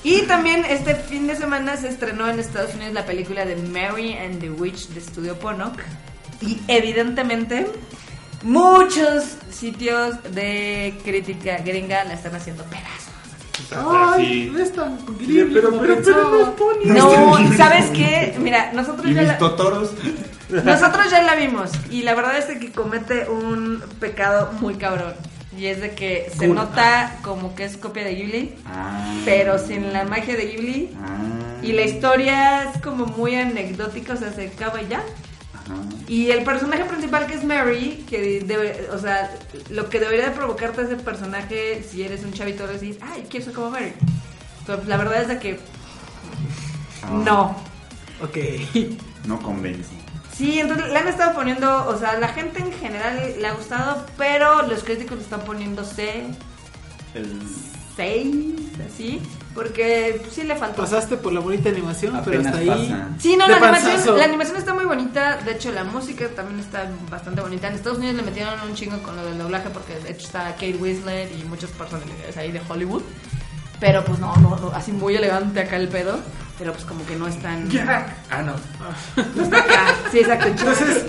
D: Y también este fin de semana se estrenó en Estados Unidos la película de Mary and the Witch de Estudio Ponok. Y evidentemente muchos sitios de crítica gringa la están haciendo pedazos.
A: Ay, no es tan increíble. Pero, pero,
D: pero
A: no, Pony.
D: No, ¿sabes qué? Mira, nosotros
I: Y
D: ya la,
I: mis totoros.
D: nosotros ya la vimos y la verdad es de que comete un pecado muy cabrón. Y es de que se nota como que es copia de Ghibli,
I: Ah.
D: pero sin la magia de Ghibli.
I: Ah.
D: Y la historia es como muy anecdótica, o sea, se acaba y ya.
I: Ajá.
D: Y el personaje principal que es Mary, que debe- o sea, lo que debería de provocarte ese personaje si eres un chavito ahora dices, ay, quiero ser como Mary. Pero pues, la verdad es de que
A: Ah.
D: no.
A: Ok.
I: No convence.
D: Sí, entonces le han estado poniendo, o sea, la gente en general le ha gustado, pero los críticos le están poniendo C,
I: El...
D: 6, así, porque pues, sí le faltó.
A: Pasaste por la bonita animación, pero
I: Apenas
A: hasta ahí.
I: pasa.
D: Sí, no,
A: de
D: la animación,
A: panzazo.
D: la animación está muy bonita. De hecho, la música también está bastante bonita. En Estados Unidos le metieron un chingo con lo del doblaje porque de hecho está Kate Winslet y muchas personalidades ahí de Hollywood. Pero pues no, no, no, así muy elegante acá el pedo. Pero pues como que no es tan...
B: Ah, no.
D: no está acá. Sí, exacto.
A: Entonces,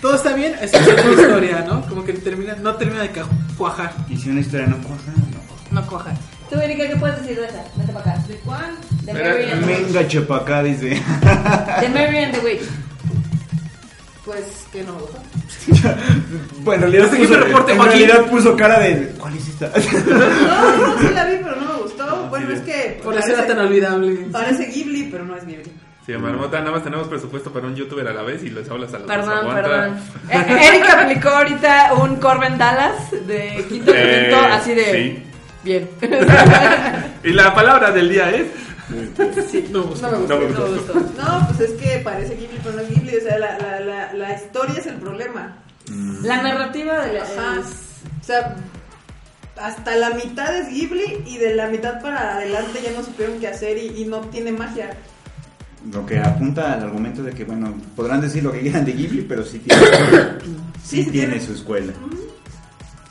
A: todo está bien, es una historia, ¿no? Como que termina, no termina de ca- cuajar.
I: Y si una historia no cuaja, no.
D: No coja. Tú, Erika, ¿qué puedes decir de esa? Vete para acá. ¿De cuál? De
B: Espera,
D: Mary, and the
I: Venga, chepacá, dice.
D: Witch. de Mary and the Witch.
F: Pues que no me gusta.
I: Bueno, en realidad,
A: Hasta aquí
I: puso,
A: mi reporte,
I: en
A: Joaquín.
I: realidad puso cara de. ¿Cuál es esta?
F: No, no, sí la vi, pero no me gustó. Bueno, es que.
A: Por eso era tan olvidable.
F: Parece Ghibli, pero no es Ghibli.
B: Sí, marmota, nada más tenemos presupuesto para un youtuber a la vez y les hablas a los dos,
D: Perdón,
B: aguanta.
D: perdón. Eh, Erika aplicó ahorita un Corbin Dallas de quinto
B: Eh,
D: quinto, así de...
B: sí.
D: Bien.
B: Y la palabra del día es
F: Sí,
A: No, pues,
F: no me gustó.
B: no me
F: No, me
B: gustó.
F: gustó. no, pues es que parece Ghibli, pero no es Ghibli. O sea, la, la, la, la historia es el problema.
D: La narrativa de la.
F: Ajá. O sea, hasta la mitad es Ghibli y de la mitad para adelante ya no supieron qué hacer y, y no tiene magia.
I: Lo que apunta al argumento de que, bueno, podrán decir lo que quieran de Ghibli, pero sí tiene, sí
F: Sí, sí
I: tiene
F: tiene.
I: su escuela.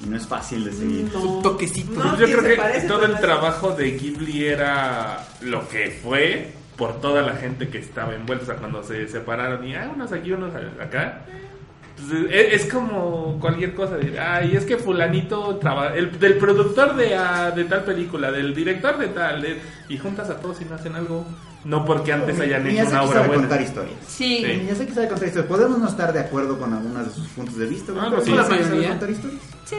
I: Y no es fácil de seguir.
A: un toquecito.
F: No,
B: yo
F: que
B: creo
F: se
B: que
F: parece,
B: todo
F: pero
B: el
F: no es-
B: trabajo de Ghibli era lo que fue por toda la gente que estaba envuelta. O sea, cuando se separaron y, ah, unos aquí, unos acá. Pues, es, es como cualquier cosa. de, Ay, es que fulanito traba- el, del productor de, ah, de tal película, del director de tal. de- y juntas a todos y no hacen algo. No porque antes hayan hecho
I: Miyazaki
B: una obra
I: sabe
B: buena.
I: contar historias.
D: Sí.
B: Sí.
I: Miyazaki sabe contar historias. Podemos no estar de acuerdo con algunos de sus puntos de vista,
B: Ah,
I: ¿no?
B: no,
I: pero
B: sí.
I: Miyazaki
A: La
I: sabe
A: mayoría.
I: contar historias.
D: Sí.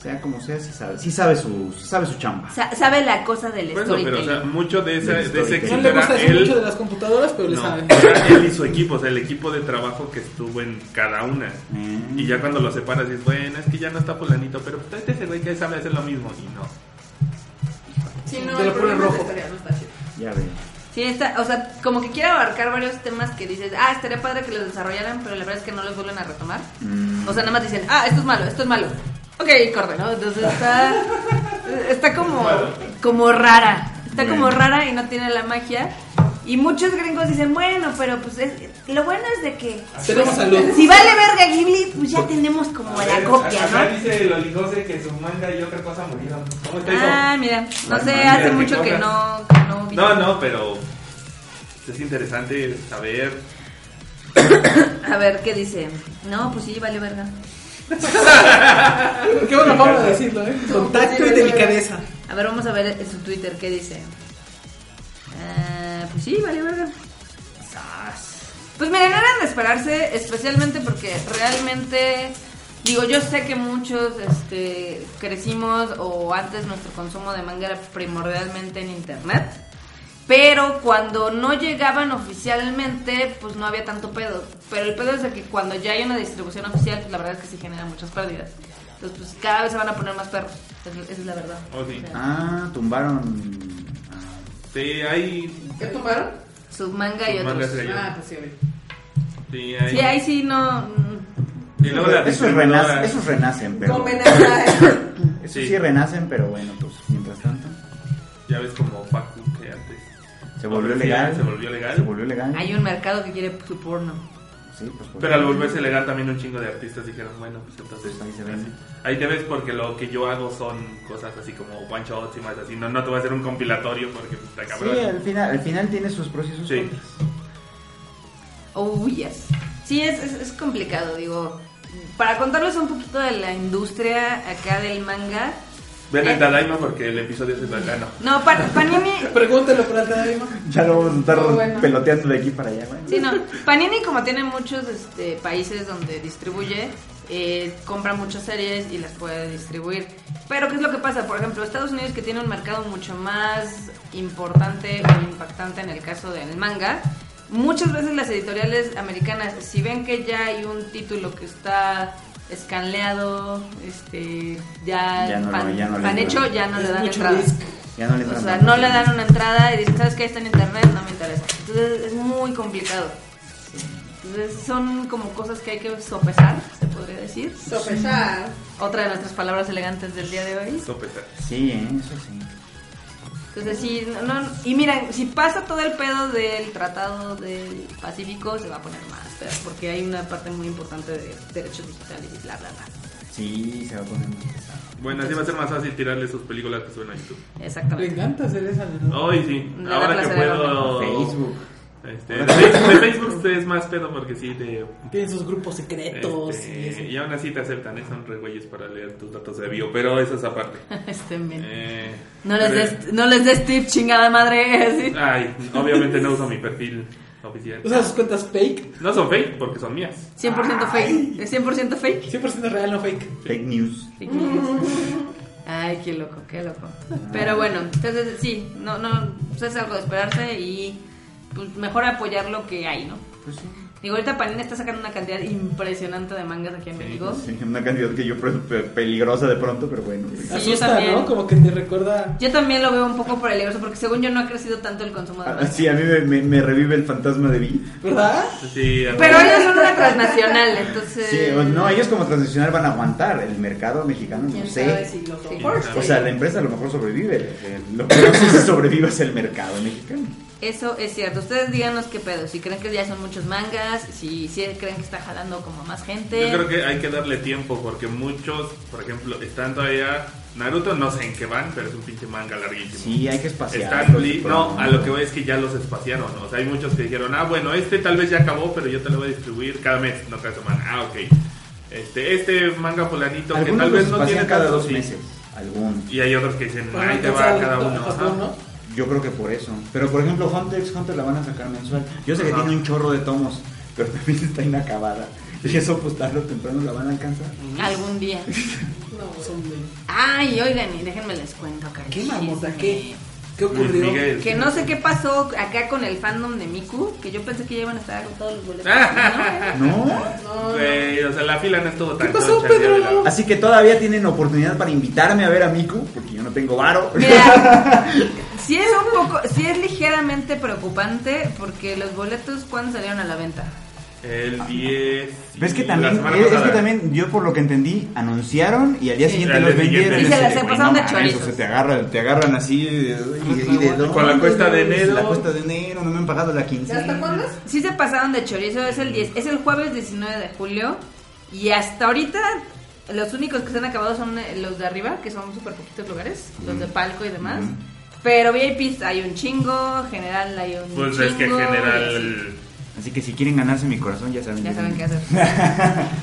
I: Sea como sea, sí sabe, sí sabe, su, sí sabe su chamba.
D: Sa- sabe la cosa del
B: Por eso, pero o
D: storytelling.
B: sea, mucho de ese,
I: Del
B: de ese
I: storytelling.
A: No
B: éxito
A: le gusta
B: era
A: eso
B: él
A: mucho de las computadoras, pero le
B: No,
A: sabe.
B: era él y su equipo, o sea, el equipo de trabajo que estuvo en cada una.
I: Mm.
B: Y ya cuando lo separas dices, bueno, es que ya no está fulanito, pero pues este güey que sabe hacer lo mismo. Y no.
F: Sí,
A: Te lo
F: el
A: pone
F: problema es la
A: rojo.
F: historia, no está chido.
I: Ya veo.
D: Sí, está, o sea, como que quiere abarcar varios temas que dices, ah, estaría padre que los desarrollaran, pero la verdad es que no los vuelven a retomar.
I: Mm.
D: O sea, nada más dicen, ah, esto es malo, esto es malo. Ok, corre, ¿no? Entonces está, está como, como rara. Está como
I: Bueno.
D: rara y no tiene la magia. Y muchos gringos dicen, bueno, pero pues es- lo bueno es de que...
A: Tenemos
D: pues,
A: salud.
D: Si vale verga Ghibli, pues ya tenemos como la copia, ¿no?
B: dice el oligose que su manga y otra cosa murieron. ¿Cómo
D: Ah, mira, no
B: Las
D: sé,
B: mangas
D: hace
B: que
D: mucho que
B: cojas.
D: no, que no vi.
B: No, no, pero es interesante saber.
D: A ver, ¿qué dice? No, pues sí, vale verga.
A: Qué buena forma de decirlo, ¿eh? Con tacto y delicadeza.
D: A ver, vamos a ver en su Twitter qué dice. Ah, pues sí, vale, verga. Sas. Pues miren, no eran de esperarse, especialmente porque realmente, digo, yo sé que muchos este, crecimos o antes nuestro consumo de manga era primordialmente en internet. Pero cuando no llegaban oficialmente, pues no había tanto pedo. Pero el pedo es de que cuando ya hay una distribución oficial, pues la verdad es que sí genera muchas pérdidas. Entonces, pues cada vez se van a poner más perros. Esa es- esa es la verdad.
B: Oh, sí.
D: O sea,
I: Ah, tumbaron. ah,
B: Sí, hay.
F: ¿Qué tomaron?
D: Su manga y
B: sus mangas
D: otros.
B: de
F: Ah,
B: allá.
F: pues sí, obvio.
B: Sí, hay.
D: Sí, ahí sí no. mm,
B: Y luego la
I: esos,
B: distribuidora.
I: renac- esos renacen, pero.
F: Comen a-
I: Esos
B: Sí.
I: sí. renacen, pero bueno, pues mientras tanto.
B: Ya ves como Facu que antes.
I: Se volvió
B: Sí,
I: legal.
B: Se volvió legal.
I: Se volvió legal.
D: Hay un mercado que quiere su porno.
I: Sí, pues, pues,
B: Pero al volverse legal también un chingo de artistas dijeron, bueno, pues entonces
I: Pues ahí se
B: así.
I: vende.
B: Ahí te ves porque lo que yo hago son cosas así como one shots y más así. No, no te voy a hacer un compilatorio porque pues, está
I: Sí,
B: cabrón.
I: al final, al final tiene sus pros y sus
B: Sí.
I: contras.
D: Oh, yes. Sí, es, es, es complicado, digo. Para contarles un poquito de la industria acá del manga.
B: Ven
D: Eh.
B: en Tadaima porque el episodio es italiano.
D: No, Pa- Panini
A: Pregúntelo para el Tadaima.
I: Ya lo vamos a estar
F: No, bueno.
I: peloteando de aquí para allá, güey.
D: Sí, no. Panini, como tiene muchos este, países donde distribuye, eh, compra muchas series y las puede distribuir. Pero, ¿qué es lo que pasa? Por ejemplo, Estados Unidos, que tiene un mercado mucho más importante o impactante en el caso del manga, muchas veces las editoriales americanas, si ven que ya hay un título que está escanleado, este, ya,
I: Ya no lo-
D: pan,
I: ya no le
D: pan hecho,
I: entran.
D: ya no le
A: Es
D: dan
A: mucho
D: entrada.
A: disc.
I: Ya no le
D: O
I: entran
D: sea,
I: tanto.
D: no le dan una entrada y dicen, ¿sabes qué? Está en internet, no me interesa. Entonces es muy complicado. Entonces son como cosas que hay que sopesar, se podría decir.
F: Sopesar.
D: Otra de nuestras palabras elegantes del día de hoy.
B: Sopesar.
I: Sí, ¿eh? eso sí.
D: Entonces sí, no, no- y miren, si pasa todo el pedo del Tratado del Pacífico, se va a poner más, pero porque hay una parte muy importante de derechos digitales y bla, bla, bla.
I: Sí, se va a poner más pesado.
B: Bueno, así va a ser más fácil tirarle sus películas que suben a YouTube.
A: Le
D: Exactamente.
A: encanta hacer esa, ¿no?
B: Hoy sí.
D: Me da
B: Ahora que
D: placer
B: puedo.
I: Facebook.
B: Este, de Facebook, de Facebook es más pedo porque sí te.
A: Tienen sus grupos secretos y eso.
B: este, y aún así te aceptan, ¿eh? son re güeyes para leer tus datos de bio, pero eso es aparte.
D: Este, men.
B: Eh,
D: no, les
B: pero- Ah.
D: des, no les des tip, chingada madre. así.
B: Ay, obviamente no uso mi perfil oficial.
A: Usa sus cuentas fake.
B: No son fake porque son mías.
D: 100% fake. Es 100% fake.
A: 100% real, no fake.
I: Fake news.
D: Ay, qué loco, qué loco.
G: Ah.
D: Pero bueno, entonces sí, no, no, pues es algo de esperarse y pues mejor apoyar lo que hay, ¿no?
I: Pues sí.
D: Digo, ahorita Panini está sacando una cantidad impresionante de mangas aquí en México.
G: Sí, una cantidad que yo creo pe- peligrosa de pronto, pero bueno.
D: Sí, yo
A: Asusta,
D: también.
A: ¿no? Como que te recuerda.
D: Yo también lo veo un poco por el universo, porque según yo no ha crecido tanto el consumo de
G: Ah,
D: mangas.
G: Sí, a mí me, me- me revive el fantasma de Vi.
A: ¿Verdad?
B: Sí, a-
D: Pero ellos son una transnacional, entonces...
G: Sí, o- no, ellos como transnacional van a aguantar el mercado mexicano, no
F: ¿Quién sabe
G: sé.
F: si los
D: Sí.
F: soporta?
G: O sea, la empresa a lo mejor sobrevive. eh, Lo que no sé si sobrevive es el mercado mexicano.
D: Eso es cierto. Ustedes díganos qué pedo. Si creen que ya son muchos mangas, si, si creen que está jalando como más gente.
B: Yo creo que hay que darle tiempo porque muchos, por ejemplo, están todavía. Naruto no sé en qué van, pero es un pinche manga larguísimo.
G: Sí, hay que espaciar.
B: Stan Lee, no, a lo que voy es que ya los espaciaron, ¿no? o sea, hay muchos que dijeron, ah, bueno, este tal vez ya acabó, pero yo te lo voy a distribuir cada mes, no cada semana, ah, ok. Este, este manga fulanito que
G: Algunos
B: tal
G: los
B: vez no
G: espacian
B: tiene
G: cada
B: tanto,
G: dos
B: sí.
G: meses. Algunos.
B: Y hay otros que dicen,
A: Para
B: ahí te
A: alcanzar
B: va
A: a-
B: cada
A: a
B: uno.
A: Japón,
B: ajá.
A: ¿no?
G: Yo creo que por eso. Pero por ejemplo, Hunter x Hunter la van a sacar mensual. Yo sé que
B: Ajá.
G: tiene un chorro de tomos, pero también está inacabada. Y eso pues tarde o temprano la van a alcanzar.
D: Algún día.
A: No, son de.
D: Ay, oigan, y déjenme les cuento acá. el
A: ¿Qué mamota?
D: chisme.
A: ¿Qué? ¿Qué
B: Luis
A: ocurrió?
B: Miguel.
D: Que no sé qué pasó acá con el fandom de Miku, que yo pensé que ya iban a estar agotados los boletos. No,
G: ¿No?
B: Güey, o sea, la fila no estuvo tan
A: pasó,
B: choncha el día de la-
A: Pedro?
G: Así que todavía tienen oportunidad para invitarme a ver a Miku, porque yo no tengo varo.
D: Mira, sí es un poco, sí es ligeramente preocupante porque los boletos cuando salieron a la venta.
B: El 10.
G: Ves que
B: y la
G: también,
B: semana
G: es, es que
B: pasada.
G: también, yo por lo que entendí, anunciaron y al día
D: Sí.
G: siguiente
B: Al
G: los
B: día siguiente.
G: vendieron.
B: Y se
G: Así
D: las
G: de,
D: pasaron
G: "Güey,
D: de
G: no
D: chorizos".
G: mames, o sea, te agarran, te agarran así. y- y- y de
B: Con la cuesta de
G: dónde,
B: enero.
G: La cuesta de enero, no me han pagado la
F: ¿Ya
G: quincena.
F: hasta cuándo es?
D: Sí se pasaron de chorizo, es el 10, es el jueves 19 de julio y hasta ahorita los únicos que se han acabado son eh, los de arriba, que son súper poquitos lugares, los
B: Mm.
D: de palco y demás.
G: Ujú.
D: Pero VIPs hay un chingo, general hay un
B: Pues
D: chingo.
B: es que en
D: y así.
B: general.
G: Así que si quieren ganarse mi corazón, ya saben.
D: Ya saben qué hacer.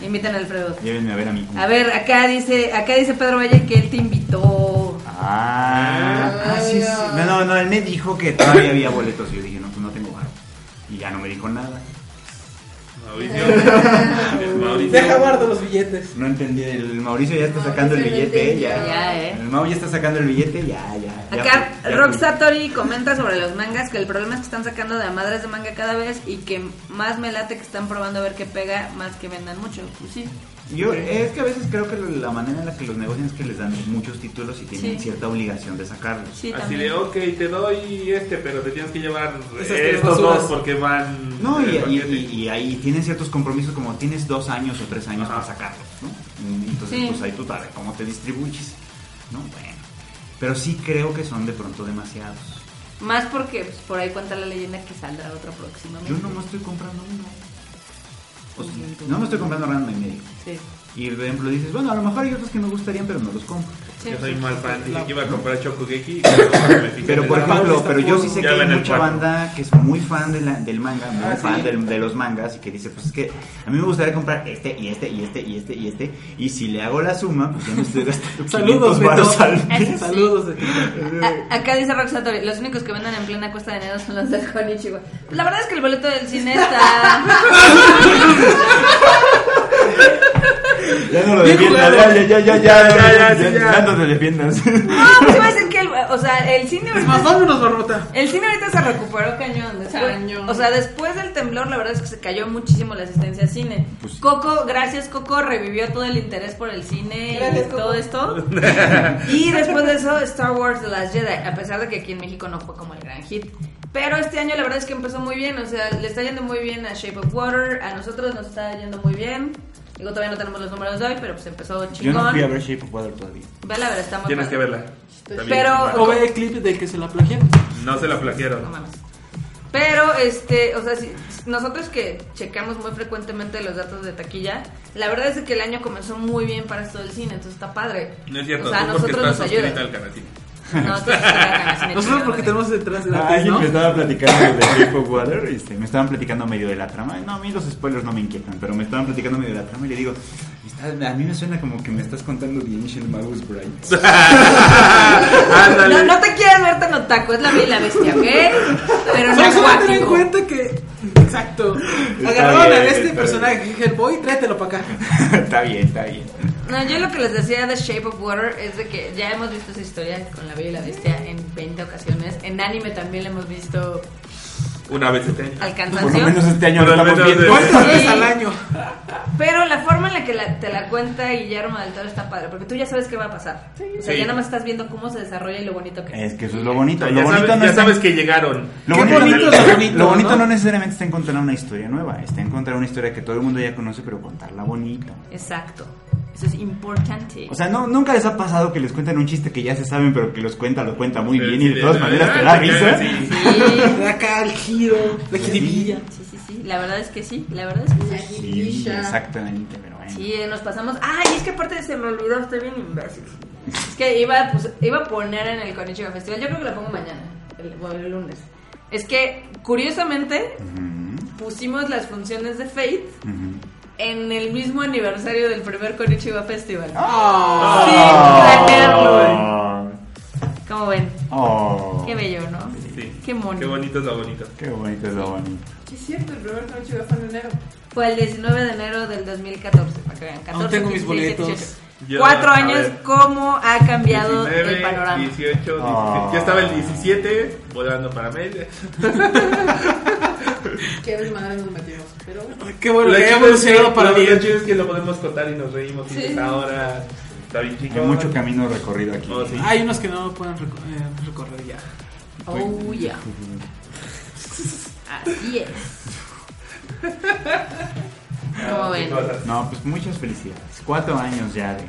D: Invitan a Alfredo.
G: Llévenme a ver a Miku.
D: A ver, acá dice, acá dice Pedro Valle que él te invitó.
G: Ah, ah, sí, sí. No, no, no, él me dijo que todavía había boletos y yo dije, no, pues no tengo varo. Y ya no me dijo nada.
B: Mauricio. el Mauricio.
A: Deja guardo los billetes.
G: No entendí, el Mauricio ya está sacando el
F: Mauricio,
G: billete,
F: no
G: ya.
F: entendí.
D: Ya, eh.
G: El Mau ya está sacando el billete, ya, ya. ya
D: Acá
G: fui, ya
D: Roxatori comenta sobre los mangas que el problema es que están sacando de a madres de manga cada vez y que más me late que están probando a ver qué pega más que vendan mucho. Pues sí.
G: fui. Yo, es que a veces creo que la manera en la que los negocian es que les dan muchos títulos y tienen
D: Sí.
G: cierta obligación de sacarlos.
D: Sí,
B: Así
D: también.
B: de, ok, te doy este, pero te tienes que llevar
A: Esas tres
B: estos
A: basuras.
B: dos porque van.
G: No,
B: en el
G: y, y-
B: paquete.
G: y- y ahí tienen ciertos compromisos como tienes dos años o tres años
B: Ajá.
G: para sacarlos, ¿no? Mm, Entonces,
D: Sí.
G: pues ahí tú sabes cómo te distribuyes, ¿no? Bueno, pero sí creo que son de pronto demasiados.
D: Más porque pues, por ahí cuenta la leyenda que saldrá otro próximamente.
G: Yo no me estoy comprando uno. O sea, no me estoy comprando random y medio.
D: Sí.
G: Y por ejemplo dices, bueno, a lo mejor hay otros que me gustarían, pero no los compro.
D: Sí.
B: Yo soy mal fan, dije que iba a comprar Chokugeki. y cuando me fijé
G: Pero
B: en
G: por
B: el-
G: ejemplo, pero yo sí sé que
B: Ya ven
G: hay
B: el
G: mucha
B: cuarto.
G: banda que es muy fan de la- del manga, muy
A: Ah,
G: fan
A: sí.
G: del- de los mangas y que dice, pues es que a mí me gustaría comprar este y este y este y este y este y si le hago la suma, pues ya me estoy gastando 500
A: Saludos,
G: varos
A: Beto.
G: al mes.
A: Saludos. Beto.
D: A- acá dice Roxatori, los únicos que venden en plena cuesta de enero son los del Konichiwa. Pues la verdad es que el boleto del cine está...
G: Ya no lo
A: Bien
G: defiendas,
A: jugado.
G: ya, ya, ya, ya,
B: Ya,
G: ya,
B: ya, sí, ya.
G: ya, ya no te defiendas.
D: No, pues iba a decir que el, o sea, el cine
A: Es
D: ahorita
A: más, vámonos, Barbota.
D: El cine ahorita se recuperó cañón. Después,
F: Cañón.
D: O sea, después del temblor, la verdad es que se cayó muchísimo la asistencia al cine.
G: Pues sí.
D: Coco, gracias Coco, revivió todo el interés por el cine
F: Gracias,
D: y
F: Coco.
D: todo esto. y después de eso, Star Wars The Last Jedi, a pesar de que aquí en México no fue como el gran hit. Pero este año la verdad es que empezó muy bien, o sea, le está yendo muy bien a Shape of Water, a nosotros nos está yendo muy bien. Digo, todavía no tenemos los números de hoy, pero pues empezó
G: Yo no
D: chingón.
G: fui a ver Shape of Water todavía.
D: Vela, pero está muy
B: Tienes que
D: padre.
B: verla. También.
D: Pues, Pero-
A: O ve el clip de que se la plagiaron.
B: No se la
D: No
B: plagiaron.
D: mames. Pero, este, o sea, si- nosotros que checamos muy frecuentemente los datos de taquilla, la verdad es que el año comenzó muy bien para esto del cine, entonces está padre.
B: No es cierto,
D: O sea, a
B: tú porque
D: nosotros
B: estás
D: nos
B: suscrita
D: ayuda.
B: al canal. sí.
D: No, tú estás suscrita al cine,
A: Nosotros
D: chingada
A: porque
D: madre.
A: tenemos detrás de la
G: Ay, pues,
A: tele, ¿no?
G: me estaba platicando de Shape of Water, este, me estaban platicando medio de la trama. No, a mí los spoilers no me inquietan, pero me estaban platicando medio de la trama y le digo, "Está- a mí me suena como que me estás contando The Ancient Magus Bright.
D: No,
B: Ándale.
D: no te quieres ver tan otaku, es la bella y la bestia, ¿ok? Pero
A: O
D: no
A: sea, solo ten en
D: acuático.
A: cuenta que. Exacto.
G: Está
A: Agarraron a
G: bien,
A: este
G: está
A: personaje, Hellboy, tráetelo para acá.
G: está bien, está bien.
D: No, yo lo que les decía de Shape of Water es de que ya hemos visto esa historia con la Bella y la Bestia en 20 ocasiones. En anime también la hemos visto
B: una vez este año.
D: al
G: Por lo
D: cansancio.
G: menos este año lo
B: Por lo
G: estamos
B: menos
G: viendo.
B: de-
A: ¿Cuántas
D: Sí.
A: veces al año?
D: Pero la forma en la que la- te la cuenta Guillermo del Toro está padre, porque tú ya sabes qué va a pasar. o sea,
B: Sí.
D: ya nada más estás viendo cómo se desarrolla y lo bonito que
G: Es
D: es.
G: que eso es lo bonito.
B: Ya,
G: Lo bonito
B: sabes,
G: no
B: ya
G: es-
B: sabes que llegaron.
G: Lo
A: Qué
G: bonito,
A: bonito
G: no,
A: es lo bonito,
G: lo bonito
A: ¿no?
G: ¿no? necesariamente está en contar una historia nueva, está en contar una historia que todo el mundo ya conoce, pero contarla bonita.
D: Exacto. Eso es importante.
G: O sea, no, nunca les ha pasado que les cuentan un chiste que ya se saben, pero que los cuenta, lo cuenta muy
B: Sí,
G: bien
B: sí,
G: y de todas
B: sí,
G: maneras
B: sí,
G: te da
B: sí,
G: risa.
B: sí, sí.
D: Sí,
A: Da acá el giro, la jiribilla.
D: sí, sí, sí. La verdad es que sí. La verdad es que sí.
G: Sí, exactamente, pero bueno.
D: Sí, eh, nos pasamos. Ay, es que aparte se me olvidó, estoy bien imbécil. Es que iba, pues, iba a poner en el Konichiwa Festival. Yo creo que lo pongo mañana, el, o el lunes. Es que, curiosamente,
G: Ujú,
D: pusimos las funciones de Fate
G: ujú.
D: en el mismo aniversario del primer Konichiwa Festival.
A: Ah.
D: Sin planearlo.
G: Oh,
D: Como ven,
G: oh,
D: qué bello, ¿no?
B: Sí.
D: Qué mono.
B: Qué bonito es lo bonito.
G: qué bonito es lo bonito.
E: Sí, es cierto, el primer Konichiwa fue en enero.
D: Fue el 19 de enero del 2014, para que vean. 14,
A: Aún tengo mis
D: 15, 16,
A: boletos.
D: 18.
B: Ya,
D: Cuatro
B: a
D: años,
B: ver.
D: ¿cómo ha cambiado el
B: 19,
D: panorama?
B: 18, 17.
G: Ah.
B: Ya estaba el 17 volando para Mérida.
E: Qué desmadre nos metimos. Pero bueno.
A: Qué bueno
B: Lo
A: que haya
B: chido es
A: evolucionado
B: que-
A: para
B: lo-
A: bien.
B: Lo chido es que lo podemos contar y nos reímos. Y dices, ahora está bien
G: Hay
B: chico.
G: mucho camino recorrido aquí.
B: Oh, sí.
A: Hay unos que no lo pueden reco- eh, recorrer ya.
D: Oh, yeah. Así es.
B: Ah,
D: Como
B: qué
D: ven.
B: cosas.
G: No, pues muchas felicidades. Cuatro años ya de.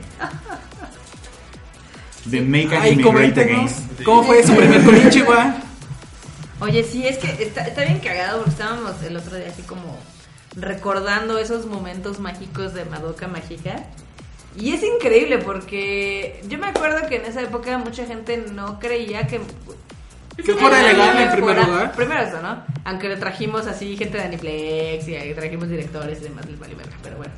G: De Make
A: Ahí
G: Anime Great Again.
A: coméntenos cómo fue su primer Konichiwa.
D: Oye, sí, es que está, está bien cagado porque estábamos el otro día así como recordando esos momentos mágicos de Madoka Mágica. Y es increíble porque yo me acuerdo que en esa época mucha gente no creía que...
A: Que fuera
D: Ay,
A: legal en
D: fuera-
A: primer lugar.
D: Primero eso, ¿no? Aunque le trajimos así gente de Aniplex y ahí trajimos directores y demás, les vale verga, pero bueno.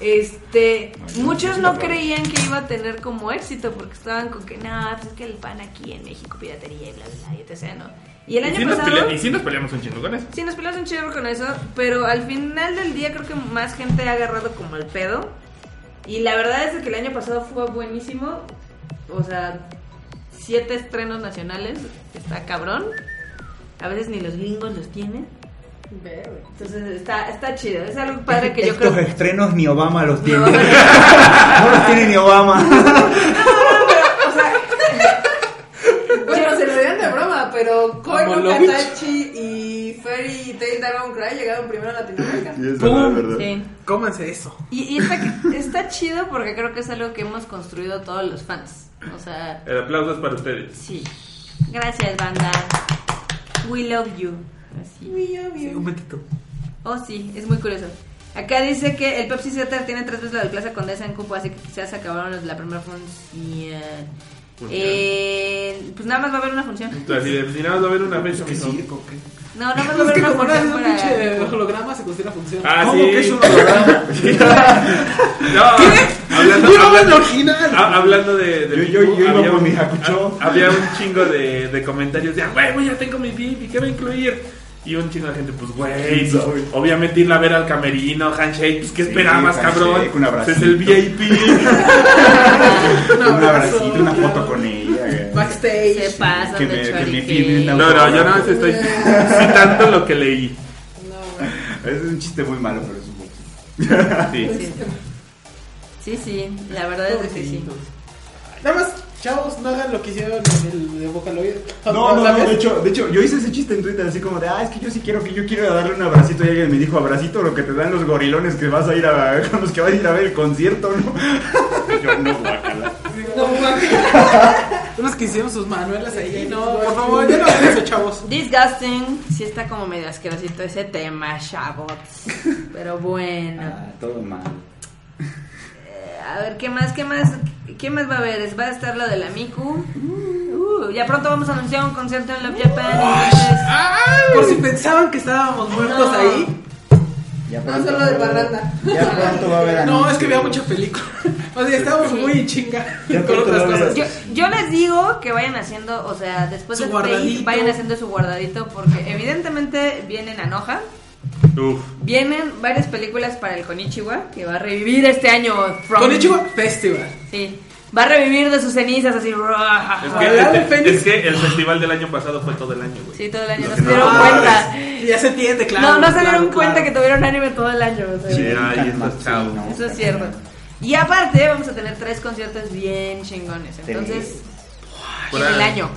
D: Este, muchos no creían que iba a tener como éxito porque estaban con que, no, pues es que el pan aquí en México, piratería y bla, bla, bla, y etc. ¿no? Y el
B: Y
D: año
B: sí, nos
D: pasado...
B: pelea- y sí nos peleamos un chingo con eso.
D: Sí, nos peleas un chévere con eso, pero al final del día creo que más gente ha agarrado como el pedo. Y la verdad es que el año pasado fue buenísimo. O sea, siete estrenos nacionales, está cabrón. A veces ni los gringos los tienen.
E: Verde.
D: Entonces está, está chido, es algo padre que yo creo... No,
G: estrenos ni Obama los
D: pero,
G: No los tiene ni Obama.
D: o sea,
E: Bueno, se lo dieron de broma, pero Kono,
A: Molovic.
E: Katachi y Fairy Tail Dragon Cry llegaron primero a Latinoamérica.
J: es
A: Pum.
J: verdad, verdad.
D: sí.
A: Cómanse eso.
D: Y, y está, está chido porque creo que es algo que hemos construido todos los fans. O sea,
B: El aplauso es para ustedes.
D: Sí. Gracias, banda. We love you. Así.
E: Uy, yo,
A: Sí,
E: mi-
A: un momentito.
D: Oh, sí, es muy curioso. Acá dice que el Pepsi Theater tiene tres veces la del Plaza Condesa en Cupo, así que quizás acabaron los de la primera función.
B: Función.
D: Eh, pues nada más va a haber una función.
B: Entonces, si de- si nada más va a haber una mesa, mijo.
D: No, nada más va a
A: Es
D: haber
A: que
D: una
A: como no es
D: función
A: un
D: para.
A: pinche holograma, se considera función.
B: Ah,
G: ¿Cómo
B: sí.
G: que es un holograma?
B: No, hablando, hablando-
A: original!
B: ha- hablando de, de
G: Yo- yo- yo iba por mi jacucho.
B: ha- había un chingo de, de comentarios de, "Ah, güey, güey, ya tengo mi VIP, ¿qué va a incluir? Y un chingo de gente, pues, güey,
G: Sí,
B: pues,
G: soy.
B: obviamente irla a ver al camerino, handshake, pues, ¿qué
G: Sí,
B: esperabas,
G: handshake,
B: cabrón? Pues,
G: un abracito.
B: es el VIP.
G: Un abracito, una foto con ella. güey.
D: Se
E: Backstage.
D: pasa,
G: Que me-
D: de
G: que me
D: chorique.
G: piden una-
B: No, no, yo nada más estoy citando lo que leí.
E: No, güey.
G: Es un chiste muy malo, pero es un poquito.
B: Sí.
D: Sí. Sí, sí, la verdad es de que sí.
A: Nada más, chavos, no hagan lo que hicieron en el de Vocaloid.
G: No, no, no, de hecho, de hecho, yo hice ese chiste en Twitter así como de, ah, es que yo sí quiero que yo quiero darle un abracito y alguien me dijo, abracito lo que te dan los gorilones que vas a ir a, con los que vas a ir a ver el concierto, ¿no? Yo no, guacala.
A: Unos que hicieron sus manuelas ahí. No, por favor, ya no hagan eso, chavos.
D: Disgusting, sí está como medio asquerosito ese tema, chavos. Pero bueno.
G: todo mal.
D: A ver, ¿qué más? ¿Qué más? ¿Qué más va a haber? Es- Va a estar la de la Miku. Uh, ya pronto vamos a anunciar un concierto en Love Japan. entonces-
A: Por si pensaban que estábamos muertos
D: No.
A: ah, ahí.
G: Ya
E: No solo de barranda.
G: Ya pronto va a haber
A: No, es
G: anuncio.
A: que veía mucha película. O sea, estábamos
D: Sí.
A: muy chinga
G: Ya
A: con
G: pronto
A: otras
G: va a haber-
A: cosas.
D: yo, yo les digo que vayan haciendo, o sea, después
A: Su
D: de
A: guardadito.
D: vayan haciendo su guardadito porque evidentemente vienen a Noja.
B: Uf.
D: Vienen varias películas para el Konichiwa que va a revivir este año. From-
A: Con Ichigo Festival.
D: Sí. Va a revivir de sus cenizas así.
B: Es
A: Ojalá
B: que,
A: de
B: es que-
A: Fénix.
B: es que el festival del año pasado fue todo el año, güey.
D: Sí, todo el año.
B: Lo
D: No
B: que
D: se dieron
A: no-
D: cuenta.
A: Ya se entiende, claro.
D: No, no se
A: claro,
D: dieron cuenta
A: claro.
D: que tuvieron anime todo el año. o sea,
B: Sí, ay,
G: Calma,
B: estos chavos.
G: no,
D: Eso es
G: calma.
D: cierto. Y aparte, vamos a tener tres conciertos bien chingones. Entonces, en
B: Por
D: el
B: ahí-
D: año.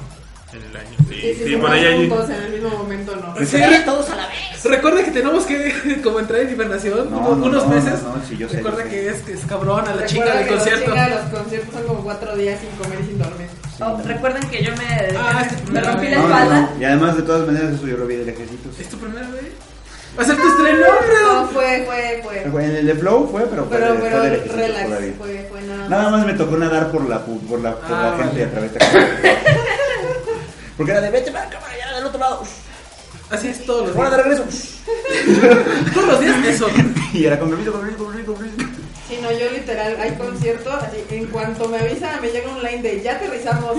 B: En el año, sí.
F: Y
B: Sí,
F: si se
B: por ahí
F: van
B: hay.
F: juntos en el mismo momento, no.
A: Sí,
D: Todos a la vez.
A: Recuerda que tenemos que como entrar en hibernación
G: No,
A: unos-
G: no,
A: unos
G: no,
A: meses.
G: no, no, sí, yo sé,
A: Recuerda
G: yo sé.
A: que es, que es cabrón a la
F: Recuerda
A: chinga del
F: que los
A: concierto.
F: chinga de los conciertos son como cuatro días sin comer y sin dormir.
D: Oh, Recuerden que yo me,
A: Ah,
D: me
A: no,
D: rompí la
G: No, no,
D: espalda.
G: no. Y además, de todas maneras, eso yo lo vi del ejército. sí.
A: ¿Es tu primera vez? ¿Va a ser tu estreno,
F: No,
A: Alfredo?
F: fue, fue, fue.
G: En el de Flow fue, pero fue,
F: Pero,
G: de- fue
F: pero,
G: del ejército
F: relax,
G: todavía.
F: fue, fue nada.
G: Nada más me tocó nadar por la, pu- por la, por
A: Ah,
G: la
A: vale.
G: gente a través de la Porque era de vete para acá, para allá, del otro lado.
A: Así es todos los
G: Ahora de
A: días.
G: regreso.
A: Todos los días eso.
G: Y era con permiso, con permiso, con permiso, con permiso.
F: Sí, no, yo literal, hay concierto, así, en cuanto me avisa, me llega un line de ya aterrizamos.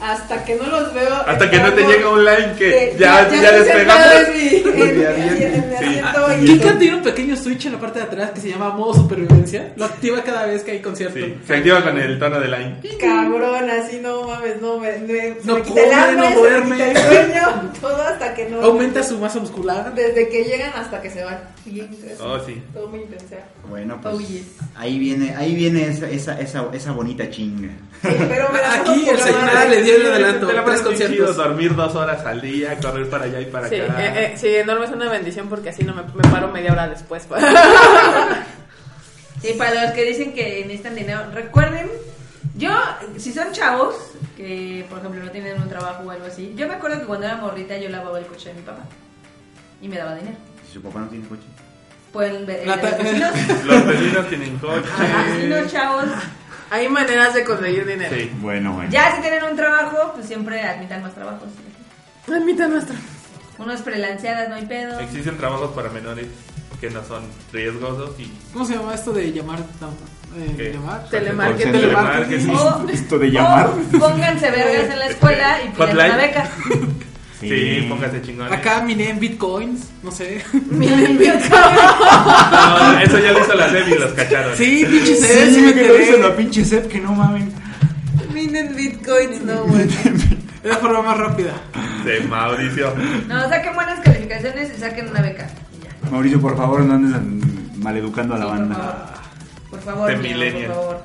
F: Hasta que no los veo.
B: Hasta que no te llega un line que ya, ya,
F: estoy sentada
B: despegamos.
F: En mi, en mi- así, en mi
B: Sí.
F: asiento y-
A: Kika tiene un pequeño switch en la parte de atrás que se llama modo supervivencia. Lo activa cada vez que hay concierto.
B: Sí, se activa con el tono de line.
F: Cabrón, así no mames, no me, me, se
A: No
F: me quita
A: come,
F: el
A: no
F: hambre, se me
A: duerme.
F: quita el sueño, todo hasta que no.
A: Aumenta su masa muscular.
F: Desde que llegan hasta que se van. Bien interesante.
B: Oh, sí.
F: Todo muy interesante.
G: Bueno, pues
D: Oh, yes.
G: ahí viene, ahí viene esa, esa, esa, esa bonita chinga.
F: Sí, pero me la paso
A: Aquí
F: por
A: el
F: la
A: señor
F: madre.
A: le dio el adelanto.
B: Te la
A: Tres
B: pasas bien chido,
A: conciertos.
B: dormir dos horas al día, correr para allá y para
E: Sí,
B: acá.
E: eh, eh, sí, enorme es una bendición porque así no me, me paro media hora después. para-
D: Sí, para los que dicen que necesitan dinero, recuerden, yo, si son chavos, que por ejemplo no tienen un trabajo o algo así, yo me acuerdo que cuando era morrita yo lavaba el coche de mi papá y me daba dinero.
G: Si su papá no tiene coche.
D: Pueden ver, eh,
A: La ta-
D: los vecinos,
B: Los vecinos tienen coche.
D: vecinos, chavos,
E: Hay maneras de conseguir dinero.
B: Sí.
G: Bueno, bueno.
D: ya si tienen un trabajo, pues siempre admitan más trabajos.
E: La mitad nuestra.
D: Unos freelanceadas, no hay pedo.
B: Existen trabajos para menores que no son riesgosos y
A: ¿Cómo se llama esto de llamar? tan- eh,
B: ¿Qué?
A: llamar?
E: Telemarketing.
A: Telemarketing.
G: Oh,
D: O-
G: Esto de llamar.
D: o Oh, pónganse vergas en la escuela y pidan
B: Hotline.
D: una beca.
B: Sí,
G: Sí.
B: póngase chingón.
A: Acá miné en bitcoins, no sé.
B: No, no, eso ya lo hizo la SEBI y los cacharon.
A: Sí, pinche
G: Sí,
A: sed, sí me
G: que lo
A: enteré.
G: hizo la pinche Sep, que no mamen.
F: Minen bitcoins, no, güey.
A: Es la forma más rápida.
B: De Mauricio.
D: No, saquen buenas calificaciones y saquen una beca. Y ya.
G: Mauricio, por favor, no andes mm, maleducando a la
D: Sí, por favor.
G: banda.
D: Por favor,
B: De
D: mi amor, por
B: millennial.
D: favor.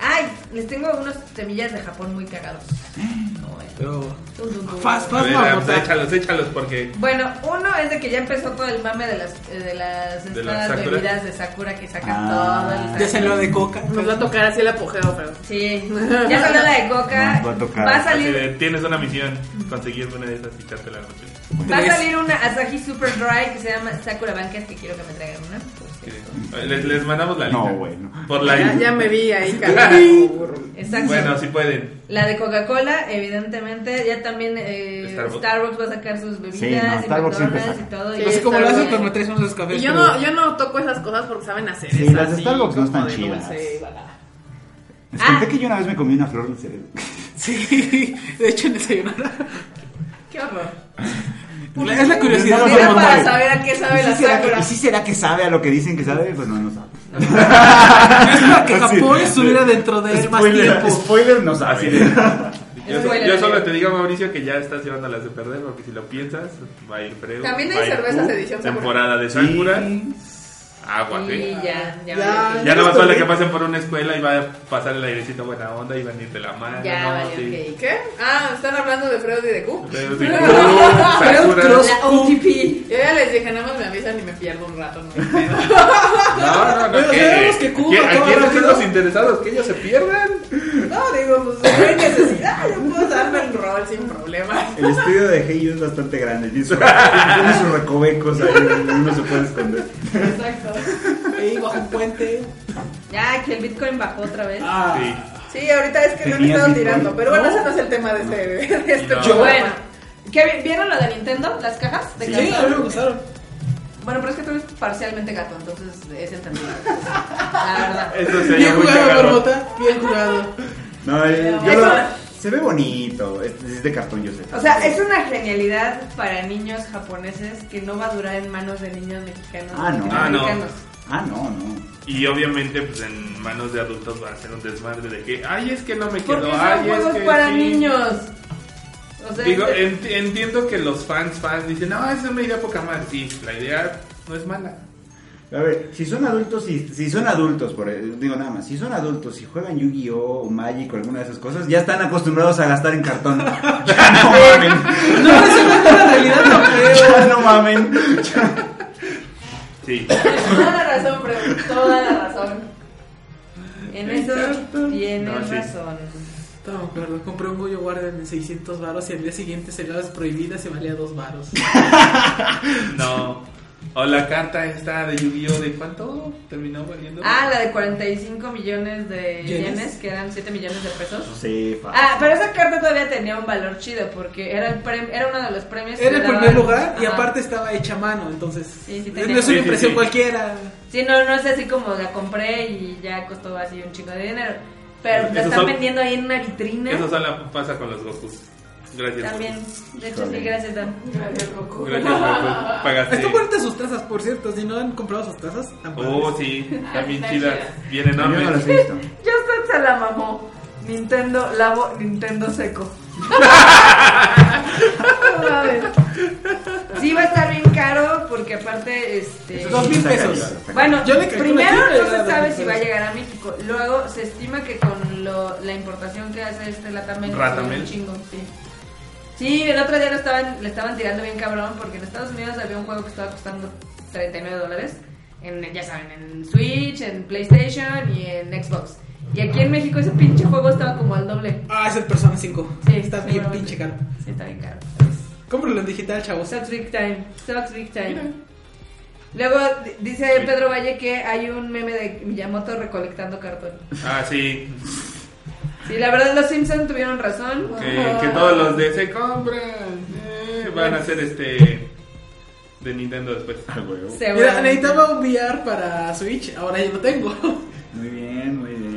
D: Ay, les tengo unos semillas de Japón muy cagados. No, eh.
A: Pero.
D: Tum, tum, tum.
A: Fast,
B: A
A: fast,
B: ver,
A: vamos.
B: pues, échalos, échalos porque
D: Bueno, uno es de que ya empezó todo el mame de las, eh, de las
B: De
D: estas
B: las Sakura.
D: bebidas de Sakura que sacan
G: Ah.
D: todo el
A: Ya salió de coca.
E: Nos va a tocar así el apogeo, pero.
D: Sí, ya salió la de Coca.
G: Nos va a tocar.
B: así
D: salir,
B: de, tienes una misión, conseguir una de esas y echarte la noche.
D: va a
A: Tres.
D: salir una Asahi Super Dry que se llama Sakura Banca, que quiero que me traigan una. por
B: Sí.
D: cierto.
B: Les, les mandamos la lista.
G: No, bueno.
B: Por
E: Ya,
B: la
E: ya me vi ahí cagando.
D: Exacto.
B: Bueno, si pueden.
D: La de Coca-Cola, evidentemente, ya también eh,
B: Starbucks.
D: Starbucks. va a sacar sus bebidas
G: Sí, no,
D: y
G: Starbucks siempre
D: McDonald's y
G: saca.
D: todo.
E: Sí,
D: y
A: Así como
D: Starbucks-
A: lo hacen
E: bien.
A: cuando me traes unos cafés.
E: Y yo
A: pero-
E: no, yo no toco esas cosas porque saben hacer
G: Sí,
E: es
G: las de
E: así,
G: Starbucks no
E: como
G: están
E: de
G: chidas.
E: dulce, bla, bla.
G: Les
D: Ah.
G: conté que yo una vez me comí una flor del cerebro.
A: Sí, de hecho en desayunar.
D: Qué horror.
A: La- Es la curiosidad.
G: Era
A: Pero-
G: para
F: saber a qué sabe
G: ¿Y sí será
F: la
G: que-
F: Sakura.
G: ¿Y sí será que sabe a lo que dicen que sabe? Pues no, no sabe.
A: Es para que
G: Sí.
A: Japón estuviera dentro de él más tiempo.
G: spoiler no sabe.
B: Así de. Yo,
D: Spoiler.
B: yo solo te digo, Mauricio, que ya estás llevando las de perder porque si lo piensas, va a ir frío.
F: También hay
B: va a ir
F: cervezas
B: tú.
F: edición Sakura.
B: Temporada de Sakura. Agua,
D: Y
B: sí.
D: ya, ya.
A: Ya.
B: Ya no va a la que pasen por una escuela y va a pasar el airecito buena onda y van a ir de la mano.
D: Ya,
B: ¿no?
D: vale,
B: Sí.
D: ok.
F: ¿Qué? Ah, están hablando de Freud y de Q.
B: Pero sí, Sakura.
A: Creo que-
D: La OTP.
F: Yo ya les dije, nada más me avisan y me pierdo un rato. No,
B: No, no, no.
A: Pero
B: ¿qué?
A: sabemos que Cuba
B: ¿Qué- ¿A
A: acaba
B: quiénes son
A: rápido?
B: los interesados? Que ellos se pierdan.
F: no digo, pues no hay necesidad. Yo puedo darme el rol sin problema.
G: El estudio de Hey You es bastante grande. Tiene, su- tiene sus recovecos ahí. Uno se puede esconder.
F: Exacto.
A: Ahí bajo un puente.
D: Ya, que el Bitcoin bajó otra vez.
B: Sí.
F: Sí, ahorita es que lo han
G: Tenías Bitcoin.
F: estado tirando. Pero bueno,
A: No.
F: ese no es el tema de este, de este
B: No.
F: programa.
D: Bueno, ¿qué, vi- ¿vieron lo de Nintendo? ¿Las cajas? De
A: Sí,
D: cartón?
A: a mí me gustaron.
D: Bueno, pero es que tú eres parcialmente gato, entonces es entendible. La verdad.
B: Eso sería
A: Bien
B: muy
A: jugado,
B: cagado.
A: Marmota. Bien jugado.
G: No, el- yo
D: Eso-
G: lo- se ve bonito. Es, es de cartón, yo sé.
D: O sea, es una genialidad para niños japoneses que no va a durar en manos de niños mexicanos.
G: Ah, no.
B: Ah, no.
D: latinoamericanos.
G: Ah, no, no.
B: Y obviamente, pues en manos de adultos va a ser un desmadre de que, ay, es que no me quedó,
D: Porque son
B: ay, es
D: juegos
B: que
D: para
B: sí".
D: niños. O sea, este,
B: Digo, eh,
D: es-
B: enti- entiendo que los fans, fans dicen, no, esa es una idea poca madre. Sí, la idea no es mala.
G: A ver, si son adultos, si, si son adultos, por, eh, digo nada más, si son adultos, si juegan Yu-Gi-Oh o Magic o alguna de esas cosas, ya están acostumbrados a gastar en cartón. Ya no mamen,
A: No, eso no es la realidad, no creo.
G: ya no mamen.
B: Sí.
E: Toda la razón, bro. Toda la razón.
D: en eso tienes
B: No, sí.
D: razón.
A: Estaba me acuerdo, compré un Goyo Guardian en 600 varos y al día siguiente se las prohibidas y valía 2 varos.
B: No. O la carta esta de Yu-Gi-Oh! ¿De cuánto terminó valiendo?
D: Ah, la de 45 millones de
A: ¿Yenes?
D: yenes, que eran 7 millones de pesos.
G: Sí, fa-
D: Ah, pero esa carta todavía tenía un valor chido porque era el prem- era uno de los premios. que
A: Era el
D: le daban-
A: primer lugar y
D: Ajá.
A: aparte estaba hecha a mano, entonces
D: Sí, sí, tenía-
A: no es
B: Sí, sí,
A: una impresión
B: sí.
A: cualquiera.
D: Sí, no, no es así como la compré y ya costó así un chingo de dinero. Pero la
B: Esos
D: están
B: son-
D: vendiendo ahí en una vitrina.
B: Eso solo pasa con los Gokus. Gracias.
D: También. De hecho, sí, gracias, Dan.
E: Gracias, Goku.
B: Goku. Gracias, Goku. Pagaste.
A: Están bonitas sus tazas, por cierto, si no han comprado sus tazas, tan
B: Oh,
A: padres.
B: sí. También
E: Está
B: chidas.
E: chida.
B: Bien
G: yo no las
B: enormes.
G: he visto.
D: Justin se la mamó. Nintendo, lavo, Nintendo seco. No mames. sí, va a estar bien caro porque aparte, este...
A: Dos mil
G: Está
A: pesos.
G: cañón, está
D: Bueno,
A: Yo le calculo
D: primero
A: aquí que
D: no
A: era
D: se sabe
A: dos
D: si
A: mil
D: va a
A: pesos.
D: llegar a México. Luego se estima que con lo- la importación que hace este Latamel,
B: Ratamel.
D: un chingo, sí. Sí, el otro día lo estaban, le estaban tirando bien cabrón porque en Estados Unidos había un juego que estaba costando 39 dólares. En, ya saben, en Switch, en PlayStation y en Xbox. Y aquí en México ese pinche juego estaba como al doble.
A: Ah, es el Persona 5.
D: Sí,
A: Está bien
D: seguramente.
A: pinche caro.
D: Sí, está bien caro.
A: Cómpralo en digital, chavos.
D: Sucks Big Time. Sucks Big Time. Luego di- dice Pedro Valle que hay un meme de Miyamoto recolectando cartón.
B: Ah, sí.
D: Sí, la verdad los Simpsons tuvieron razón.
B: Que, que todos los de se compran. eh, van a ser este. De Nintendo después.
G: Ah, huevo.
A: Mira,
D: Seguramente.
A: necesitaba un VR para Switch, ahora ya lo tengo.
G: Muy bien, muy bien.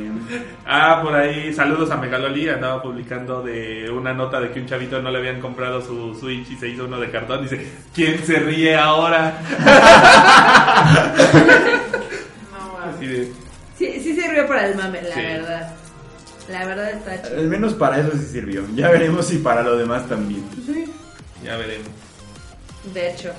B: Ah, por ahí, saludos a Megaloli, andaba publicando de una nota de que un chavito no le habían comprado su Switch y se hizo uno de cartón. Dice, ¿quién se ríe ahora?
E: No, mames.
B: Así de,
D: Sí, sí sirvió para el mame, la
B: Sí.
D: verdad. La verdad está chido.
G: Al menos para eso sí sirvió. Ya veremos si para lo demás también.
B: ya veremos.
D: De hecho.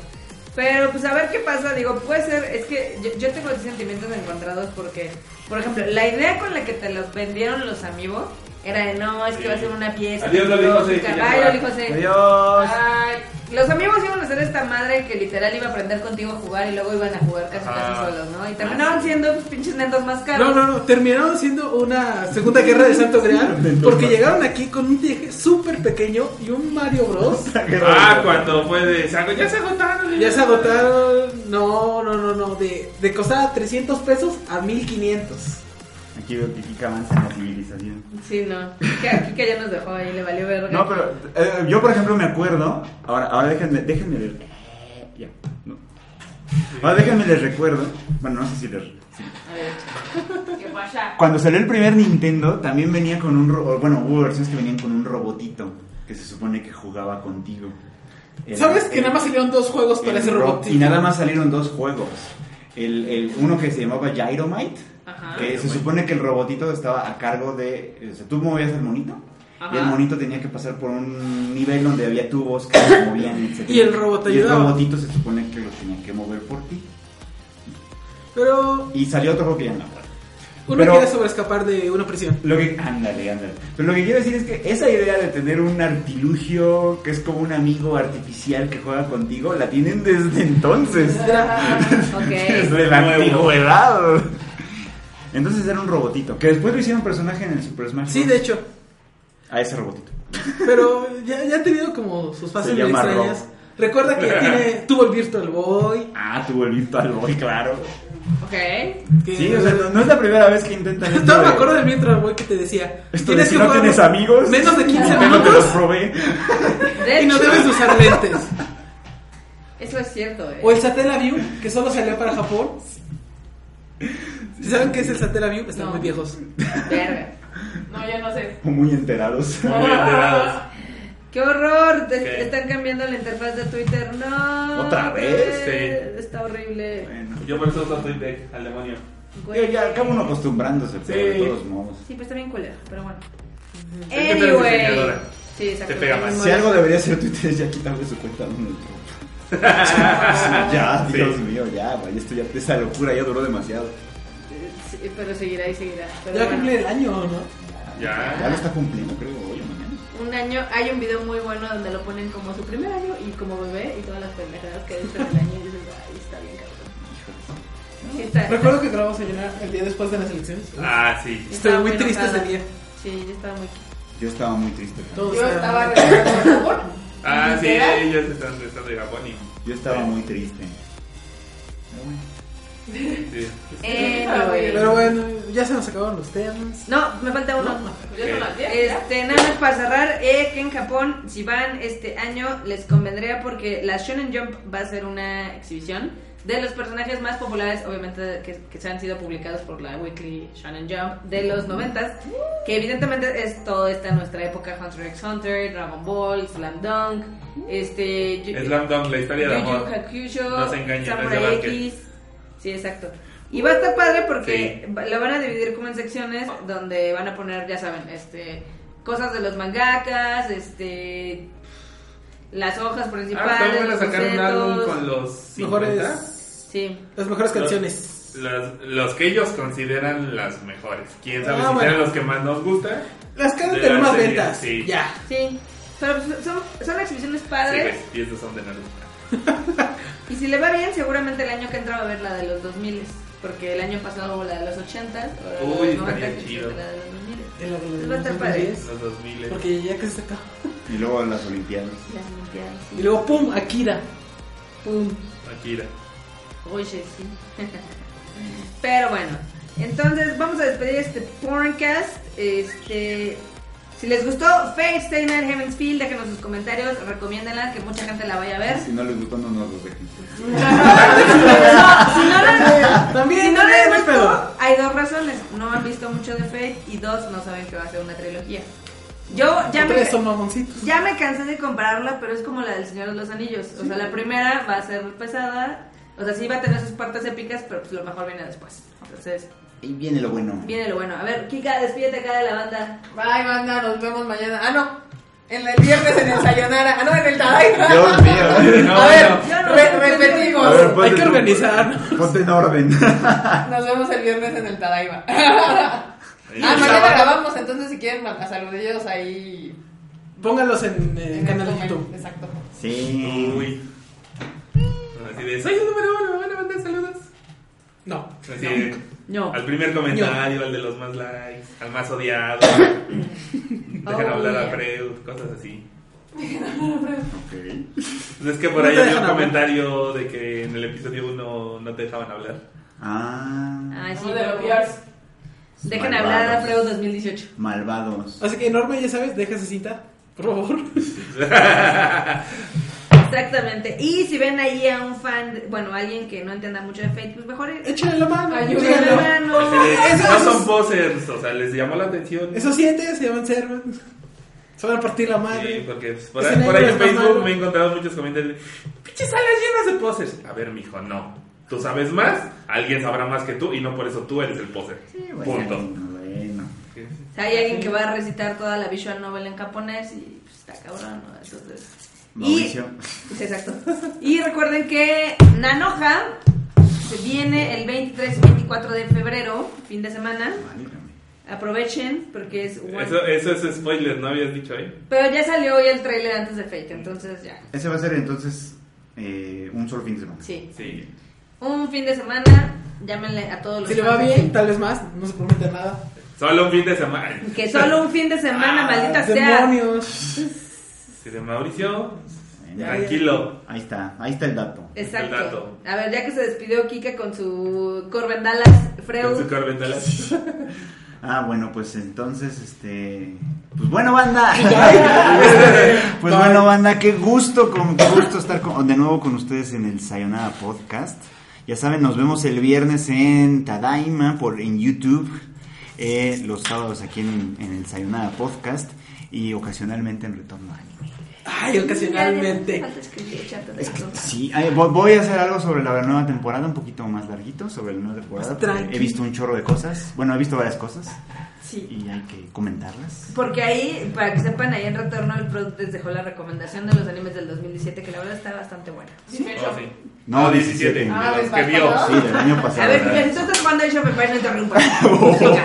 D: Pero pues a ver qué pasa, digo, puede ser, es que yo, yo tengo sentimientos encontrados porque, por ejemplo, la idea con la que te los vendieron los amigos era de no, es que
B: Sí.
D: va a ser una pieza.
B: Adiós, Loli José, que ya se
D: Bye,
B: va.
D: Loli José.
G: Adiós.
D: Ay, los amigos iban a hacer esta madre que literal iba a aprender contigo a jugar y luego iban a jugar casi
B: Ajá.
D: casi solos, ¿no? Y terminaban siendo pues, pinches netos más caros.
A: No, no, no. Terminaron siendo una segunda guerra de Santo Grial. Porque llegaron aquí con un viaje súper pequeño y un Mario Bros.
B: Ah, cuando fue de saco, ya se agotaron.
A: Ya se agotaron. No, no, no, no. De, de costar 300 pesos a 1500.
G: Aquí veo que Kika avanza en la civilización.
D: Sí, no. Que aquí que ya nos dejó ahí, le valió verga.
G: No, pero eh, yo, por ejemplo, me acuerdo. Ahora, ahora déjenme, déjenme ver. Ya, no. Ahora déjenme les recuerdo. Bueno, no sé si les. sí.
E: ¿Qué pasa?
G: Cuando salió el primer Nintendo, también venía con un. ro- Bueno, hubo versiones que venían con un robotito que se supone que jugaba contigo. El-
A: ¿Sabes que
G: el-
A: nada más salieron dos juegos para
G: el
A: ese
G: ro-
A: robot?
G: Y nada más salieron dos juegos. El, el- uno que se llamaba Gyromite,
A: Ah.
D: Ajá.
G: que se supone que el robotito estaba a cargo de... O sea, tú movías el monito y el
D: Ajá.
G: monito tenía que pasar por un nivel donde había tubos que se movían, etc.
A: Y el robot te
G: Y el
A: ayudaba.
G: robotito se supone que lo tenía que mover por ti.
A: Pero
G: Y salió otro juego que ya no me acuerdo.
A: uno
G: Pero-
A: quiere sobre escapar de una prisión.
G: Lo que, ándale, ándale. Pero lo que quiero decir es que esa idea de tener un artilugio que es como un amigo artificial que juega contigo, la tienen desde entonces.
D: Ok.
G: Desde la
B: Nuevo.
G: antigüedad. Entonces era un robotito. Que después lo hicieron personaje en el Super Smash.
A: Sí,
G: Bros.
A: de hecho.
G: A ese robotito.
A: Pero ya, ya ha tenido como sus fases
G: Se
A: medio
G: llama Rob.
A: extrañas. Recuerda que tiene, tuvo el Virtual Boy.
G: Ah, tuvo el Virtual Boy, claro.
D: Ok.
A: que-
G: Sí, o sea, no, no es la primera vez que intentan. esto
A: No me
G: de-
A: acuerdo del Virtual Boy que te decía.
G: Esto de si no
A: jugar
G: tienes amigos.
A: Menos de 15
G: Pero te los
A: minutos
G: probé.
D: De
A: y no
D: hecho,
A: debes usar lentes.
D: eso es cierto, eh.
A: O el Satellaview, que solo salió para Japón. Si saben qué es el Satellaview, están
D: No.
A: muy viejos.
D: Verga.
E: No, yo no sé.
G: Muy enterados.
B: Muy enterados.
D: ¡Qué horror! Te-
B: ¿Qué?
D: Están cambiando la interfaz de Twitter. No.
G: ¿Otra vez?
B: Sí.
D: Está horrible.
G: Bueno,
B: Este, Yo por eso uso Twitter al demonio.
G: digo, ya acaba uno acostumbrándose, pero de
B: Sí.
G: todos modos.
D: Sí, pero está bien culera, pero bueno.
B: Es que tú eres
D: Anyway.
B: diseñadora.
D: Sí, exacto.
B: Te pega
D: Muy
B: más.
G: Si
D: molesto.
G: algo debería ser Twitter es ya quitarle su cuenta a uno y todo. ya,
B: Sí.
G: Dios mío, ya, vaya, esto ya, esa locura ya duró demasiado.
F: Sí, pero seguirá y seguirá. Pero
A: Ya
F: bueno.
A: cumple el año, ¿no?
B: Ya.
G: Ya lo está cumpliendo, creo, hoy o mañana.
F: Un año, hay un video muy bueno donde lo ponen como su primer año y como bebé y todas las pendejadas que dentro del año y dices, ay, está bien cabrón. Sí, está,
A: Recuerdo que grabamos el día- el día después de las elecciones.
B: Ah, sí.
A: Estoy muy
F: muy
A: triste ese
F: enojada.
A: día.
F: sí, yo estaba muy...
G: Yo estaba muy triste.
A: Todo
F: Yo
A: se-
F: estaba regresando a Japón.
B: Ah, sí,
F: ¿Literal?
B: ellos están regresando de Japón y.
G: Yo estaba muy triste. Pero bueno.
B: sí.
D: Anyway.
A: Pero bueno, ya se nos acabaron los temas.
D: Eh, No, me falta uno.
F: Ya son las 10, ya.
D: Este, nada más para cerrar, eh, que en Japón, si van este año, les convendría porque la Shonen Jump va a ser una exhibición de los personajes más populares, obviamente, que, que se han sido publicados por la Weekly Shonen Jump de los noventas, que evidentemente es todo esta nuestra época, Hunter x Hunter, Dragon Ball, Slam Dunk, este... Yu-
B: Slam Dunk, la historia de
D: Yu Yu
B: amor.
D: Hakusho,
B: No se engañen, es
D: Samurai
B: de básquet.
D: X. Sí, exacto. Y va a estar padre porque va- lo van a dividir como en secciones donde van a poner, ya saben, este cosas de los mangakas, este las hojas
B: Ah,
D: principales,
B: ¿cómo van a
D: los
B: sacar un
D: bocetos.
B: álbum con los 50?
A: Mejores,
D: Sí.
A: las mejores canciones.
B: Las- los que ellos consideran las mejores. Quién sabe
A: Ah,
B: si
A: bueno.
B: sean los que más nos gustan.
A: Las que han de
B: De
A: tener
B: la
A: más
B: serie,
A: ventas.
B: sí.
A: Ya.
D: Sí. Pero pues, son, son exhibiciones
B: Sí,
D: padres.
B: güey, y estos son de Naruto.
D: Y si le va bien, seguramente el año que entra va a ver la de los 2000 porque el año pasado hubo la de los 80s. ahora la de
B: Uy,
D: los
B: estaría
D: 90s,
B: chido.
D: la de los 2000s.
A: En la de
D: Entonces
A: los
D: va a estar
A: 2010,
D: padre.
B: Los 2000.
A: Porque ya que se acaba.
G: Y luego las Olimpiadas.
D: Las Olimpiadas, sí.
A: Y luego, ¡pum! Akira.
D: Pum.
B: Akira.
A: Ah,
D: Oye, sí. Pero bueno, entonces vamos a despedir este porncast. Este, si les gustó Fate Stay Night Heaven's Field, déjenos sus comentarios, recomiéndenla, que mucha gente la vaya a ver.
G: Si no les gustó, no nos los dejen.
D: Si no la-
A: También,
D: si
A: también,
D: no les
A: no hay
D: gustó,
A: pedo.
D: hay dos razones. No han visto mucho de Fate y dos, no saben que va a ser una trilogía. Yo ya me,
A: Ustedes son mamoncitos.
D: ya me cansé de compararla, pero es como la del Señor de los Anillos. O sea, la primera va a ser pesada. O sea, sí va a tener sus partes épicas, pero pues lo mejor viene después. Entonces,
G: Y viene lo bueno.
D: Viene lo bueno. A ver, Kika, despídete acá de la banda.
F: Bye, banda, nos vemos mañana. Ah, no, en el viernes en el Sayonara. Ah, no, en el Tadaima.
G: Dios mío.
B: No,
F: a ver,
B: no.
D: Yo no
F: re-
D: sé,
F: repetimos.
D: yo
G: A ver,
A: Hay que
G: ponte tú. eh,
A: organizarnos.
G: Ponte en orden.
F: Nos vemos el viernes en el Tadaima. ah,
B: Y el
F: mañana
B: sábado-
F: grabamos, entonces si quieren, manda saludillos ahí.
A: Póngalos en, eh,
F: el
A: canal de
F: comen.
A: YouTube.
F: Exacto.
G: Sí.
B: Uy. Así de, soy el número uno, van a mandar saludos.
A: No.
B: Así de,
D: No.
B: al primer comentario, al de los más likes, al más odiado. Dejan
D: Oh,
B: hablar
D: yeah.
B: a Freud, cosas así.
G: Ok.
B: Pues es que por
A: No
B: ahí
A: te
B: había un
A: dejan hablar.
B: comentario de que en el episodio 1 no te dejaban hablar.
G: Ah.
D: Ay, sí,
F: Uno de los
D: no.
F: viewers.
D: Dejen
G: Malvados.
D: hablar a Freud 2018.
G: Malvados.
A: Así que, enorme, ya sabes, deja esa cinta. Por favor.
D: Exactamente. Y si ven ahí a un fan, de- bueno, alguien que no entienda mucho de Fate, pues mejor
A: Échenle la mano.
F: Ayúdenlo.
D: échenle
A: díganlo.
D: la mano.
B: Así de,
A: Eso-
B: no
A: eso-
B: son posers, o sea, les llamó la atención.
A: Esos siete se llaman Servan. Se van a partir la madre.
B: Sí, porque pues, por,
A: Ese
B: ahí, por
A: negro
B: ahí
A: es
B: en
A: más
B: Facebook
A: malo.
B: me he encontrado muchos comentarios de pinches salas llenas de posers. A ver, mijo, no. Tú sabes más, alguien sabrá más que tú y no por eso tú eres el poser.
G: Sí, bueno.
B: Punto.
G: Bueno.
D: O sea, hay alguien que va a recitar toda la visual novel en japonés y pues, está cabrón, ¿no? Entonces.
G: Mauricio. Ah,
D: Y, exacto. Y recuerden que Nanoja se viene el 23 y 24 de febrero, fin de semana.
G: Válgame.
D: Aprovechen porque es one-
B: Eso, eso es spoiler, no habías dicho eh? ahí.
D: Pero ya salió hoy el trailer antes de Fate, entonces ya.
G: Ese va a ser entonces eh, un solo fin de semana.
D: Sí.
B: Sí.
D: Un fin de semana, llámenle a
G: pues.
D: todos los.
A: Si le va
D: fans de
A: bien, tal vez más. No se promete nada.
B: Solo un fin de semana.
D: Fate. Que solo un fin de semana,
A: Ah,
D: maldita sea.
A: demonios.
B: Sí, de Mauricio,
G: Bueno,
A: Ya.
B: tranquilo.
G: Ahí está, ahí está el dato.
B: El
D: Exacto.
B: dato.
D: A ver, ya que se despidió Kika con su Corben Dallas
B: Con su
D: Freud.
B: carventala.
G: Ah, bueno, pues entonces, este. Pues bueno, banda. pues bueno, banda, qué gusto, con, qué gusto estar con- de nuevo con ustedes en el Sayonara Podcast. Ya saben, nos vemos el viernes en Tadaima por en YouTube, eh, los sábados aquí en, en el Sayonara Podcast y ocasionalmente en Retorno a Anime.
A: Ay, ocasionalmente.
D: Falta escribir, chato de
G: Es que
D: cosas.
G: sí, ay, vo- voy a hacer algo sobre la nueva temporada, un poquito más larguito sobre la nueva temporada.
A: Más
G: porque
A: tranqui.
G: He visto un chorro de cosas. Bueno, he visto varias cosas
D: Sí.
G: y hay que comentarlas.
D: Porque ahí, para que sepan, ahí en retorno el Prod les dejó la recomendación de los animes del 2017, que la verdad está bastante buena.
B: Oh, sí.
G: No,
B: No,
G: 17.
B: 17.
F: Ah,
B: de los
F: ¿me
B: que vio.
F: faltaba?
G: Sí, del año pasado.
D: A ver,
G: ¿verdad?
D: mientras tú estás jugando Age of Empires, no interrumpas.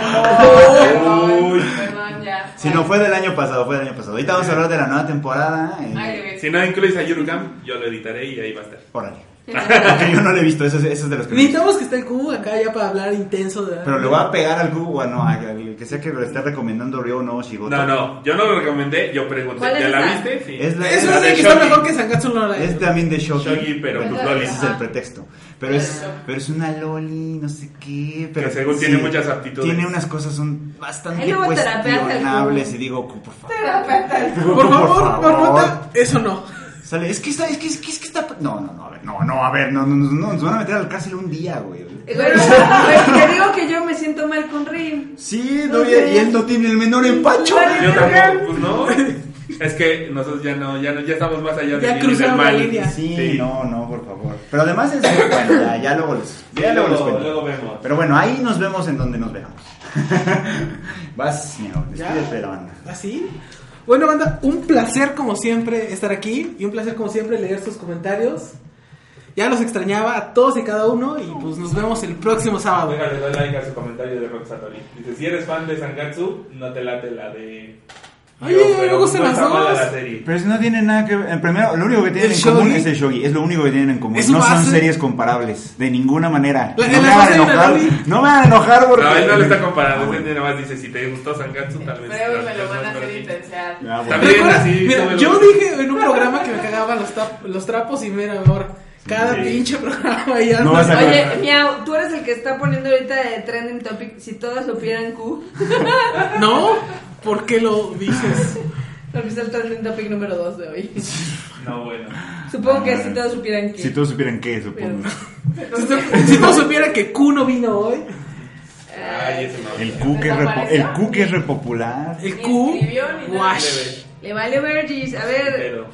B: Oh,
F: Perdón, perdón, ya.
G: Si no, fue del año pasado, fue del año pasado. Ahorita vamos a hablar de la nueva temporada. eh,
F: Ay, bebé.
B: Si no incluís a Yurugam, yo lo editaré y ahí va a estar.
G: Órale. Porque yo no lo he visto, eso es, eso es de los que no he visto.
A: Necesitamos que esté el cubo acá ya para hablar intenso. De...
G: Pero le voy a pegar al cubo, no, al que sea que lo esté recomendando Ryo no Shigoto.
B: No, no, yo no lo recomendé, yo pregunté.
D: ¿Cuál es
B: ¿Ya la
D: esa?
B: viste? Sí.
G: Es la-
A: Es
G: la
A: una
G: de
A: serie que está
B: Shogi.
A: mejor que Sangatsu no Live.
G: Es también de Shogi.
B: Shogi, pero pues
G: Ese
B: con
F: Ajá.
B: lolis.
G: es el pretexto. Pero es, pero es una loli, no sé qué. Pero
B: Que según tiene muchas aptitudes.
G: Tiene unas cosas son
D: Él
G: bastante
D: luego terapeuta del
G: cuestionables.
D: cubo.
G: Y digo, "Cu, por favor. Cu,
A: Por
G: Este, por
A: favor,
G: favor".
A: Marmota, eso no.
G: Sale, es que está, es que, es que, es que está. No, no, no, a ver, no, no, a ver, no, no, no, no, nos van a meter al cárcel un día, güey.
D: Eh, Bueno, pues, te digo que yo me siento mal con Rim.
G: Sí, no, y, y él no tiene el menor empacho.
D: Vale.
B: Yo tampoco, pues no. Es que nosotros ya no, ya no, ya estamos más
A: Ya
B: allá del bien y del
A: cruzamos la
B: mal.
A: línea.
G: Sí, no, no, por favor. Pero además es bueno, ya, ya luego les, ya luego les
B: luego,
G: cuento.
B: luego vemos.
G: Pero bueno, ahí nos vemos en donde nos veamos. Vas, mi amor, despídete de la banda.
A: ¿Así? ¿Ah, Bueno, banda, un placer como siempre estar aquí y un placer como siempre leer sus comentarios. Ya los extrañaba a todos y cada uno y pues nos vemos el próximo sábado.
B: Venga, le doy like a su comentario de Roxatori. Dice, si eres fan de Sangatsu, no te late la de...
A: Oye,
B: Yo,
A: me
B: pero
A: gustan
B: no
A: las
B: está mala
A: dos.
B: la serie.
G: Pero si no tienen nada que ver. eh, Primero, lo único que tienen
A: ¿El
G: en común
A: shogi?
G: es el shogi. Es lo único que tienen en común.
A: ¿Es
G: No son
A: base?
G: series comparables. De ninguna manera.
A: La-
G: no
A: la
G: me van a
A: base de la
G: enojar.
A: loli.
G: No me van a enojar porque.
B: No, él no le está comparando,
G: Ah,
B: él nada
G: bueno.
B: más dice, si te gustó Sangatsu, tal vez...
F: Pero me
B: las
F: lo
B: otras
F: van a
B: no,
F: hacer
B: pero sí.
F: intensiar.
G: Ah, bueno.
B: También
A: ¿Recuerdas?
B: así,
A: Mira,
B: súbelo.
A: yo dije en un programa que me cagaban los, tap- los trapos y mira, ahora cada
G: Sí.
A: pinche programa ya
G: No vas a-
D: Oye, Miau, tú eres el que está poniendo ahorita de trending topic. Si todos supieran Q,
A: No, ¿por qué lo dices?
D: porque es el trending topic número 2 de hoy.
B: No, bueno.
D: Supongo que si todos supieran que.
G: Ah. Si todos supieran qué, supongo.
A: Si tú- Si no supiera que Q no vino hoy, Eh,
B: Ay, ese no.
G: El Q que es, repo- el Q que es repopular.
A: el
F: Ni
A: Q,
F: escribió ni nada.
A: wash.
B: Leve,
D: Le vale Vergis. A ver,
B: Pero,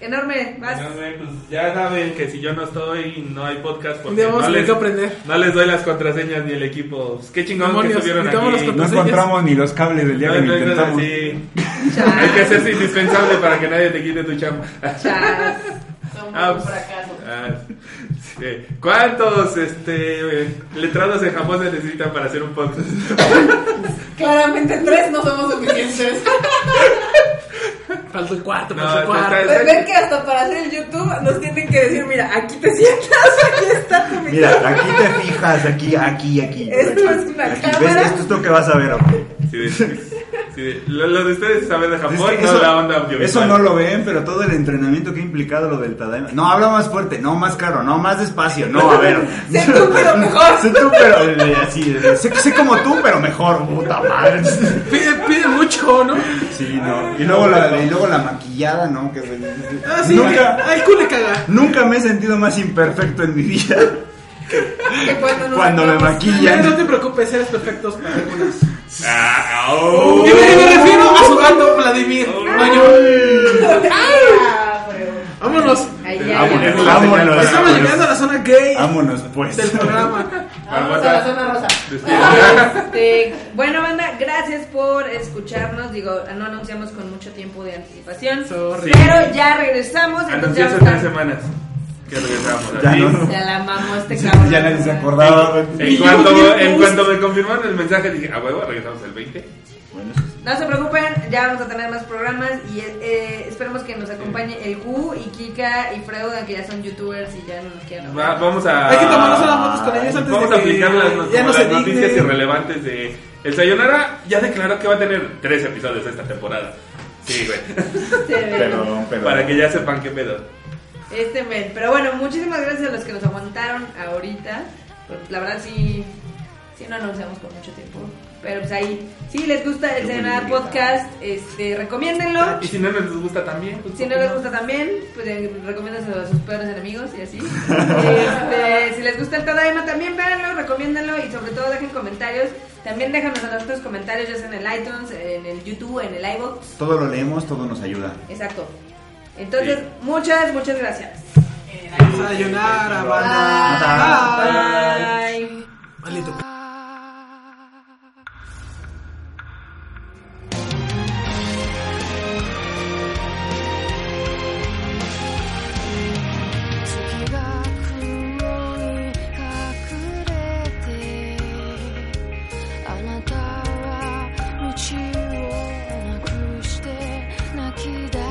D: enorme, vas.
B: no, no, pues, ya saben que si yo no estoy, no hay podcast
A: Un
B: porque
A: día vamos
B: no
A: a tener
B: les,
A: que aprender.
B: no les doy las contraseñas ni el equipo. Pues, Qué chingón que
A: Demonios,
B: estuvieron aquí.
A: necesitamos las
G: No
A: Entonces,
G: encontramos ni los cables del día
B: pues, No,
G: que lo
B: no, no,
G: intentamos.
B: sí. Hay que hacerse indispensable para que nadie te quite tu chamba.
D: Chas.
F: Somos
B: Ah,
F: un
B: pues,
F: fracaso.
B: ah, sí. ¿Cuántos este, eh, letrados en Japón se necesitan para hacer un podcast?
F: Claramente tres no somos suficientes.
A: Faltó el cuarto,
B: No,
A: faltó el
B: no,
A: cuarto.
B: está-
D: Pues ven que hasta para hacer el YouTube nos tienen que decir, mira, aquí te sientas, aquí está tu
G: Mira,
D: micrófono.
G: aquí te fijas, aquí, aquí, aquí.
D: Esto
G: aquí,
D: es una
G: aquí.
D: cámara.
G: ¿Ves? Esto es lo que vas a ver, ok.
B: Sí, de- sí, de- lo, lo de ustedes es saber de
G: Es
B: Japón,
G: que
B: no la onda audiovisual.
G: eso no lo ven, pero todo el entrenamiento que ha implicado lo del Tadaima. No, habla más fuerte, no, más caro, no, más despacio, no, a ver.
D: Sé tú, pero mejor.
G: Sé tú, pero eh, así, eh, sé, sé como tú, pero mejor, puta madre.
A: Pide, pide mucho, ¿no?
G: Sí, no. Y luego la, y luego la maquillada, ¿no? Que se-
A: Ah, sí,
G: nunca,
A: al Q le caga.
G: nunca me he sentido más imperfecto en mi vida
F: Que cuando nos
G: cuando me
F: sentamos-
A: Mira, no te
G: maquillan.
A: preocupes, eres perfecto para algunas.
B: Ah, ah, oh.
A: Y me, y me refiero a su gato, Vladimir. Maño.
F: Ah, pero-
A: Vámonos.
D: Ay,
B: Vámonos.
D: ya.
G: Vámonos,
A: Estamos
G: vámonos,
A: llegando a la zona gay
G: vámonos, pues.
A: del programa.
F: Vamos a la zona rosa.
B: Despídete.
D: Este, bueno, banda, gracias por escucharnos. Digo, no anunciamos con mucho tiempo de anticipación.
A: Sorry.
D: Pero ya
G: Ah,
D: regresamos.
B: Anuncié hace
D: Entonces,
B: tres semanas que regresamos.
G: Ya
B: Así.
G: no.
D: ya la amamos este cabrón.
G: Ya nadie se acordaba.
B: En,
A: Y yo
B: cuanto,
A: vi el
B: en
A: post.
B: cuanto me confirmaron el mensaje, dije, a huevo, regresamos el 20.
G: Bueno,
D: No se preocupen, ya vamos a tener más programas y eh, esperemos que nos acompañe el Q y Kika y Freuda, que ya son youtubers y ya no nos quieran.
B: Va- vamos a.
A: Hay que tomarnos unas fotos con ellos antes
B: Vamos
A: de
B: a
A: que
B: aplicar las,
A: ya
B: como
A: no
B: las
A: se
B: noticias
A: dignen.
B: irrelevantes de. El Sayonara ya declaró que va a tener tres episodios esta temporada. Sí, güey.
G: Pero, pero.
B: Para que ya sepan qué pedo.
D: Este mes. Pero bueno, muchísimas gracias a los que nos aguantaron ahorita. Pues, la verdad sí, sí no anunciamos con mucho tiempo. Pero pues ahí, si les gusta el
G: Qué
D: Senada
G: bonita.
D: Podcast, este, recomiéndenlo.
B: Y si no les gusta también. pues,
D: Si no
B: ¿por qué
D: les gusta también, pues eh, recomiéndenselo a sus peores enemigos y así. Este, si les gusta el Tadaima, también véanlo, recomiéndenlo y sobre todo dejen comentarios. También déjanos a nosotros comentarios, ya sea en el iTunes, en el YouTube, en el iVoox.
G: Todo lo leemos, todo nos ayuda.
D: Exacto. Entonces,
B: Sí.
D: muchas, muchas gracias.
A: Sayonara, banda. Bye.
D: Bye.
A: Maldito.
K: 「月が黒い隠れて」「あなたは道をなくして泣き出